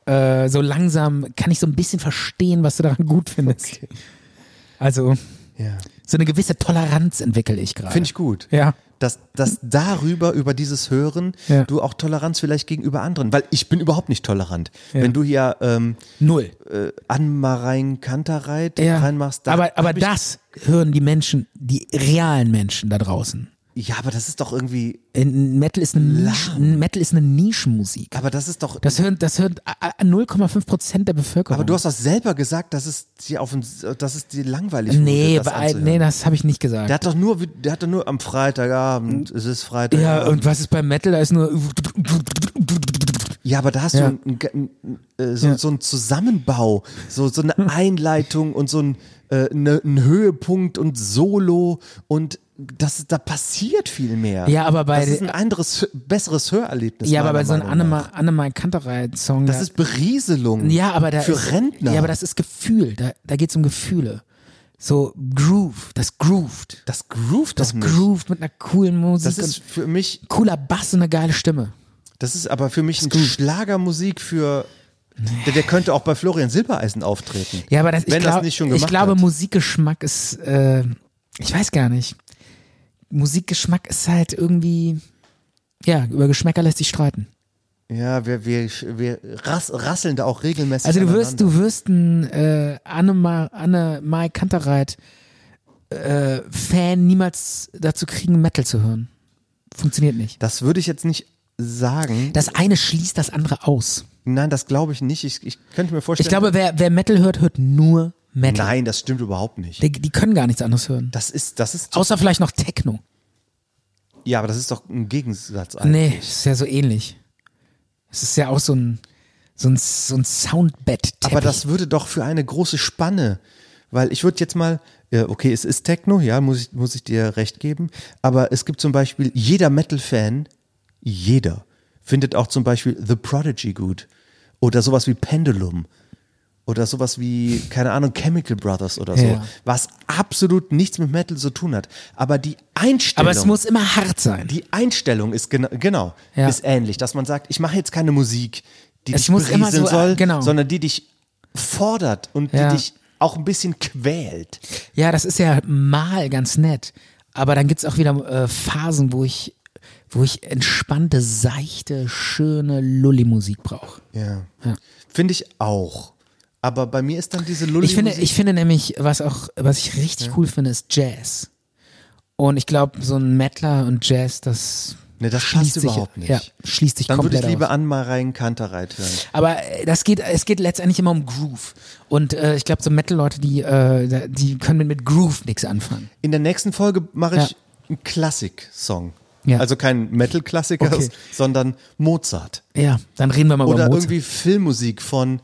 S3: äh, so langsam kann ich so ein bisschen verstehen, was du daran gut findest. Also,
S2: Ja.
S3: so eine gewisse Toleranz entwickle ich gerade.
S2: Finde ich gut.
S3: Ja.
S2: Dass, dass darüber, über dieses Hören,
S3: Ja.
S2: du auch Toleranz vielleicht gegenüber anderen, weil ich bin überhaupt nicht tolerant. Wenn du hier ähm,
S3: Null.
S2: äh, Anmarein Kantereit
S3: Ja.
S2: Äh, reinmachst, da
S3: aber aber
S2: hab ich-
S3: das hören die Menschen, die realen Menschen da draußen.
S2: Ja, aber das ist doch irgendwie,
S3: In- Äh, Metal ist eine, Nisch, Metal ist eine Nischenmusik.
S2: aber das ist doch,
S3: Das hören, das hören a- a- 0,5 Prozent der Bevölkerung.
S2: aber du hast doch selber gesagt, dass es dir auf den, dass es dir langweilig
S3: nee,
S2: wurde, das
S3: bei-
S2: anzuhören.
S3: nee, das habe ich nicht gesagt.
S2: Der hat doch nur, der hat doch nur am Freitagabend, es ist Freitag.
S3: ja, und was ist beim Metal? Da ist nur.
S2: Ja, aber da hast
S3: Ja.
S2: du ein, ein, ein, äh, so, so einen Zusammenbau, so, so eine Einleitung und so ein, äh, ne, ein Höhepunkt und Solo und das, da passiert viel mehr.
S3: Ja, aber bei-
S2: das ist ein anderes, besseres Hörerlebnis.
S3: Ja, aber bei
S2: meiner
S3: so einem
S2: Meinung nach.
S3: Annemal Annemal Kanterei-Song.
S2: Das
S3: da-
S2: ist Berieselung
S3: ja, aber da
S2: für
S3: ist,
S2: Rentner.
S3: Ja, aber das ist Gefühl. Da, da geht es um Gefühle. So Groove, das grooved.
S2: das groovt
S3: Das
S2: doch nicht.
S3: grooved mit einer coolen Musik.
S2: das ist für mich,
S3: und cooler Bass und eine geile Stimme.
S2: das ist aber für mich ein Schlagermusik für, der, der könnte auch bei Florian Silbereisen auftreten.
S3: Ja, aber das,
S2: Wenn
S3: ich glaub,
S2: das nicht schon gemacht
S3: Ich glaube,
S2: hat.
S3: Musikgeschmack ist, äh, ich weiß gar nicht. Musikgeschmack ist halt irgendwie, ja, über Geschmäcker lässt sich streiten.
S2: Ja, wir, wir, wir rass, rasseln da auch regelmäßig.
S3: Also du wirst,
S2: aneinander.
S3: du wirst ein äh, Anne, Anne Mai Kantereit äh, Fan niemals dazu kriegen, Metal zu hören. Funktioniert nicht.
S2: Das würde ich jetzt nicht sagen.
S3: Das eine schließt das andere aus.
S2: Nein, das glaube ich nicht. Ich, ich könnte mir vorstellen.
S3: Ich glaube, wer, wer Metal hört, hört nur Metal.
S2: nein, das stimmt überhaupt nicht.
S3: Die, die können gar nichts anderes hören.
S2: Das ist, das ist,
S3: Außer vielleicht noch Techno.
S2: ja, aber das ist doch ein Gegensatz. eigentlich.
S3: Nee, ist ja so ähnlich. Es ist ja auch so ein, so ein, so ein Soundbett.
S2: aber das würde doch für eine große Spanne, weil ich würde jetzt mal, ja, okay, es ist Techno, ja, muss ich, muss ich dir recht geben, aber es gibt zum Beispiel jeder Metal-Fan, jeder, findet auch zum Beispiel The Prodigy gut oder sowas wie Pendulum. Oder sowas wie, keine Ahnung, Chemical Brothers oder so,
S3: Ja.
S2: was absolut nichts mit Metal zu tun hat. Aber die Einstellung.
S3: aber es muss immer hart sein.
S2: Die Einstellung ist genau, genau
S3: Ja.
S2: ist ähnlich, dass man sagt, ich mache jetzt keine Musik, die
S3: Es
S2: dich
S3: muss immer
S2: berieseln
S3: so,
S2: soll,
S3: genau.
S2: sondern die dich fordert und
S3: Ja.
S2: die dich auch ein bisschen quält.
S3: Ja, das ist ja mal ganz nett. Aber dann gibt's auch wieder äh, Phasen, wo ich, wo ich entspannte, seichte, schöne Lulli-Musik brauche.
S2: Ja. Finde ich auch. Aber bei mir ist dann diese Lulli
S3: Ich finde, ich finde nämlich, was auch, was ich richtig cool finde, ist Jazz. Und ich glaube, so ein Mettler und Jazz, das,
S2: Nee, das
S3: schließt
S2: passt
S3: sich,
S2: überhaupt nicht.
S3: Ja, schließt sich
S2: dann würde
S3: komplett
S2: ich lieber
S3: aus.
S2: an mal rein Kantereit hören.
S3: Aber äh, das geht, es geht letztendlich immer um Groove. Und äh, ich glaube, so Metal-Leute, die, äh, da- die können mit, mit Groove nichts anfangen.
S2: In der nächsten Folge mache ich
S3: Ja.
S2: einen Klassik-Song.
S3: Ja.
S2: Also kein Metal-Klassiker,
S3: Okay.
S2: sondern Mozart.
S3: Ja, dann reden wir mal
S2: Oder
S3: über Mozart.
S2: irgendwie Filmmusik von,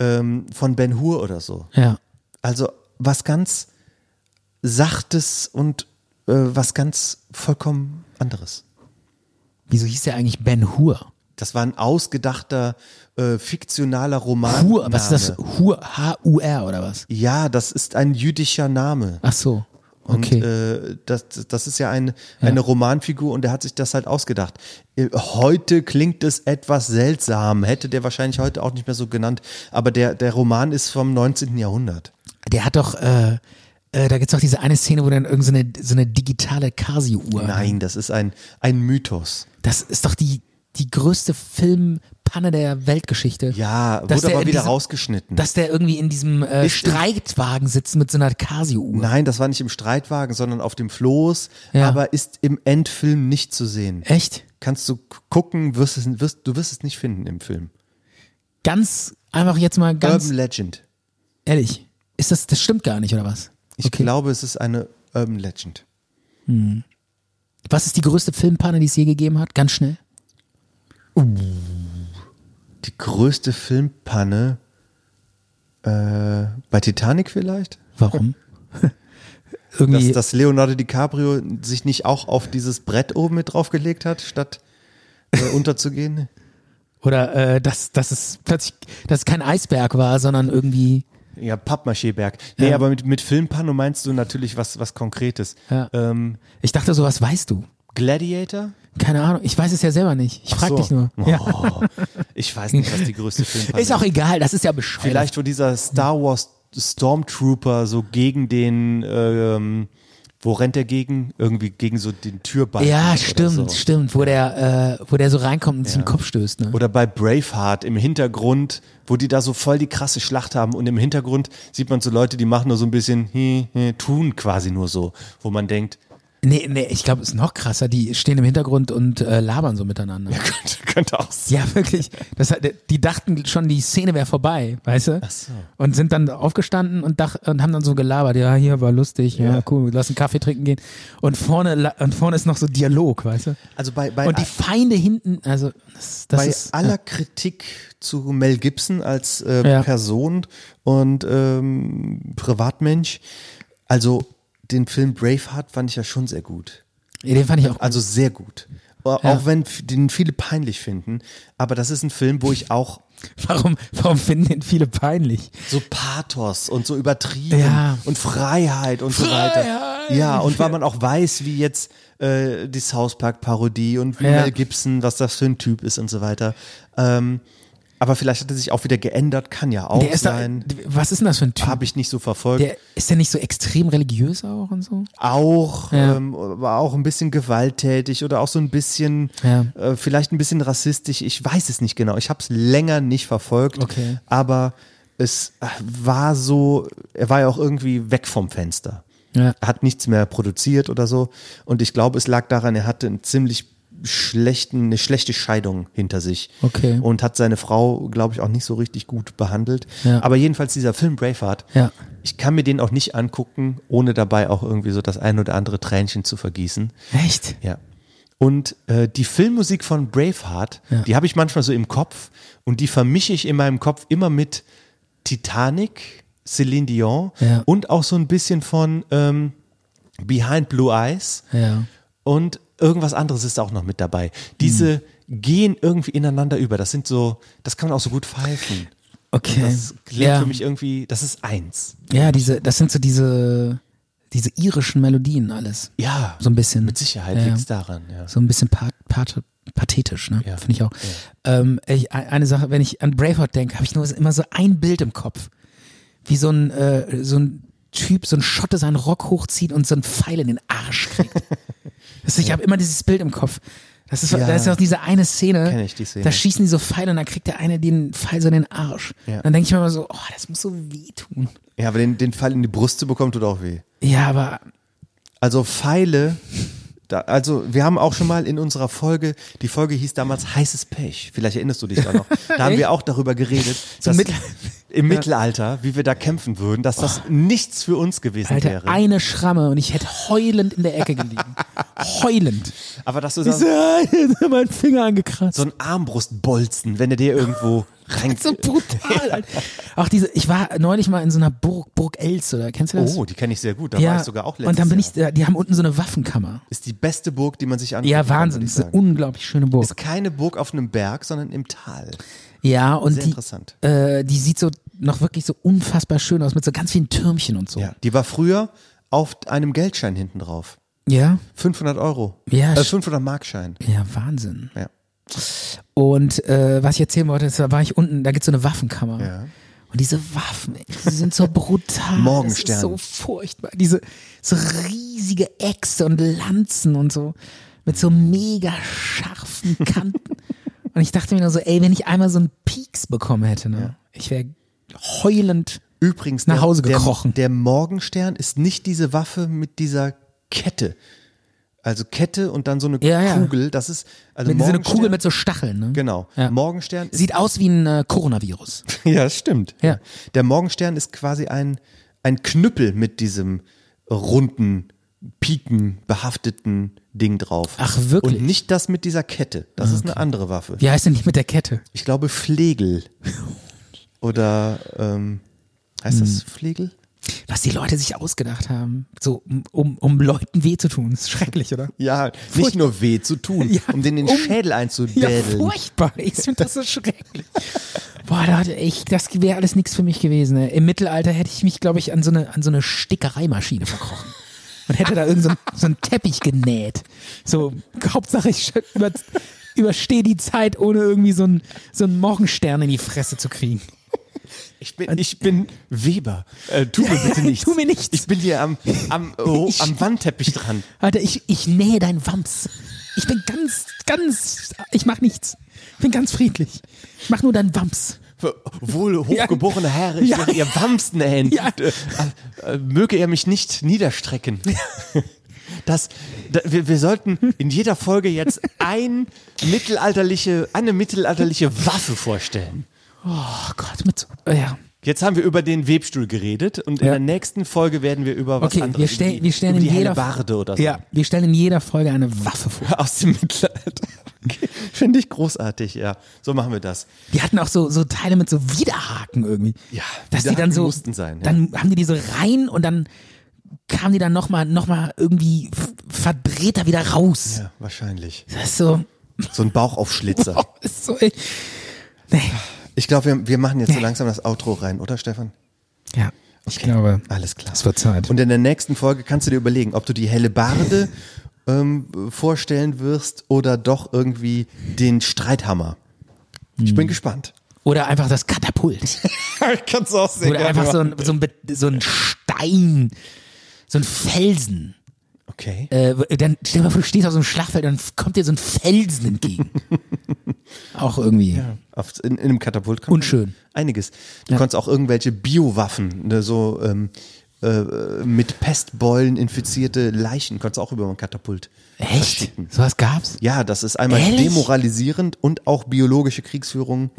S2: ähm, von Ben Hur oder so.
S3: ja.
S2: Also was ganz Sachtes und äh, was ganz vollkommen anderes.
S3: Wieso hieß der eigentlich Ben Hur?
S2: Das war ein ausgedachter, äh, fiktionaler Roman.
S3: Hur, was ist das? Hur, H-U-R oder was?
S2: Ja, das ist ein jüdischer Name.
S3: Ach so.
S2: Und
S3: Okay.
S2: äh, das, das ist ja, ein, eine Romanfigur und der hat sich das halt ausgedacht. Äh, Heute klingt es etwas seltsam, hätte der wahrscheinlich heute auch nicht mehr so genannt, aber der, der Roman ist vom 19. Jahrhundert.
S3: der hat doch, äh, äh, da gibt's doch diese eine Szene, wo dann irgendeine so eine, so eine digitale Casio-Uhr.
S2: Nein, das ist ein, ein Mythos.
S3: Das ist doch die, die größte Filmpanne der Weltgeschichte.
S2: Ja,
S3: Dass der
S2: wurde aber
S3: in
S2: wieder
S3: diesem-
S2: rausgeschnitten.
S3: Dass der irgendwie in diesem äh,
S2: Ist-
S3: Streitwagen sitzt mit so einer Casio-Uhr.
S2: Nein, das war nicht im Streitwagen, sondern auf dem Floß,
S3: Ja.
S2: aber ist im Endfilm nicht zu sehen.
S3: Echt?
S2: Kannst du k- gucken, wirst es, wirst, du wirst es nicht finden im Film.
S3: Ganz, einfach jetzt mal ganz
S2: Urban Legend.
S3: ehrlich. Ist das, das stimmt gar nicht, oder was?
S2: Ich glaube, es ist eine Urban Legend.
S3: Was ist die größte Filmpanne, die es je gegeben hat? Ganz schnell.
S2: Die größte Filmpanne äh, bei Titanic vielleicht?
S3: Warum?
S2: Dass,
S3: Irgendwie.
S2: dass Leonardo DiCaprio sich nicht auch auf dieses Brett oben mit draufgelegt hat, statt äh, unterzugehen?
S3: oder äh, dass, dass es plötzlich, dass es kein Eisberg war, sondern irgendwie.
S2: Ja, Pappmaché-Berg. Nee, aber mit, mit Filmpanne meinst du natürlich was, was Konkretes.
S3: Ja.
S2: Ähm,
S3: Ich dachte, sowas weißt du.
S2: Gladiator?
S3: Keine Ahnung. Ich weiß es ja selber nicht. Ich frage
S2: so.
S3: dich nur.
S2: Oh,
S3: Ja.
S2: Ich weiß nicht, was die größte Filmpanne
S3: Ist auch egal, das ist ja bescheuert.
S2: Vielleicht, wo dieser Star Wars Stormtrooper so gegen den, ähm, wo rennt er gegen? Irgendwie gegen so den Türbalken.
S3: Ja,
S2: oder
S3: stimmt,
S2: So.
S3: stimmt, wo der, äh, wo der so reinkommt und sich den Kopf stößt. Ne?
S2: Oder bei Braveheart im Hintergrund, wo die da so voll die krasse Schlacht haben und im Hintergrund sieht man so Leute, die machen nur so ein bisschen, hm, hm, tun quasi nur so, wo man denkt,
S3: Nee, nee, ich glaube, es ist noch krasser. Die stehen im Hintergrund und äh, labern so miteinander. Ja,
S2: könnte, könnte auch sein.
S3: wirklich. Das, hat- die dachten schon, die Szene wäre vorbei, weißt du? Ach
S2: so.
S3: Und sind dann aufgestanden und, dach, und haben dann so gelabert. Ja, hier war lustig. Ja,
S2: Ja.
S3: cool, lass einen Kaffee trinken gehen. Und vorne, la- und vorne ist noch so Dialog, weißt du?
S2: Also bei, bei,
S3: und die Feinde hinten, also das, das
S2: bei
S3: ist äh,
S2: aller Kritik zu Mel Gibson als äh,
S3: Ja.
S2: Person und ähm, Privatmensch, also den Film Braveheart fand ich ja schon sehr gut.
S3: ja, den fand ich auch
S2: Also sehr gut. Auch wenn f- den viele peinlich finden, aber das ist ein Film, wo ich auch
S3: warum warum finden den viele peinlich?
S2: so Pathos und so übertrieben
S3: Ja.
S2: und Freiheit und so weiter. Ja, und weil man auch weiß, wie jetzt äh, die South Park Parodie und wie
S3: Ja.
S2: Mel Gibson, was das für ein Typ ist und so weiter. Ähm, aber vielleicht hat er sich auch wieder geändert, kann ja auch
S3: Der ist da,
S2: sein.
S3: was ist denn das für ein Typ?
S2: Habe ich nicht so verfolgt.
S3: Der ist ja nicht so extrem religiös auch und so.
S2: auch,
S3: Ja.
S2: ähm, war auch ein bisschen gewalttätig oder auch so ein bisschen,
S3: Ja.
S2: äh, vielleicht ein bisschen rassistisch. Ich weiß es nicht genau. Ich habe es länger nicht verfolgt.
S3: Okay.
S2: Aber es äh, war so, er war ja auch irgendwie weg vom Fenster.
S3: Ja.
S2: Er hat nichts mehr produziert oder so. Und ich glaube, es lag daran, er hatte einen ziemlich schlechten, eine schlechte Scheidung hinter sich.
S3: Okay.
S2: Und hat seine Frau, glaube ich, auch nicht so richtig gut behandelt.
S3: Ja.
S2: Aber jedenfalls dieser Film Braveheart,
S3: Ja.
S2: ich kann mir den auch nicht angucken, ohne dabei auch irgendwie so das ein oder andere Tränchen zu vergießen.
S3: Echt?
S2: Ja. Und äh, die Filmmusik von Braveheart, die habe ich manchmal so im Kopf und die vermische ich in meinem Kopf immer mit Titanic, Celine Dion
S3: Ja.
S2: und auch so ein bisschen von ähm, Behind Blue Eyes
S3: Ja.
S2: und irgendwas anderes ist auch noch mit dabei. Diese
S3: Mhm.
S2: gehen irgendwie ineinander über. Das sind so, das kann man auch so gut pfeifen.
S3: Okay.
S2: Das klingt
S3: ja.
S2: für mich irgendwie, das ist eins.
S3: ja, diese, das sind so diese, diese irischen Melodien alles.
S2: Ja,
S3: So ein bisschen.
S2: mit Sicherheit
S3: Ja,
S2: liegt's
S3: ja.
S2: liegt es daran. Ja.
S3: So ein bisschen pa pat pathetisch, ne?
S2: Ja.
S3: Finde ich auch. Ähm, ich, e- eine Sache, wenn ich an Braveheart denke, habe ich nur immer so ein Bild im Kopf. Wie so ein, äh, so ein Typ, so ein Schotte seinen Rock hochzieht und so einen Pfeil in den Arsch kriegt. das, ich habe immer dieses Bild im Kopf. Das ist,
S2: Ja.
S3: Da ist ja auch diese eine Szene,
S2: Kenn ich die Szene.
S3: da schießen die so Pfeile und dann kriegt der eine den Pfeil so in den Arsch.
S2: Ja.
S3: Dann denke ich mir immer so, oh, das muss so wehtun.
S2: ja, aber den, den Fall in die Brust zu bekommen, tut auch weh.
S3: Ja, aber
S2: Also Pfeile, da, also wir haben auch schon mal in unserer Folge, die Folge hieß damals Heißes Pech, vielleicht erinnerst du dich da noch, da haben wir auch darüber geredet, dass
S3: Mittel- Oh.
S2: im Mittelalter, wie wir da kämpfen würden, dass das nichts für uns gewesen
S3: Alter,
S2: wäre.
S3: eine Schramme und ich hätte heulend in der Ecke gelegen. heulend.
S2: Aber dass du sagst,
S3: Diese, mein Finger angekratzt.
S2: so ein Armbrustbolzen, wenn er dir irgendwo rein...
S3: so brutal. Alter. Auch diese, ich war neulich mal in so einer Burg, Burg Elz, oder kennst du das?
S2: Oh, die kenne ich sehr gut, da
S3: ja.
S2: war ich sogar auch letztes
S3: Und dann bin ich,
S2: Jahr.
S3: da- die haben unten so eine Waffenkammer.
S2: Ist die beste Burg, die man sich angucken
S3: Ja,
S2: kann,
S3: Wahnsinn.
S2: würde ich
S3: Das ist eine
S2: sagen.
S3: unglaublich schöne Burg.
S2: Ist keine Burg auf einem Berg, sondern im Tal.
S3: ja, und
S2: Sehr
S3: die,
S2: interessant.
S3: äh, die sieht so noch wirklich so unfassbar schön aus, mit so ganz vielen Türmchen und so.
S2: Ja. Die war früher auf einem Geldschein hinten drauf.
S3: Ja,
S2: 500 Euro.
S3: Ja,
S2: Äh,
S3: sch-
S2: 500 Markschein.
S3: ja Wahnsinn.
S2: Ja.
S3: Und äh, was ich erzählen wollte, ist, da war ich unten, da gibt's so eine Waffenkammer.
S2: Ja.
S3: Und diese Waffen, ey, die sind so brutal. Das
S2: Morgenstern.
S3: ist so furchtbar. Diese so riesige Äxte und Lanzen und so mit so mega scharfen Kanten. und ich dachte mir nur so, ey, wenn ich einmal so einen Pieks bekommen hätte, ne? Ich wäre heulend.
S2: Übrigens,
S3: Nach
S2: der-
S3: Hause
S2: der,
S3: gekrochen.
S2: Der Morgenstern ist nicht diese Waffe mit dieser Kette. Also Kette und dann so eine
S3: Ja, ja.
S2: Kugel. Das ist also
S3: Mit so eine
S2: Morgenstern-
S3: Kugel mit so Stacheln, ne?
S2: Genau.
S3: Ja.
S2: Morgenstern ist,
S3: Sieht aus wie ein äh, Coronavirus.
S2: ja, stimmt.
S3: Ja.
S2: Der Morgenstern ist quasi ein, ein Knüppel mit diesem runden, piken, behafteten Ding drauf.
S3: Ach, wirklich? Ah,
S2: Und nicht das mit dieser Kette. Das ist eine andere Waffe.
S3: Wie heißt denn die mit der Kette?
S2: Ich glaube Flegel. Oder ähm, heißt das
S3: Hm.
S2: Flegel?
S3: Was die Leute sich ausgedacht haben, so um- um, um Leuten weh zu tun, ist schrecklich, oder?
S2: Ja, nicht nur weh zu tun,
S3: Ja,
S2: um den in den
S3: um-
S2: Schädel
S3: Ja,
S2: einzudädeln.
S3: furchtbar. Ich finde das so schrecklich. Boah, da hatte ich, das wäre alles nichts für mich gewesen. Ne? Im Mittelalter hätte ich mich, glaube ich, an so eine, an so eine Stickereimaschine verkrochen. Und hätte da irgend so, ein- so einen Teppich genäht. So, Hauptsache ich sch- über, überstehe die Zeit, ohne irgendwie so einen, so einen Morgenstern in die Fresse zu kriegen.
S2: Ich bin, ich bin Weber. Äh, tu mir bitte nichts.
S3: Tu mir nichts.
S2: Ich bin hier am, am, oh, am Wandteppich dran.
S3: Alter, ich, ich nähe deinen Wams. Ich bin ganz, ganz, ich mach nichts. Ich bin ganz friedlich. Ich mach nur deinen Wams.
S2: Wohl hochgeborene Herr, ich
S3: Ja.
S2: wäre ihr Wamsten nähen.
S3: Ja.
S2: Äh, äh, möge er mich nicht niederstrecken. Das, da, wir, wir sollten in jeder Folge jetzt ein mittelalterliche, eine mittelalterliche Waffe vorstellen.
S3: Oh Gott, mit so, ja.
S2: Jetzt haben wir über den Webstuhl geredet und in
S3: Ja.
S2: der nächsten Folge werden wir über was
S3: Okay,
S2: anderes
S3: wir stellen,
S2: über
S3: wir stellen
S2: über
S3: in
S2: die
S3: jeder
S2: Hellebarde oder so.
S3: Ja, wir stellen in jeder Folge eine Waffe vor.
S2: Aus dem Mittelalter. Okay. Finde ich großartig, ja. So machen wir das.
S3: Die hatten auch so, so Teile mit so Widerhaken irgendwie.
S2: Ja,
S3: dass die
S2: Widerhaken
S3: dann so,
S2: mussten sein, ja.
S3: dann haben die die so rein und dann kamen die dann nochmal, noch mal irgendwie f- verdreht da wieder raus.
S2: Ja, wahrscheinlich.
S3: Das ist so,
S2: So ein Bauchaufschlitzer.
S3: oh, ist so, ey. nee.
S2: Ich glaube, wir, wir machen jetzt so
S3: Nee.
S2: langsam das Outro rein, oder Stefan?
S3: Ja, ich glaube,
S2: Alles klar.
S3: es wird Zeit.
S2: Und in der nächsten Folge kannst du dir überlegen, ob du die helle Barde ähm, vorstellen wirst oder doch irgendwie den Streithammer. Ich
S3: Hm.
S2: bin gespannt.
S3: Oder einfach das Katapult.
S2: kannst du auch sehen.
S3: Oder einfach so ein, so ein, Be- so ein Stein, so ein Felsen.
S2: Okay.
S3: äh, dann stell dir mal vor, du stehst auf so einem Schlachtfeld und dann kommt dir so ein Felsen entgegen. auch irgendwie.
S2: Auf, in, in einem Katapult kann
S3: Unschön.
S2: Man einiges. Du kannst auch irgendwelche Biowaffen, ne, so ähm, äh, mit Pestbeulen infizierte Leichen, kannst du auch über ein Katapult.
S3: Äh, Echt? Sowas gab's?
S2: Ja, das ist einmal
S3: Ehrlich?
S2: demoralisierend und auch biologische Kriegsführung.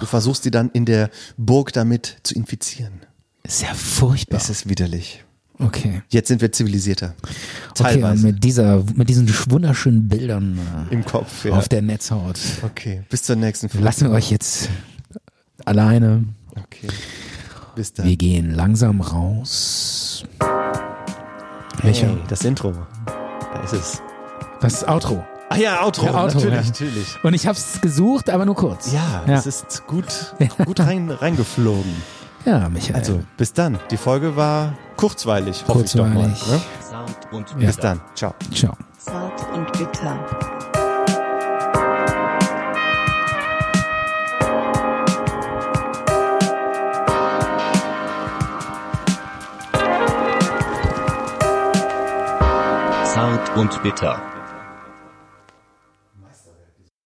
S2: Du versuchst die dann in der Burg damit zu infizieren.
S3: Ist ja furchtbar.
S2: Es ist widerlich.
S3: Okay.
S2: Jetzt sind wir zivilisierter.
S3: Okay, und
S2: Teilweise.
S3: mit dieser, mit diesen wunderschönen Bildern äh,
S2: Im Kopf, ja.
S3: auf der Netzhaut
S2: okay, bis zur nächsten Folge.
S3: lassen wir euch jetzt alleine.
S2: Okay. Bis dann.
S3: Wir gehen langsam raus. Welcher?
S2: Hey, das Intro. Da ist es.
S3: Das Outro.
S2: Ah ja, Outro.
S3: Ja, Outro,
S2: natürlich,
S3: ja.
S2: natürlich.
S3: Und ich hab's gesucht, aber nur kurz.
S2: Ja,
S3: Ja,
S2: es ist gut, gut rein, reingeflogen.
S3: ja Michael.
S2: Also, bis dann. Die Folge war kurzweilig, hoffe ich doch mal.
S3: Kurzweilig.
S2: Ne?
S11: Zart und
S2: Bis dann. Ciao.
S3: Ciao.
S1: Zart und bitter.
S11: Zart und bitter.